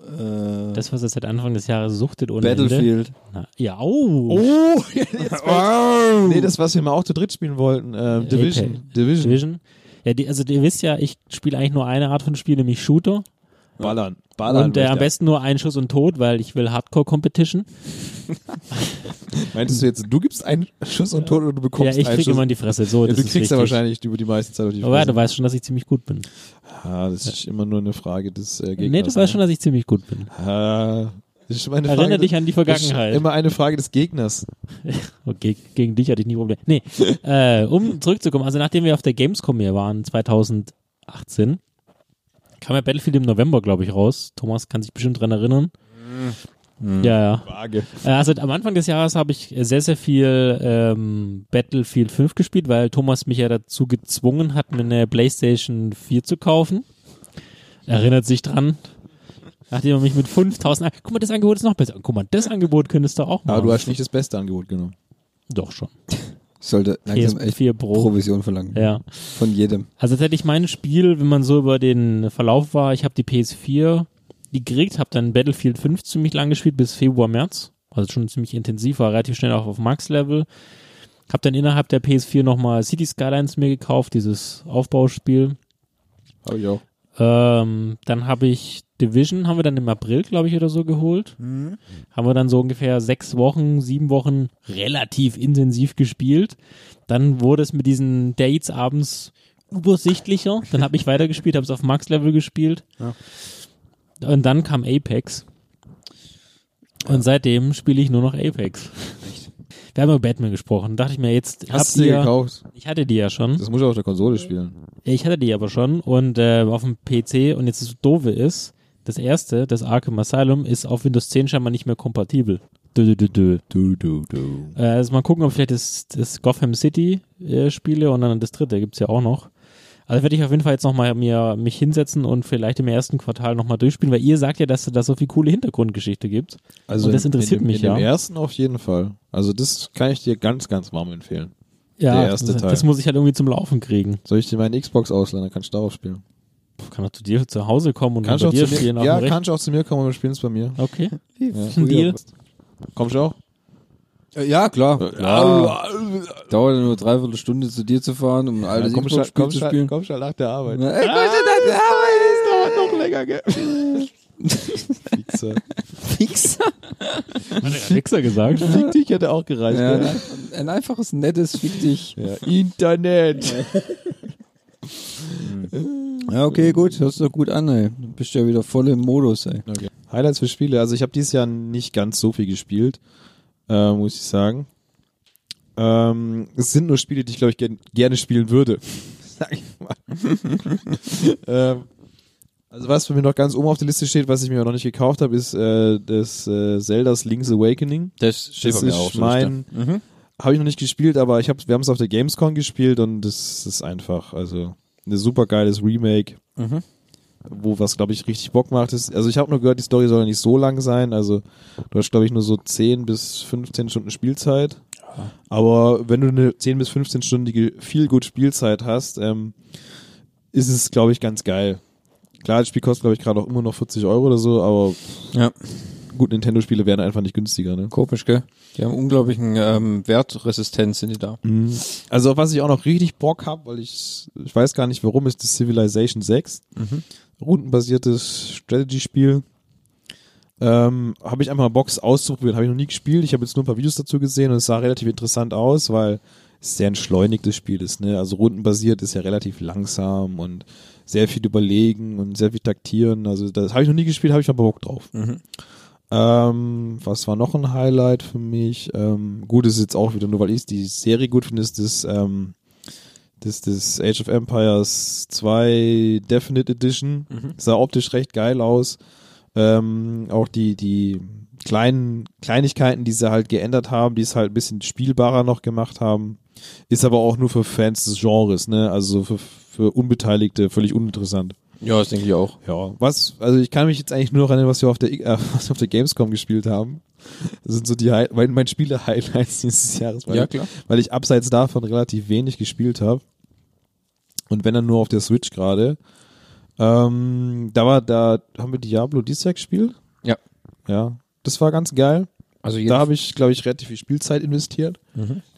Äh.
Das, was er seit Anfang des Jahres suchtet ohne Ende.
Battlefield.
Na, ja, au.
Oh, jetzt wow. Nee, das, was wir mal auch zu dritt spielen wollten. Äh, Division.
Okay.
Division.
Division. Ja, die, also ihr wisst ja, ich spiele eigentlich nur eine Art von Spiel, nämlich Shooter.
Ballern. Ballern.
und äh,
möchte
am
er.
besten nur ein Schuss und tot, weil ich will Hardcore-Competition.
Meintest du jetzt, du gibst einen Schuss und Tod oder du
Ja,
bekommst
ich
einen
krieg
Schuss?
immer in die Fresse. So,
ja,
das
du
ist
kriegst ja
richtig.
wahrscheinlich über die meiste Zeit auf die
Aber ja, du
Fresse.
weißt schon, dass ich ziemlich gut bin.
Ah, das ist immer nur eine Frage des äh, Gegners.
nee, du weißt schon, dass ich ziemlich gut bin.
Ah, das ist immer eine
Erinnere
Frage,
dich an die
Das ist
Vergangenheit.
immer eine Frage des Gegners.
Okay, Oh, gegen dich hatte ich nie Probleme. Nee, äh, um zurückzukommen, also nachdem wir auf der Gamescom hier waren, 2018, kam ja Battlefield im November, glaube ich, raus. Thomas kann sich bestimmt dran erinnern. Ja, ja.
Frage.
Äh, Also am Anfang des Jahres habe ich äh, sehr, sehr viel ähm, Battlefield 5 gespielt, weil Thomas mich ja dazu gezwungen hat, mir eine Playstation 4 zu kaufen. Erinnert sich dran. Nachdem er mich mit 5000, An- guck mal, das Angebot ist noch besser. Guck mal, das Angebot könntest du auch machen.
Aber du hast nicht das beste Angebot genommen.
Doch schon.
Sollte langsam echt
PS4 Pro.
Provision verlangen.
Ja.
Von jedem.
Also tatsächlich mein Spiel, wenn man so über den Verlauf war, ich habe die PS4 gekriegt, habe dann Battlefield 5 ziemlich lang gespielt bis Februar, März. Also schon ziemlich intensiv, war relativ schnell auch auf Max-Level. Hab dann innerhalb der PS4 nochmal City Skylines mir gekauft, dieses Aufbauspiel.
Hab ich auch.
Ähm, dann habe ich Division, haben wir dann im April, glaube ich, oder so geholt.
Mhm.
Haben wir dann so ungefähr sechs Wochen, sieben Wochen relativ intensiv gespielt. Dann wurde es mit diesen Dates abends übersichtlicher. Dann habe ich weitergespielt, habe es auf Max-Level gespielt. Und dann kam Apex. Und seitdem spiele ich nur noch Apex. Wir haben über Batman gesprochen. Dachte ich mir jetzt,
Hast
habt
du dir
ihr-
gekauft?
ich hatte die ja schon.
Das muss ich auf der Konsole spielen.
Ich hatte die aber schon und äh, auf dem PC und jetzt das Doofe ist, das erste, das Arkham Asylum, ist auf Windows 10 scheinbar nicht mehr kompatibel. Dö, dö, dö, dö.
Du, du, du.
Äh, also mal gucken, ob vielleicht das, das Gotham City äh, spiele und dann das dritte gibt's ja auch noch. Also werde ich auf jeden Fall jetzt nochmal mir mich hinsetzen und vielleicht im ersten Quartal nochmal durchspielen, weil ihr sagt ja, dass da so viel coole Hintergrundgeschichte gibt.
Also
Und das interessiert
in, in, dem-
mich,
in dem
ja.
ersten auf jeden Fall. Also das kann ich dir ganz, ganz warm empfehlen.
Ja,
Der erste
das,
Teil.
das muss ich halt irgendwie zum Laufen kriegen.
Soll ich dir meine Xbox ausleihen, dann kannst du darauf spielen.
Puh, kann doch zu dir zu Hause kommen und
Kannst
bei
auch
dir
zu
spielen.
mir,
auf
ja,
dem
kannst auch zu mir kommen, wir spielen es bei mir.
Rechner. Okay.
Ja.
ein Deal.
Kommst du auch?
Äh, Ja, klar.
klar.
Dauert nur dreiviertel Stunde zu dir zu fahren, um ein altes
Ja, kommst du
Xbox-Spiel
kommst
zu
du-
spielen.
kommst du nach der Arbeit.
Na, ey, komm
dauert
schon, das
noch länger, gell? Pizza.
Fixer.
Hat er Wichser gesagt?
Fick dich hätte auch gereicht.
Ja,
Ja.
ein, ein einfaches, nettes Fick dich.
Ja. Internet.
Ja, okay, gut. Hörst du doch gut an, ey. Du bist ja wieder voll im Modus, ey.
Highlights für Spiele. Also ich habe dieses Jahr nicht ganz so viel gespielt, äh, muss ich sagen. Ähm, es sind nur Spiele, die ich glaube ich gern, gerne spielen würde. Sag ich mal. ähm, also was für mich noch ganz oben auf der Liste steht, was ich mir noch nicht gekauft habe, ist äh, das äh, Zelda's Link's Awakening.
Das
Das ist mein,
Mhm.
habe ich noch nicht gespielt, aber ich hab, wir haben es auf der Gamescom gespielt und das ist einfach, also ein super geiles Remake,
Mhm.
wo was, glaube ich, richtig Bock macht. Ist, also ich habe nur gehört, die Story soll ja nicht so lang sein, also du hast, glaube ich, nur so 10 bis 15 Stunden Spielzeit. Aber wenn du eine 10 bis 15-stündige viel gut Spielzeit hast, ähm, ist es, glaube ich, ganz geil. Klar, das Spiel kostet, glaube ich, gerade auch immer noch 40 Euro oder so, aber
Ja.
gut, Nintendo-Spiele werden einfach nicht günstiger, ne?
Komisch, gell? Die haben unglaublichen ähm, Wertresistenz, sind die da.
Mhm. Also auf was ich auch noch richtig Bock habe, weil ich, ich weiß gar nicht warum, ist das Civilization 6. Rundenbasiertes Strategy-Spiel. Ähm, habe ich einfach mal Box auszuprobieren, habe ich noch nie gespielt. Ich habe jetzt nur ein paar Videos dazu gesehen und es sah relativ interessant aus, weil es sehr entschleunigtes Spiel ist. Ne? Also rundenbasiert ist ja relativ langsam und sehr viel überlegen und sehr viel taktieren. Also das habe ich noch nie gespielt, habe ich aber Bock drauf.
Mhm.
Ähm, was war noch ein Highlight für mich? Ähm, gut, ist jetzt auch wieder nur, weil ich die Serie gut finde, ist das, ähm, das, das Age of Empires 2 Definite Edition. Sah optisch recht geil aus. Ähm, auch die, die kleinen Kleinigkeiten, die sie halt geändert haben, die es halt ein bisschen spielbarer noch gemacht haben. Ist aber auch nur für Fans des Genres, ne? Also für, für Unbeteiligte völlig uninteressant.
Ja, das denke ich auch.
Ja, was, also ich kann mich jetzt eigentlich nur noch erinnern, was wir auf der, I- äh, was wir auf der Gamescom gespielt haben. Das sind so die, Hi- mein, mein Spiele-Highlights dieses Jahres, weil,
Ja, klar.
weil ich abseits davon relativ wenig gespielt habe. Und wenn dann nur auf der Switch gerade. Ähm, da war, da haben wir Diablo dieses Jahr gespielt.
Ja.
Ja. Das war ganz geil.
Also
Da
jeder.
habe ich, glaube ich, relativ viel Spielzeit investiert.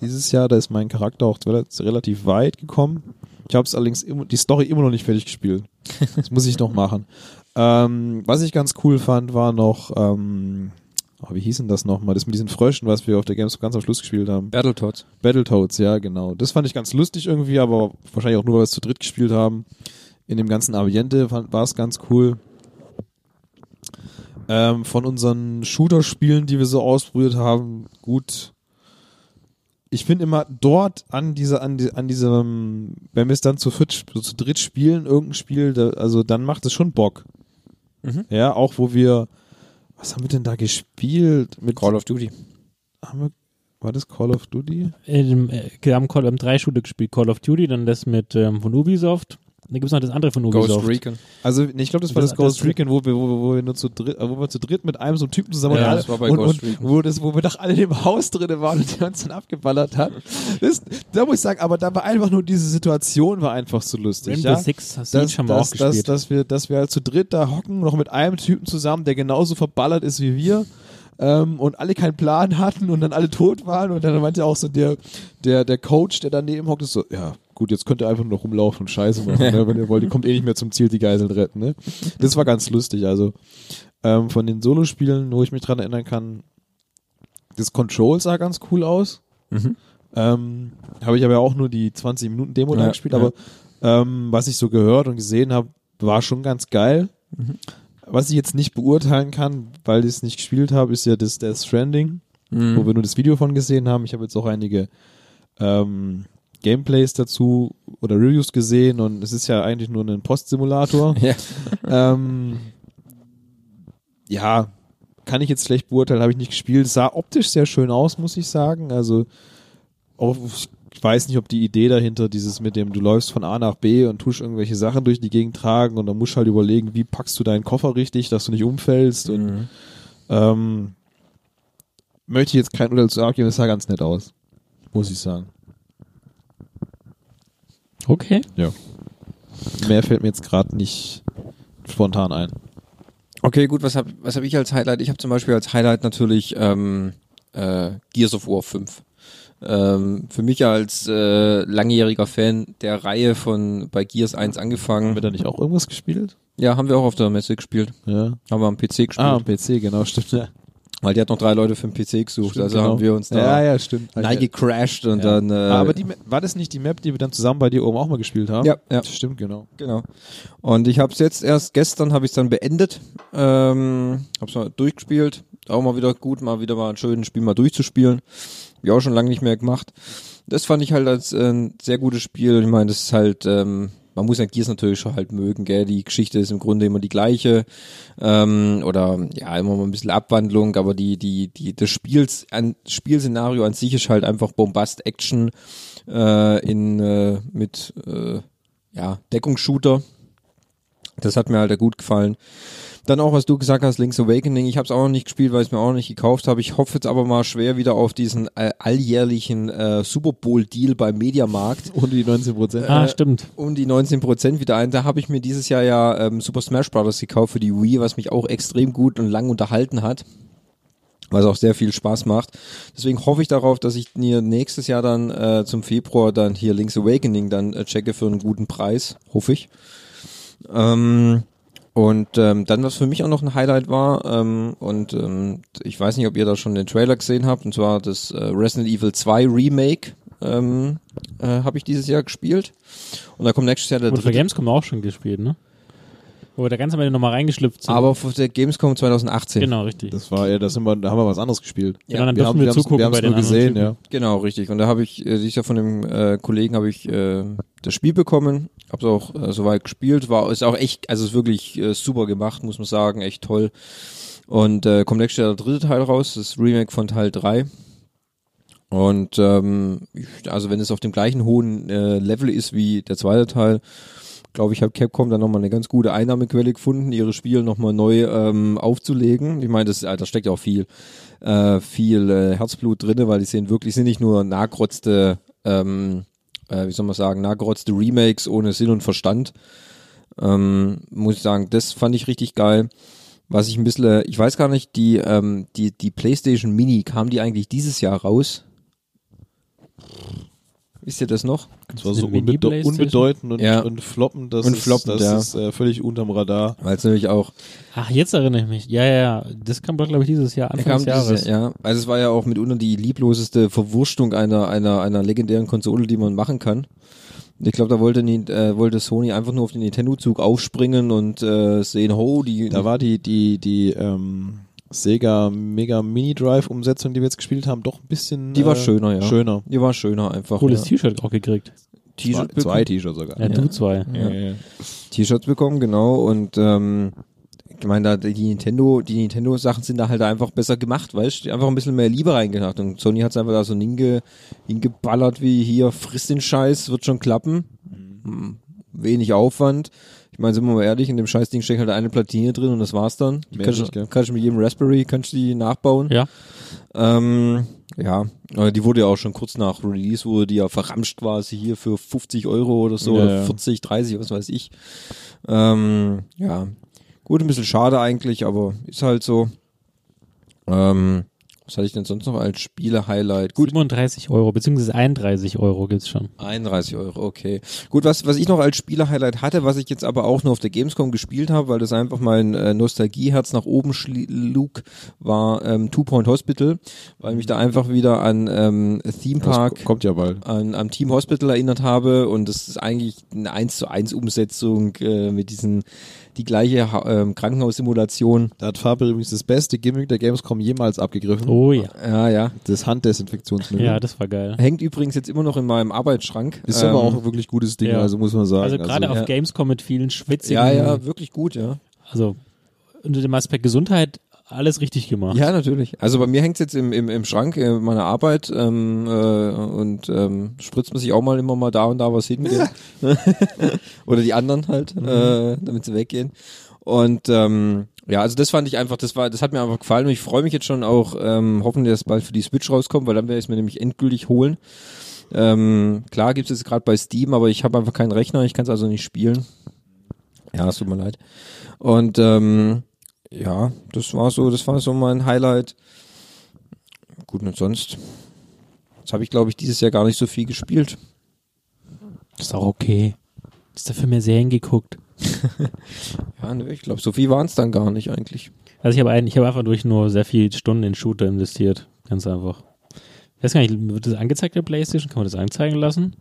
Dieses Jahr, da ist mein Charakter auch rel- relativ weit gekommen. Ich habe es allerdings immer, die Story immer noch nicht fertig gespielt. Das muss ich noch machen. Ähm, was ich ganz cool fand, war noch, ähm, oh, wie hieß denn das nochmal? Das mit diesen Fröschen, was wir auf der Games ganz am Schluss gespielt haben.
Battletoads.
Battletoads, ja, genau. Das fand ich ganz lustig irgendwie, aber wahrscheinlich auch nur, weil wir es zu dritt gespielt haben. In dem ganzen Ambiente fand- war es ganz cool. Ähm, von unseren Shooter-Spielen, die wir so ausprobiert haben, gut. Ich finde immer dort an dieser, an, die, an diesem, wenn wir es dann zu, viert, zu dritt spielen, irgendein Spiel, da, also dann macht es schon Bock. Ja, auch wo wir, was haben wir denn da gespielt? Mit,
Call of Duty.
haben wir, war das Call of Duty?
Ähm, äh, wir haben Call, wir haben drei Shooter gespielt. Call of Duty, dann das mit ähm, von Ubisoft. Da gibt es noch das andere von Ubisoft.
Ghost Recon.
Also nee, ich glaube, das war das,
Das-
Ghost
das-
Recon, wo wir, wo, wir- wo wir nur zu dritt, äh, wo wir zu dritt mit einem so einem Typen zusammen
Ja,
und,
das war bei
und,
Ghost
und
Recon.
wo, das, wo wir doch alle im Haus drinnen waren und der uns dann abgeballert hat. Das, da muss ich sagen, aber da war einfach nur diese Situation war einfach so lustig.
Rainbow
ja?
Six hast du
dass,
das, schon mal
dass,
auch
dass,
gespielt.
dass wir, dass wir halt zu dritt da hocken, noch mit einem Typen zusammen, der genauso verballert ist wie wir. ähm, und alle keinen Plan hatten und dann alle tot waren und dann meinte auch so der, der, der Coach, der daneben hockt, ist so, ja, gut, jetzt könnt ihr einfach nur noch rumlaufen und Scheiße machen, ne? wenn ihr wollt, ihr kommt eh nicht mehr zum Ziel, die Geiseln retten, ne? Das war ganz lustig, also ähm, von den Solospielen, wo ich mich dran erinnern kann, das Control sah ganz cool aus.
Mhm.
Ähm, habe ich aber auch nur die 20 Minuten Demo da
Ja,
gespielt, aber ähm, was ich so gehört und gesehen habe, war schon ganz geil.
Mhm.
Was ich jetzt nicht beurteilen kann, weil ich es nicht gespielt habe, ist ja das Death Stranding,
Mhm.
wo wir nur das Video von gesehen haben. Ich habe jetzt auch einige ähm, Gameplays dazu oder Reviews gesehen und es ist ja eigentlich nur ein Postsimulator.
Ja.
ähm, ja, kann ich jetzt schlecht beurteilen, habe ich nicht gespielt. Sah optisch sehr schön aus, muss ich sagen. Also, auch, ich weiß nicht, ob die Idee dahinter, dieses mit dem, du läufst von A nach B und tust irgendwelche Sachen durch die Gegend tragen und dann musst du halt überlegen, wie packst du deinen Koffer richtig, dass du nicht umfällst
Mhm.
und ähm, möchte ich jetzt kein Urteil zu abgeben, es sah ganz nett aus. Muss ich sagen.
Okay.
Ja. Mehr fällt mir jetzt gerade nicht spontan ein.
Okay, gut, was habe was hab ich als Highlight? Ich habe zum Beispiel als Highlight natürlich ähm, äh, Gears of War 5. Ähm, für mich als äh, langjähriger Fan der Reihe von bei Gears 1 angefangen.
Wird da nicht auch irgendwas gespielt?
Ja, haben wir auch auf der Messe gespielt.
Ja.
Haben wir am PC gespielt.
Ah, am PC, genau, stimmt. Ja,
Weil die hat noch drei Leute für den PC gesucht.
stimmt,
also
genau.
haben wir uns
Ja,
da
ja, stimmt.
neige gecrashed und dann. Äh,
Ah, Aber die, Ma- war das nicht die Map, die wir dann zusammen bei dir oben auch mal gespielt haben?
Ja, ja.
Stimmt, genau.
Genau. Und ich habe es jetzt erst gestern habe ich dann beendet, ähm, habe es mal durchgespielt. Auch mal wieder gut, mal wieder mal ein schönes Spiel mal durchzuspielen. Hab ich auch schon lange nicht mehr gemacht. Das fand ich halt als äh, ein sehr gutes Spiel. Ich meine, das ist halt, ähm, man muss ja Gears natürlich schon halt mögen, gell? Die Geschichte ist im Grunde immer die gleiche ähm, oder ja immer mal ein bisschen Abwandlung, aber die die die das Spiels an, Spielszenario an sich ist halt einfach Bombast Action äh, in äh, mit äh, ja, Deckungsshooter. Das hat mir halt gut gefallen. Dann auch, was du gesagt hast, Link's Awakening. Ich habe es auch noch nicht gespielt, weil ich es mir auch noch nicht gekauft habe. Ich hoffe jetzt aber mal schwer wieder auf diesen äh, alljährlichen äh, Super Bowl Deal beim Mediamarkt
Ohne die 19 Prozent.
Ah, stimmt.
um die 19% wieder ein. Da habe ich mir dieses Jahr ja ähm, Super Smash Bros. gekauft für die Wii, was mich auch extrem gut und lang unterhalten hat. Was auch sehr viel Spaß macht. Deswegen hoffe ich darauf, dass ich mir nächstes Jahr dann äh, zum Februar dann hier Link's Awakening dann äh, checke für einen guten Preis. Hoffe ich. Ähm, und ähm, dann, was für mich auch noch ein Highlight war, ähm, und ähm, ich weiß nicht, ob ihr da schon den Trailer gesehen habt, und zwar das äh, Resident Evil 2 Remake ähm, äh, habe ich dieses Jahr gespielt. Und da kommt nächstes Jahr der
Wurde für
dritte
Gamescom auch schon gespielt, ne? Wo wir da ganz am Ende nochmal reingeschlüpft sind.
aber auf der Gamescom 2018.
genau, richtig.
Das war ja, das sind wir, da haben wir was anderes gespielt.
Ja, dann
wir
dürfen
haben,
wir,
wir haben's-
zugucken
wir haben's
bei den
nur gesehen,
anderen
ja.
Genau, richtig. Und da habe ich, äh, sicher von dem äh, Kollegen habe ich äh, das Spiel bekommen, habe es auch äh, soweit gespielt, war ist auch echt, also ist wirklich äh, super gemacht, muss man sagen, echt toll. Und äh, kommt nächstes Jahr der dritte Teil raus, das Remake von Teil 3. Und ähm, ich, also wenn es auf dem gleichen hohen äh, Level ist wie der zweite Teil, glaube ich, hat Capcom dann nochmal eine ganz gute Einnahmequelle gefunden, ihre Spiele nochmal neu ähm, aufzulegen. Ich meine, das, äh, da steckt ja auch viel, äh, viel äh, Herzblut drinne, weil die sind wirklich, sind nicht nur nagrotzte, ähm, äh, wie soll man sagen, nagrotzte Remakes ohne Sinn und Verstand. Ähm, muss ich sagen, das fand ich richtig geil. Was ich ein bisschen, äh, ich weiß gar nicht, die, ähm, die, die PlayStation Mini, kam die eigentlich dieses Jahr raus? Wisst ihr das noch?
Es war
Eine
so
Mini-Playstation?
unbede unbedeutend und,
Ja.
und floppend, das
Und
ist,
floppend,
das
ja.
ist äh, völlig unterm Radar.
Weil es nämlich auch
Ach, jetzt erinnere ich mich. Ja, ja, ja. Das kam doch, glaube ich, dieses Jahr, Anfang
Er kam
des Jahres.
dieses Jahr, ja. Also es war ja auch mitunter die liebloseste Verwurstung einer, einer, einer legendären Konsole, die man machen kann. Und Ich glaube, da wollte, Ni- äh, wollte Sony einfach nur auf den Nintendo-Zug aufspringen und äh, sehen, ho, die...
Da war die, die, die ähm, Sega Mega Mini Drive Umsetzung, die wir jetzt gespielt haben, doch ein bisschen.
die war
äh,
schöner, ja.
Schöner.
Die war schöner einfach.
Cooles
ja.
T-Shirt auch gekriegt.
Zwei-
T-Shirt
Zwei
bekommen.
T-Shirts sogar.
Ja, du zwei.
Ja,
Ja.
ja, ja.
T-Shirts bekommen, genau. Und ähm, ich meine, da die Nintendo, die Nintendo-Sachen sind da halt einfach besser gemacht, weißt du? Einfach ein bisschen mehr Liebe reingedacht. Und Sony hat es einfach da so hinge, hingeballert wie hier, friss den Scheiß, wird schon klappen.
Mhm.
Hm, Wenig Aufwand. Ich meine, sind wir mal ehrlich, in dem Scheißding steckt halt eine Platine drin und das war's dann. Die
Mehr
kannst,
nicht,
du,
gell?
kannst du mit jedem Raspberry, kannst du die nachbauen.
Ja.
Ähm, ja, aber die wurde ja auch schon kurz nach Release, wurde die ja verramscht quasi hier für 50 Euro oder so,
Ja,
oder
ja.
40, 30, was weiß ich. Ähm, ja, gut, ein bisschen schade eigentlich, aber ist halt so. Ähm, was hatte ich denn sonst noch als Spiele-Highlight? Gut,
37 Euro, beziehungsweise 31 Euro gibt's schon.
31 Euro, okay. Gut, was, was ich noch als Spieler-Highlight hatte, was ich jetzt aber auch nur auf der Gamescom gespielt habe, weil das einfach mein äh, Nostalgieherz nach oben schlug, war ähm, Two Point Hospital, weil mich da einfach wieder an ähm, Theme Park,
Das kommt ja bald.
an, am Team Hospital erinnert habe und das ist eigentlich eine 1 zu 1 Umsetzung äh, mit diesen, die gleiche Ha- ähm, Krankenhaussimulation.
Da hat Faber übrigens das beste Gimmick der Gamescom jemals abgegriffen.
Oh ja.
Ja, ja.
Das Handdesinfektionsmittel.
Ja, das war geil.
Hängt übrigens jetzt immer noch in meinem Arbeitsschrank. Ähm,
Ist aber auch ein wirklich gutes Ding,
ja.
also muss man sagen.
Also gerade auf
ja.
Gamescom mit vielen schwitzigen,
ja, ja, wirklich gut, ja.
also unter dem Aspekt Gesundheit alles richtig gemacht.
Ja, natürlich. Also bei mir hängt's jetzt im, im, im Schrank äh, meiner Arbeit ähm, äh, und ähm, spritzt man sich auch mal immer mal da und da was hin. gell? Oder die anderen halt, äh, damit sie weggehen. Und ähm, ja, also das fand ich einfach, das war, das hat mir einfach gefallen und ich freue mich jetzt schon auch, ähm, hoffen, dass bald für die Switch rauskommt, weil dann werde ich es mir nämlich endgültig holen. Ähm, klar gibt's es gerade bei Steam, aber ich habe einfach keinen Rechner, ich kann es also nicht spielen. Ja, es tut mir leid. Und ähm, ja, das war so, das war so mein Highlight. Gut, und sonst. Jetzt habe ich, glaube ich, dieses Jahr gar nicht so viel gespielt.
Ist auch okay. Ist dafür mehr Serien geguckt.
Ja, nö, ich glaube, so viel waren es dann gar nicht eigentlich.
Also ich habe ein, ich habe einfach durch nur sehr viele Stunden in Shooter investiert. Ganz einfach. Ich weiß gar nicht, wird das angezeigt der Playstation? Kann man das anzeigen lassen?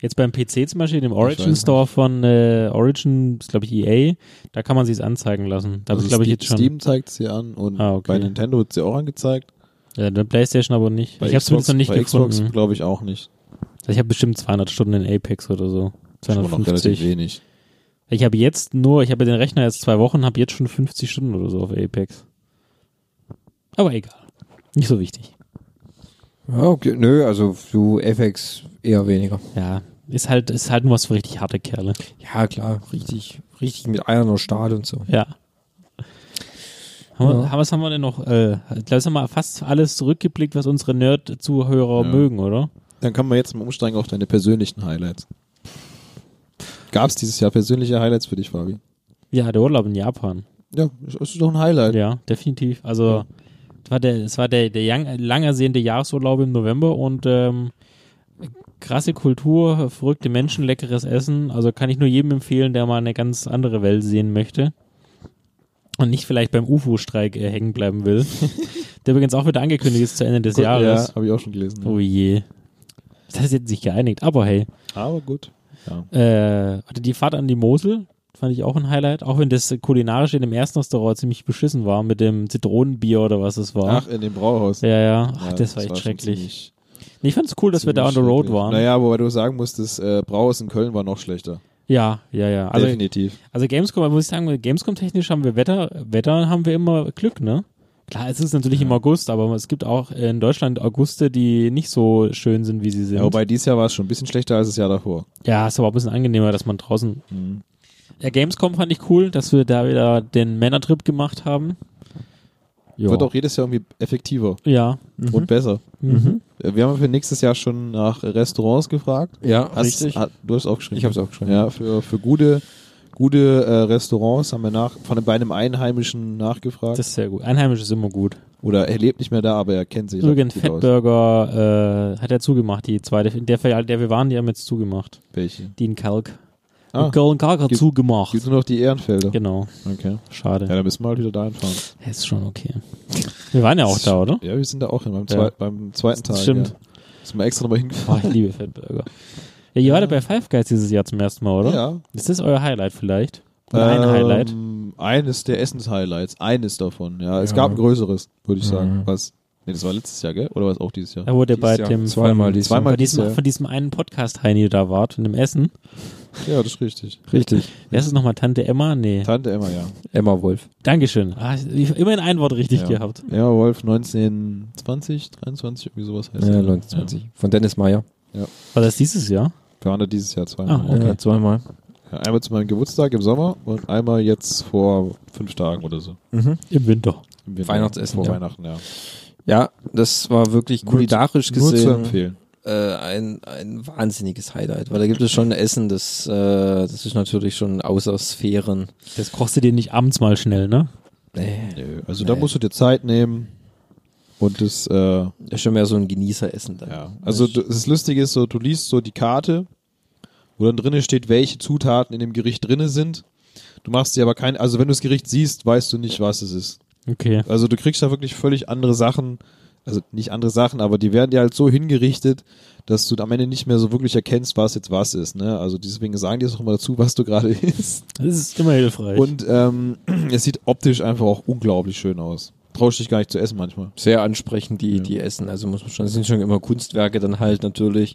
Jetzt beim PC zum Beispiel, dem
weiß
Origin
nicht.
Store von äh, Origin, ist glaube ich EA, da kann man sich es anzeigen lassen. Da habe
Also
ich glaube ich
Ste-
jetzt schon.
Steam zeigt es hier an und
Ah, okay.
bei Nintendo wird es ja auch angezeigt.
Ja, der äh, ne, Playstation aber nicht.
Bei
ich habe es zumindest noch nicht
bei
gefunden.
Xbox glaube ich auch nicht.
Also ich habe bestimmt 200 Stunden in Apex oder so.
Schon noch relativ
250.
wenig.
Ich habe jetzt nur, ich habe den Rechner jetzt zwei Wochen, habe jetzt schon 50 Stunden oder so auf Apex. Aber egal. Nicht so wichtig.
Ja, okay, nö, also zu FX eher weniger.
Ja, ist halt, ist halt nur was für richtig harte Kerle.
Ja, klar, richtig, richtig mit Eiern und Stahl und so.
Ja. Haben wir,
Ja.
haben- Was haben wir denn noch? Äh, ich glaube, haben wir fast alles zurückgeblickt, was unsere Nerd-Zuhörer
Ja.
mögen, oder?
Dann kann man jetzt mal umsteigen auf deine persönlichen Highlights. Gab es dieses Jahr persönliche Highlights für dich, Fabi?
Ja, der Urlaub in Japan.
Ja, das ist doch ein Highlight.
Ja, definitiv. Also das war der, es war der, der lang, lang ersehnte Jahresurlaub im November und ähm, krasse Kultur, verrückte Menschen, leckeres Essen. Also kann ich nur jedem empfehlen, der mal eine ganz andere Welt sehen möchte und nicht vielleicht beim UFO-Streik äh, hängen bleiben will, der übrigens auch wieder angekündigt ist zu Ende des
Gut,
Jahres.
ja habe ich auch schon gelesen.
Oh je. Das hätten sich geeinigt, aber hey.
Aber gut. Ja.
Äh, hatte die Fahrt an die Mosel, fand ich auch ein Highlight, auch wenn das kulinarische in dem ersten Restaurant ziemlich beschissen war mit dem Zitronenbier oder was es war.
Ach, in dem Brauhaus.
ja, ja. Ach,
Ja,
das war echt
schon
schrecklich.
ziemlich-
Nee, Ich fand's cool, dass wir da on
ziemlich
the road
schrecklich.
waren.
Naja, wobei du sagen musst, das äh, Brauhaus in Köln war noch schlechter.
Ja, ja, ja. Also,
Definitiv.
also Gamescom, muss ich sagen, Gamescom-technisch haben wir Wetter, Wetter haben wir immer Glück, ne? Klar, es ist natürlich im August, aber es gibt auch in Deutschland Auguste, die nicht so schön sind, wie sie sind.
Ja, wobei dieses Jahr war es schon ein bisschen schlechter als das Jahr davor.
Ja, ist aber ein bisschen angenehmer, dass man draußen.
Mhm.
Ja, Gamescom fand ich cool, dass wir da wieder den Männertrip gemacht haben. Ja.
Wird auch jedes Jahr irgendwie effektiver
ja.
und besser.
Mhm.
Äh, Wir haben für nächstes Jahr schon nach Restaurants gefragt.
Ja,
Hast, hat- du hast auch geschrieben.
Ich hab's auch geschrieben.
Ja, für, für gute, gute äh, Restaurants haben wir nach, von einem, bei einem Einheimischen nachgefragt.
Das ist sehr gut. Einheimisch ist immer gut.
Oder er lebt nicht mehr da, aber er kennt sich.
Übrigens,
relativ gut
Fatburger äh, hat er zugemacht, die zweite. In der, Filiale, in der wir waren, die haben jetzt zugemacht.
Welche?
Die in Kalk.
Ah,
In Köln Kalk hat
Gibt-
zugemacht.
gibt nur noch die Ehrenfelder.
Genau.
Okay.
Schade.
Ja, dann müssen wir halt wieder da hinfahren.
Ja, Ist schon okay. Wir waren ja auch da, oder?
Ja, wir sind da auch hin, beim,
Ja.
zwei beim zweiten Tag.
Das stimmt.
Ja. Sind wir extra nochmal hingefahren.
Oh, ich liebe Fatburger. Ja, ihr wartet bei Five Guys dieses Jahr zum ersten Mal, oder?
Ja.
Ist das euer Highlight vielleicht? Oder ein
Ähm,
Highlight?
Eines der Essenshighlights. Eines davon, ja. Es
Ja.
gab ein größeres, würde ich sagen. Was? Nee, das war letztes Jahr, gell? Oder war es auch dieses Jahr?
Da wurde
Dies
bei
Jahr.
dem
Zweimal
von,
dies
Jahr.
von, diesem,
Zweimal dies
von diesem einen Podcast Heini da wart und dem Essen.
Ja, das ist richtig.
Richtig.
Wer ist es nochmal? Tante Emma? Nee.
Tante Emma, ja.
Emma Wolf.
Dankeschön. Ah, ich, immerhin ein Wort richtig
Ja.
gehabt.
Emma Wolf 1920, 23, irgendwie sowas heißt die. Ja.
Von Dennis Meyer.
War das dieses Jahr?
Wir waren da dieses Jahr zweimal.
Ah, okay.
Ja, zweimal.
ja. Einmal zu meinem Geburtstag im Sommer und einmal jetzt vor fünf Tagen oder so.
Mhm.
Im Winter.
Im Winter.
Weihnachtsessen,
Vor
ja.
Weihnachten, ja.
Ja, das war wirklich
Nur zu-
kulinarisch
Nur zu
gesehen.
empfehlen.
äh, ein, ein wahnsinniges Highlight, weil da gibt es schon Essen, das, äh, das ist natürlich schon außer Sphären.
Das kostet dir nicht abends mal schnell, ne?
Nö. Also da musst du dir Zeit nehmen und das, äh, ja.
Das ist schon mehr so ein Genießeressen dann.
Also du- das Lustige ist so, du liest so die Karte, wo dann drinne steht, welche Zutaten in dem Gericht drinne sind. Du machst dir aber kein, also wenn du das Gericht siehst, weißt du nicht, was es ist.
Okay.
Also du kriegst da wirklich völlig andere Sachen, also nicht andere Sachen, aber die werden dir halt so hingerichtet, dass du am Ende nicht mehr so wirklich erkennst, was jetzt was ist. Ne? Also deswegen sagen die es auch immer dazu, was du gerade isst.
Das ist immer hilfreich.
Und ähm, es sieht optisch einfach auch unglaublich schön aus. Traust dich gar nicht zu essen manchmal.
Sehr ansprechend, die, die Essen. Also muss man schon, das sind schon immer Kunstwerke dann halt natürlich.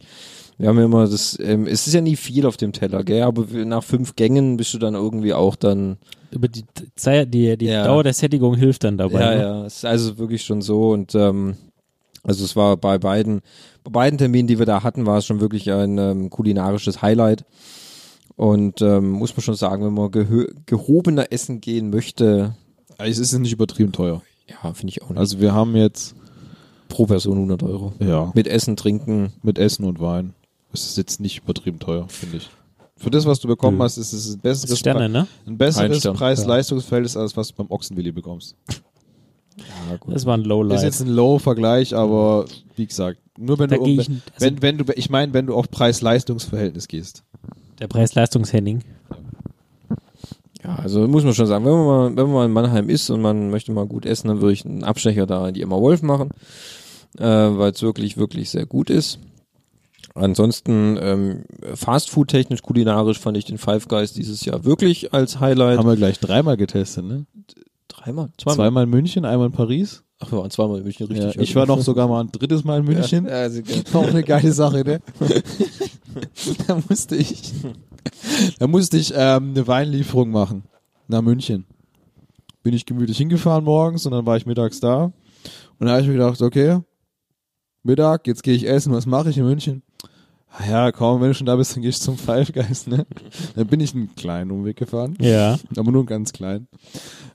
Wir haben ja immer das, ähm, es ist ja nie viel auf dem Teller, gell? Aber wir- nach fünf Gängen bist du dann irgendwie auch dann.
Aber die, die Zeit, die, die
Ja.
Dauer der Sättigung hilft dann dabei.
ja,
ne?
ja. Es ist also wirklich schon so und ähm, also es war bei beiden, bei beiden Terminen, die wir da hatten, war es schon wirklich ein ähm, kulinarisches Highlight. Und ähm, muss man schon sagen, wenn man gehö- gehobener essen gehen möchte,
Also Es ist nicht übertrieben teuer.
ja, finde ich auch nicht.
Also wir haben jetzt
pro Person 100 Euro.
ja mit,
Mit Essen, Trinken.
mit Essen und Wein. Es ist jetzt nicht übertrieben teuer, finde ich. Für das, was du bekommen hast, ist es ein besseres,
Sterne, ne?
Pre- ein
Ein
besseres
Stern,
Preis-Leistungsverhältnis, als was du beim Ochsenwilli bekommst.
Das war ein Lowlight.
Ist jetzt ein Low-Vergleich, aber wie gesagt, nur wenn
Da
du,
geh
um,
ich n- also-
wenn, wenn du, ich meine, wenn du auf Preis-Leistungs-Verhältnis gehst.
der Preis-Leistungs-Henning.
Ja, also muss man schon sagen, wenn man mal, wenn man mal in Mannheim ist und man möchte mal gut essen, dann würde ich einen Abstecher da in die Emma Wolf machen, äh, weil es wirklich, wirklich sehr gut ist. Ansonsten ähm, Fastfood-technisch, kulinarisch fand ich den Five Guys dieses Jahr wirklich als Highlight.
Haben wir gleich dreimal getestet, ne?
Dreimal, zweimal.
Zweimal in München, einmal in Paris.
Ach, wir waren zweimal in München,
Ja,
richtig.
ich war noch sogar mal ein drittes Mal in München.
Ja, also,
Auch eine geile Sache, ne? da musste ich, da musste ich ähm, eine Weinlieferung machen nach München. Bin ich gemütlich hingefahren morgens und dann war ich mittags da. Und dann habe ich mir gedacht, okay, Mittag, jetzt gehe ich essen, was mache ich in München? Ah Ja, komm, wenn du schon da bist, dann gehst du zum Five Guys, ne? Dann bin ich einen kleinen Umweg gefahren,
Ja.
aber nur einen ganz kleinen.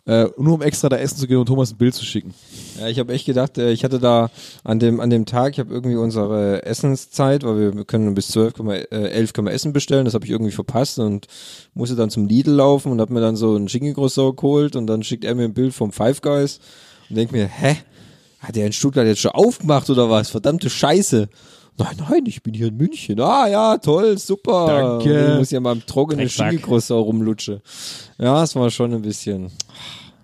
Äh, nur um extra da essen zu gehen und Thomas ein Bild zu schicken.
Ja, ich habe echt gedacht, äh, ich hatte da an dem an dem Tag, ich habe irgendwie unsere Essenszeit, weil wir können bis 12 können wir, äh, 11 können wir Essen bestellen, das habe ich irgendwie verpasst und musste dann zum Lidl laufen und habe mir dann so einen Schinkengrosso geholt und dann schickt er mir ein Bild vom Five Guys und denk mir, hä? Hat der in Stuttgart jetzt schon aufgemacht oder was? Verdammte Scheiße. Nein, nein, ich bin hier in München. Ah ja, toll, super.
Danke.
Ich muss ja mal im trockenen
Drecksack.
Schinkengrosso rumlutsche. Ja, es war schon ein bisschen.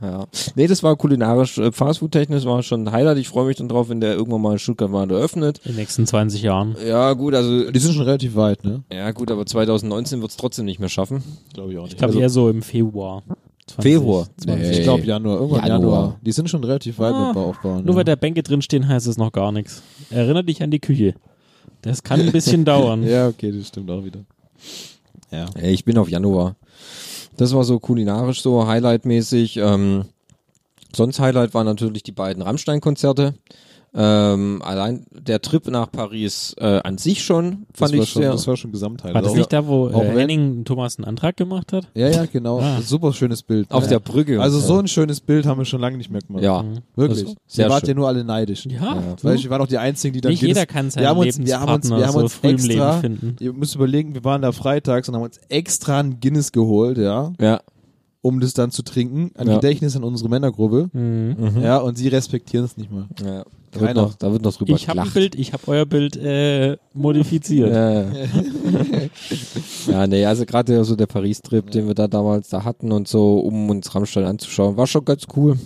Ja. Nee, das war kulinarisch, äh, Fastfood-technisch war schon ein Highlight. Ich freue mich dann drauf, wenn der irgendwann mal in Stuttgart mal eröffnet.
In den nächsten 20 Jahren.
Ja, gut, also,
Die sind schon relativ weit, ne?
ja, gut, aber 2019 wird's trotzdem nicht mehr schaffen.
Glaube ich auch nicht.
Ich glaube eher so im Februar. 20.
Februar.
Ich glaube Januar, irgendwann Januar.
Januar.
Die sind schon relativ weit mit ne? Bauaufbauen.
Ah, Nur weil da Bänke drinstehen, heißt es noch gar nichts. Erinnere dich an die Küche. Das kann ein bisschen dauern.
ja, okay, das stimmt auch wieder. Ja.
Ey, ich bin auf Januar. Das war so kulinarisch so highlightmäßig. Ähm, sonst Highlight waren natürlich die beiden Rammstein-Konzerte. Ähm, allein der Trip nach Paris äh, an sich schon
Das,
fand
war
ich
schon,
sehr.
das war schon Gesamtheit.
War das
Also-
nicht da, wo
Auch
äh,
wenn-
Henning Thomas einen Antrag gemacht hat?
ja, ja, genau.
Ah.
Super schönes Bild.
auf
ja.
der Brücke.
Also so ein schönes Bild haben wir schon lange nicht mehr gemacht.
ja.
Wirklich.
Das- sehr
Ihr wart
schön.
ja nur alle neidisch.
Ja.
Weil ich war doch die Einzigen, die dann
Nicht jeder kann seinen
wir haben uns, wir haben uns,
Lebenspartner
wir haben
so
uns
früh im
extra,
Leben finden.
Ihr müsst überlegen, wir waren da freitags und haben uns extra ein Guinness geholt, ja,
Ja.
um das dann zu trinken. Ein
Ja. Mhm.
Gedächtnis an unsere Männergruppe. Ja, und sie respektieren es nicht mal.
ja. Da,
Keiner.
wird noch, da wird noch drüber
Ich habe ein
gelacht.
Bild, ich habe euer Bild äh, modifiziert.
Ja, ja. ja, nee, also gerade der- so der Paris-Trip, den wir da damals da hatten und so, um uns Rammstein anzuschauen, war schon ganz cool.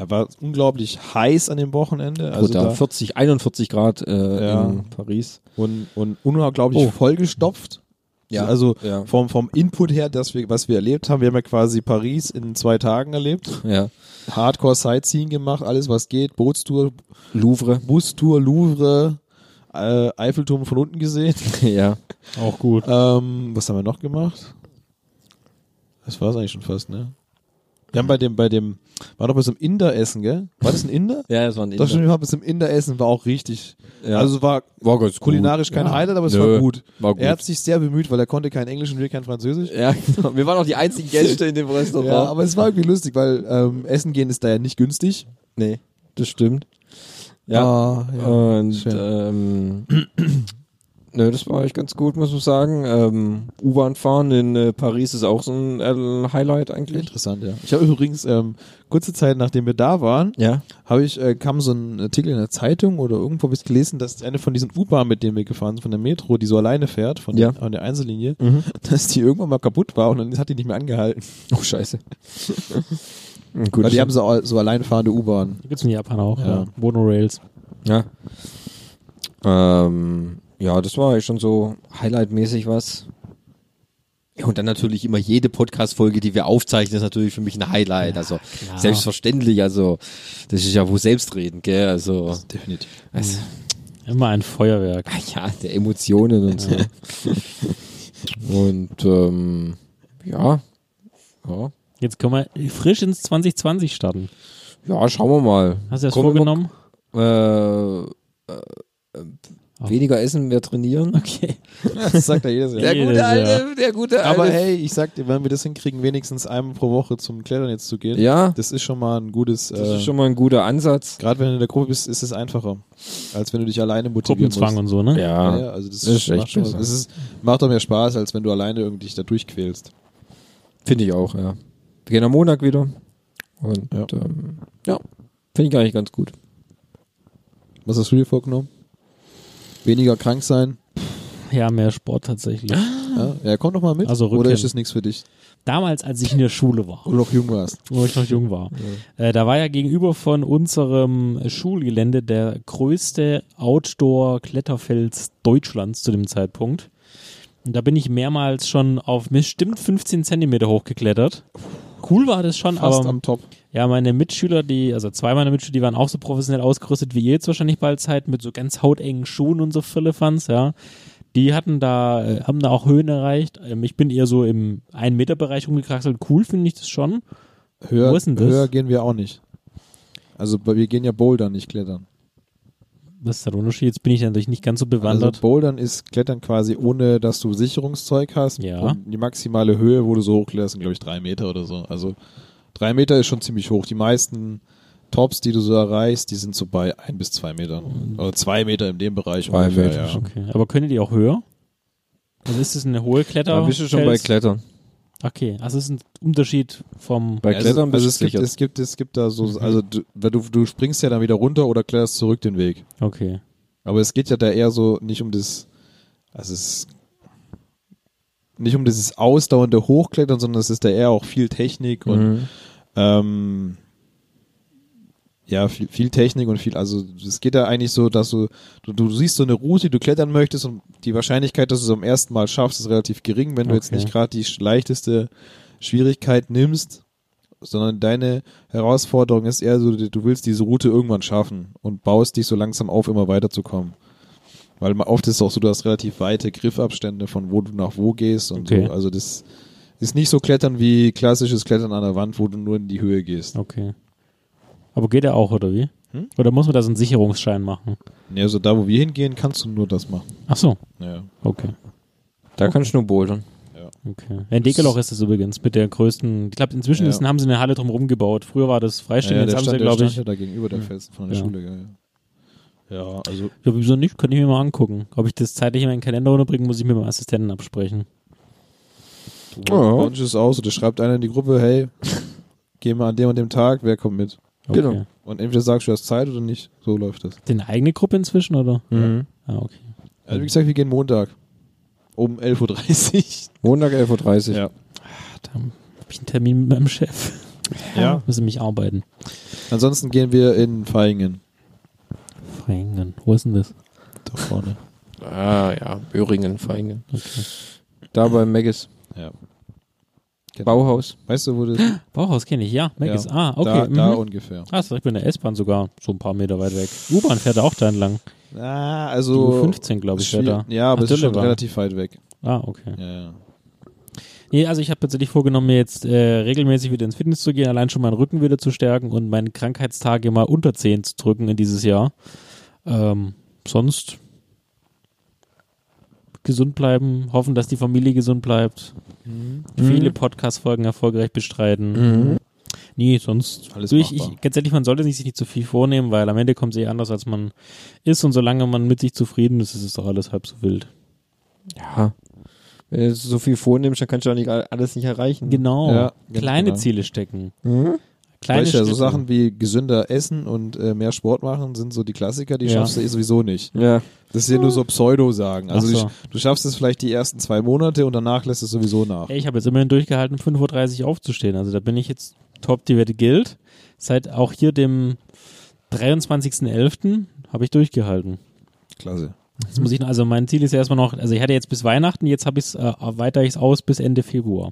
Er war unglaublich heiß an dem Wochenende. Also
Brutal.
da,
40, 41 Grad äh,
Ja.
in Paris.
und, und unglaublich
Oh.
vollgestopft.
Ja,
Also
ja.
Vom, vom Input her, das wir, was wir erlebt haben, wir haben ja quasi Paris in zwei Tagen erlebt.
Ja.
Hardcore Sightseeing gemacht, alles was geht, Bootstour,
Louvre.
Bustour, Louvre, äh, Eiffelturm von unten gesehen.
ja.
Auch gut.
Ähm, was haben wir noch gemacht? Das war es eigentlich schon fast, ne? Wir haben bei dem, bei dem, war doch bei so einem Inder-Essen, gell? War das ein Inder?
Ja, das war ein
Doch schon, wir waren bei so einem Inder-Essen, war auch richtig.
Ja.
Also war
War ganz
kulinarisch kein Highlight, aber es
Nö,
war gut.
war gut.
Er hat sich sehr bemüht, weil er konnte kein Englisch und wir kein Französisch.
Ja, genau. Wir waren auch die einzigen Gäste in dem Restaurant.
Ja, aber es war irgendwie lustig, weil ähm, Essen gehen ist da ja nicht günstig.
nee, das stimmt. Ja.
Ah, ja.
Und
Schön.
ähm,
Nö, ne, das war eigentlich ganz gut, muss man sagen. Ähm, U-Bahn fahren in äh, Paris ist auch so ein äh, Highlight eigentlich.
Interessant, ja. Ich habe übrigens ähm, kurze Zeit, nachdem wir da waren,
Ja.
habe ich, äh, kam so ein Artikel in der Zeitung oder irgendwo habe ich gelesen, dass eine von diesen U-Bahn, mit denen wir gefahren sind, von der Metro, die so alleine fährt, von
Ja.
der, an der Einzellinie, dass die irgendwann mal kaputt war und dann hat die nicht mehr angehalten.
Oh, scheiße. Gut.
Weil die haben so, so allein fahrende U-Bahn.
Gibt's in Japan auch,
Ja.
ja. Monorails.
ja. Ähm, ja, das war eigentlich schon so Highlight-mäßig was.
Ja, und dann natürlich immer jede Podcast-Folge, die wir aufzeichnen, ist natürlich für mich ein Highlight. also selbstverständlich, also das ist ja wo selbstreden, gell? Also,
Definitiv.
also
Immer ein Feuerwerk.
ja,
Ah Der Emotionen und so. und ähm, ja. ja.
Jetzt können wir frisch ins 2020 starten.
Ja, schauen wir mal.
Hast du das
Kommen wir mal-
vorgenommen?
Äh, äh,
Oh.
Weniger essen, mehr trainieren.
Okay.
Das sagt ja jedes Jahr.
Der gute Jedes alte-
der gute
Aber hey, ich sag dir, wenn wir das hinkriegen, wenigstens einmal pro Woche zum Klettern jetzt zu gehen,
Ja,
das ist schon mal ein gutes.
das
äh,
ist schon mal ein guter Ansatz.
Gerade wenn du in der Gruppe bist, ist es einfacher, als wenn du dich alleine motivieren
Gruppenzwang
musst.
und so, ne?
Ja, ja, also das,
Das ist echt
macht, schon-
besser.
das ist, macht doch mehr Spaß, als wenn du alleine irgendwie dich da durchquälst.
Finde ich auch, ja. Wir gehen am Montag wieder. Und
Ja.
ja, ähm, ja finde ich eigentlich ganz gut.
Was hast du dir vorgenommen? Weniger krank sein?
Ja, mehr Sport tatsächlich.
Ah.
Ja, ja komm doch mal mit.
Also
Oder
Rücken.
ist das nichts für dich?
Damals, als ich in der Schule war.
Oder noch jung warst.
wo ich noch jung war. Äh, da war ja gegenüber von unserem Schulgelände der größte Outdoor-Kletterfels Deutschlands zu dem Zeitpunkt. Und da bin ich mehrmals schon auf bestimmt 15 Zentimeter hochgeklettert. Cool war das schon,
Fast
aber
am Top.
ja, meine Mitschüler, die, also zwei meiner Mitschüler, die waren auch so professionell ausgerüstet wie ihr jetzt wahrscheinlich bald seid, mit so ganz hautengen Schuhen und so Firlefanz, ja. Die hatten da, äh, haben da auch Höhen erreicht. Ähm, ich bin eher so im 1-Meter-Bereich rumgekraxelt. Cool finde ich das schon.
Höher,
Wo ist denn das?
höher gehen wir auch nicht. Also wir gehen ja Bouldern, nicht Klettern.
Was ist da der Unterschied? Jetzt bin ich natürlich nicht ganz so bewandert.
Also Bouldern ist Klettern quasi ohne, dass du Sicherungszeug hast.
Ja.
Und die maximale Höhe, wo du so hochkletterst, sind glaube ich drei Meter oder so. Also drei Meter ist schon ziemlich hoch. Die meisten Tops, die du so erreichst, die sind so bei ein bis zwei Metern. Oder zwei Meter in dem Bereich.
Mhm. Zwei Meter.
Ja.
okay. Aber können die auch höher? Also ist es eine hohe Kletter?
Da bist du schon bei Klettern.
Okay, also es ist ein Unterschied vom.
Bei
Ja,
Klettern
also,
bist
also es
du
gibt,
sicher. Mhm.
es gibt, es gibt da so, also du, weil du, du springst ja dann wieder runter oder kletterst zurück den Weg.
Okay.
Aber es geht ja da eher so nicht um das, also es ist nicht um dieses ausdauernde Hochklettern, sondern es ist da eher auch viel Technik und
Mhm.
ähm, ja, viel, viel Technik und viel, also es geht da eigentlich so, dass du, du, du siehst so eine Route, die du klettern möchtest und die Wahrscheinlichkeit, dass du es am ersten Mal schaffst, ist relativ gering, wenn du jetzt
Okay.
nicht gerade die sch- leichteste Schwierigkeit nimmst, sondern deine Herausforderung ist eher so, du du willst diese Route irgendwann schaffen und baust dich so langsam auf, immer weiterzukommen. Weil ma- oft ist es auch so, du hast relativ weite Griffabstände von wo du nach wo gehst und
Okay.
so. Also das ist nicht so Klettern wie klassisches Klettern an der Wand, wo du nur in die Höhe gehst.
Okay. Aber geht er auch, oder wie?
Hm?
Oder muss man da so einen Sicherungsschein machen?
Nee, also da, wo wir hingehen, kannst du nur das machen.
Ach so,
Ja.
okay.
Da kannst du nur bouldern.
okay. Ja, In Degeloch ist es übrigens mit der größten. Ich glaube, inzwischen
Ja.
ist, haben sie eine Halle drumherum gebaut. Früher war das freistehend, jetzt haben sie, glaube ich.
ja da gegenüber der Felsen von der
Ja.
Schule. gell, Ja. ja, also
Ja, wieso nicht? Könnte ich mir mal angucken. Ob ich das zeitlich in meinen Kalender unterbringe, muss ich mit meinem Assistenten absprechen.
bei uns ist es auch so, da schreibt einer in die Gruppe, hey, gehen wir an dem und dem Tag, wer kommt mit?
Okay.
Genau.
Und entweder sagst du, du hast Zeit oder nicht. So läuft das.
Denn eine eigene Gruppe inzwischen, oder?
Mhm.
Ah, okay.
Also wie gesagt, wir gehen Montag um 11.30
Montag 11.30 Uhr.
Ja.
Da hab ich einen Termin mit meinem Chef.
Uhr. Ja.
Müssen mich arbeiten.
Ansonsten gehen wir in Feingen.
Verhängen. Wo ist denn das?
Da vorne.
Ah ja, Öhringen, Feingen.
Okay.
Da bei Megis.
Ja.
Genau.
Bauhaus.
Weißt du, wo das
Bauhaus kenne ich, ja. Mac
Ja.
ist. Ah, okay.
da,
mhm.
da ungefähr.
ah, ist direkt bei der S-Bahn sogar. So ein paar Meter weit weg. U-Bahn fährt da auch da entlang.
Ah,
Die
also
U15, glaube ich, fährt da.
Ja, aber
Ach,
es ist schon
Döllebahn.
relativ weit weg.
Ah, okay.
Ja, ja.
Nee, also ich habe tatsächlich vorgenommen, mir jetzt äh, regelmäßig wieder ins Fitness zu gehen, allein schon meinen Rücken wieder zu stärken und meine Krankheitstage mal unter 10 zu drücken in dieses Jahr. Ähm, sonst gesund bleiben, hoffen, dass die Familie gesund bleibt, Mhm.
Mhm.
viele Podcast-Folgen erfolgreich bestreiten. Nee, sonst
Alles
ich,
machbar.
ich, ganz ehrlich, man sollte sich nicht zu viel vornehmen, weil am Ende kommt es eh anders, als man ist und solange man mit sich zufrieden ist, ist es doch alles halb so wild.
ja, wenn du so viel vornimmst, dann kannst du ja nicht all- alles nicht erreichen.
Genau.
Mhm. Ja, ganz
Kleine
genau.
Ziele stecken.
Mhm.
Kleine
weißt ja, so
Schritte.
Sachen wie gesünder essen und äh, mehr Sport machen sind so die Klassiker, die
Ja.
schaffst du eh sowieso nicht.
Ja.
Das ist ja nur so Pseudo-Sagen. Also
Ach so.
ich, du schaffst es vielleicht die ersten zwei Monate und danach lässt es sowieso nach.
Ey, ich habe jetzt immerhin durchgehalten, 5.30 Uhr aufzustehen. Also da bin ich jetzt top, die Wette gilt. Seit auch hier dem 23.11. habe ich durchgehalten.
Klasse.
Jetzt muss ich, noch- also mein Ziel ist ja erstmal noch, also ich hatte jetzt bis Weihnachten, jetzt habe ich es, äh, weiter ich es aus bis Ende Februar.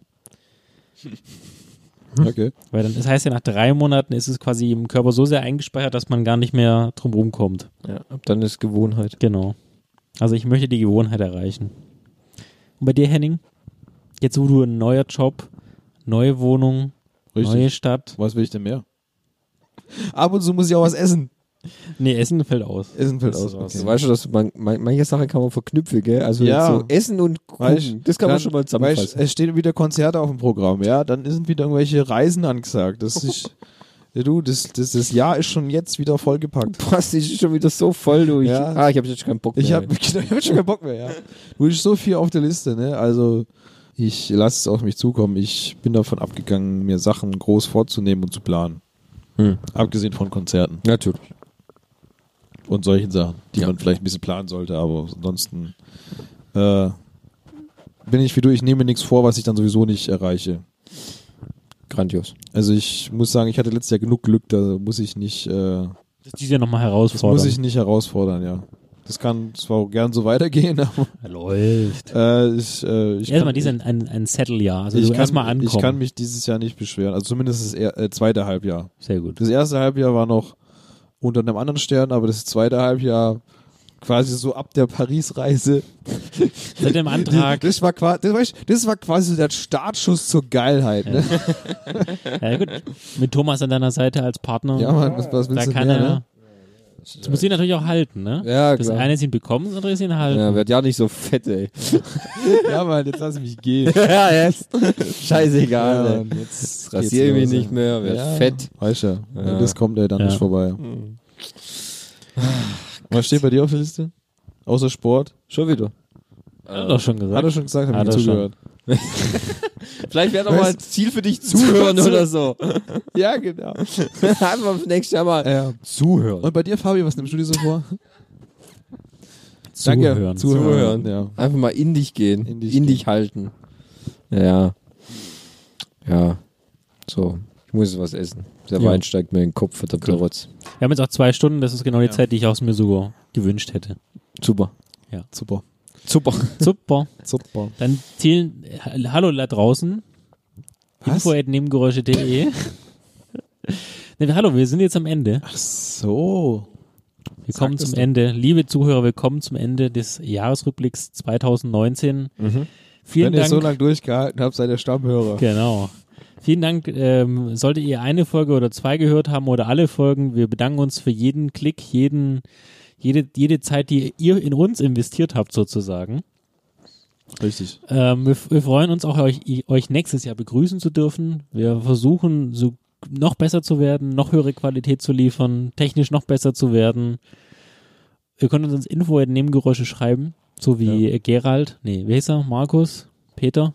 Hm.
Okay.
Weil dann, das heißt ja, nach drei Monaten ist es quasi im Körper so sehr eingespeichert, dass man gar nicht mehr drum rumkommt.
ja, ab dann ist Gewohnheit.
Genau. Also ich möchte die Gewohnheit erreichen. Und bei dir, Henning? Jetzt, wo du ein neuer Job, neue Wohnung, neue
Richtig.
Stadt.
Was will ich denn mehr? Ab und zu muss ich auch was essen.
Nee, Essen fällt aus.
Essen fällt
Das
aus.
ist aus.
Okay.
Du weißt schon, dass man, man, manche Sachen kann man verknüpfen, gell? Also
Ja.
jetzt so Essen und Kuchen,
Weißt,
das kann man
dann-
schon mal
Weißt,
zusammenfassen.
es stehen wieder Konzerte auf dem Programm, ja, dann sind wieder irgendwelche Reisen angesagt. Das ist, ja, du, das, das, das Jahr ist schon jetzt wieder vollgepackt.
Weißt, ich bin schon wieder so voll, du. Ich,
Ja.
Ah, ich habe jetzt keinen Bock mehr.
Ich habe ich hab schon keinen Bock mehr, ja. Du bist so viel auf der Liste, ne? Also ich lasse es auf mich zukommen. Ich bin davon abgegangen, mir Sachen groß vorzunehmen und zu planen.
Hm.
Abgesehen von Konzerten
Natürlich.
und solchen Sachen, die
Ja.
man vielleicht ein bisschen planen sollte, aber ansonsten äh, bin ich wie du, ich nehme mir nichts vor, was ich dann sowieso nicht erreiche.
Grandios.
Also ich muss sagen, ich hatte letztes Jahr genug Glück, da muss ich nicht, äh,
Das ist ja nochmal
das
herausfordern.
muss ich nicht herausfordern, ja. Das kann zwar gern so weitergehen, aber
Läuft.
äh, ich, äh, ich
Erstmal
kann-
dies ein, ein, ein Settle-Jahr. Also du erstmal ankommen.
ich kann mich dieses Jahr nicht beschweren. Also zumindest das er, äh, zweite Halbjahr.
Sehr gut.
Das erste Halbjahr war noch unter einem anderen Stern, aber das zweite Halbjahr quasi so ab der Paris-Reise.
Seit dem Antrag.
Das war, qua- das, war, das war quasi so der Startschuss zur Geilheit. Ne?
ja, gut. Mit Thomas an deiner Seite als Partner.
Ja, Mann, was, was
da
willst du
kann
mehr,
er.
ne?
Das muss ihn natürlich auch halten, ne?
Ja,
das
klar.
eine ist ihn bekommen, das andere ist ihn halten.
Ja, werd ja nicht so fett, ey.
ne?
Ja, Mann, jetzt lass mich gehen.
ja, jetzt. Scheißegal,
Ja,
ey.
Mann, jetzt
Rasier
geht's
mich
los, ey.
nicht mehr, werd
Ja.
fett.
Weißt du, wenn
Ja.
das kommt, ey, dann
Ja. Hm.
ist vorbei. Was steht bei dir auf der Liste? Außer Sport?
Schon wieder.
Hat er doch schon
Hat
gesagt.
er schon gesagt, Äh, hab
Hat
ich
er schon.
zugehört.
Vielleicht wäre doch
Weißt-
mal ein Ziel für dich zuhören oder so.
Ja, genau.
Einfach das nächste Jahr mal
Ja.
zuhören.
Und bei dir, Fabi, was nimmst du dir so vor? Zuhören.
Zuhören.
Zuhören.
Ja.
Einfach mal in dich gehen.
In
In
dich
dich,
gehen.
halten. Ja. Ja. So. Ich muss jetzt was essen. Der
Ja.
Wein steigt mir in den Kopf, verdammter
Gut.
Rotz.
Wir haben jetzt auch zwei Stunden, das ist genau die
Ja.
Zeit, die ich aus mir sogar gewünscht hätte.
Super.
Super.
Super.
Super.
Super.
Dann zielen, hallo da draußen,
Was?
info.nebengeräusche.de. nee, hallo, wir sind jetzt am Ende.
Ach so.
Wir kommen
Sag das
zum
doch.
Ende. Liebe Zuhörer, wir kommen zum Ende des Jahresrückblicks 2019. Vielen
Mhm. Wenn ihr
Dank.
so lange durchgehalten habt, seid ihr Stammhörer.
genau. Vielen Dank. Ähm, solltet ihr eine Folge oder zwei gehört haben oder alle Folgen, wir bedanken uns für jeden Klick, jeden, jede, jede Zeit, die ihr in uns investiert habt, sozusagen.
Richtig.
Ähm, wir, f- wir freuen uns auch, euch, i- euch nächstes Jahr begrüßen zu dürfen. Wir versuchen, so noch besser zu werden, noch höhere Qualität zu liefern, technisch noch besser zu werden. Ihr könnt uns ins Info in Nebengeräusche schreiben, so wie Gerald, nee, wer hieß er? Markus, Peter,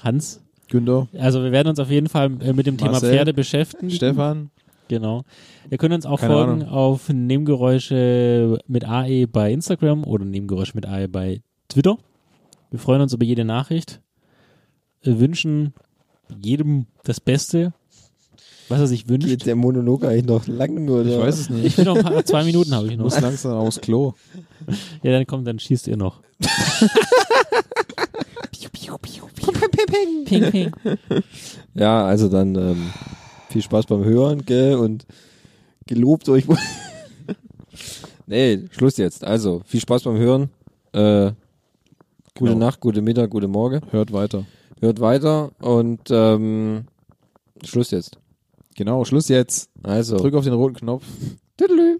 Hans.
Günter,
Also wir werden uns auf jeden Fall äh, mit dem Thema
Marcel.
Pferde beschäftigen.
Stefan,
Genau. Ihr könnt uns auch
Keine
folgen
Ahnung.
auf Nebengeräusche mit AE bei Instagram oder Nebengeräusche mit AE bei Twitter. Wir freuen uns über jede Nachricht. Wir wünschen jedem das Beste, was er sich wünscht.
Geht der Monolog eigentlich noch lang oder?
ich weiß es nicht.
Ich will noch ein paar, zwei Minuten habe ich
Ich
noch.
muss langsam aufs Klo.
Ja, dann kommt, dann schießt ihr noch. Ping, ping.
Ja, also dann ähm, viel Spaß beim Hören, gell? Und gelobt euch. nee, Schluss jetzt. Also, viel Spaß beim Hören. Äh, gute
Genau.
Nacht, gute Mittag, gute Morgen.
Hört weiter.
Hört weiter und ähm, Schluss jetzt.
Genau, Schluss jetzt.
Also.
Drück auf den roten Knopf.
Tüdelü.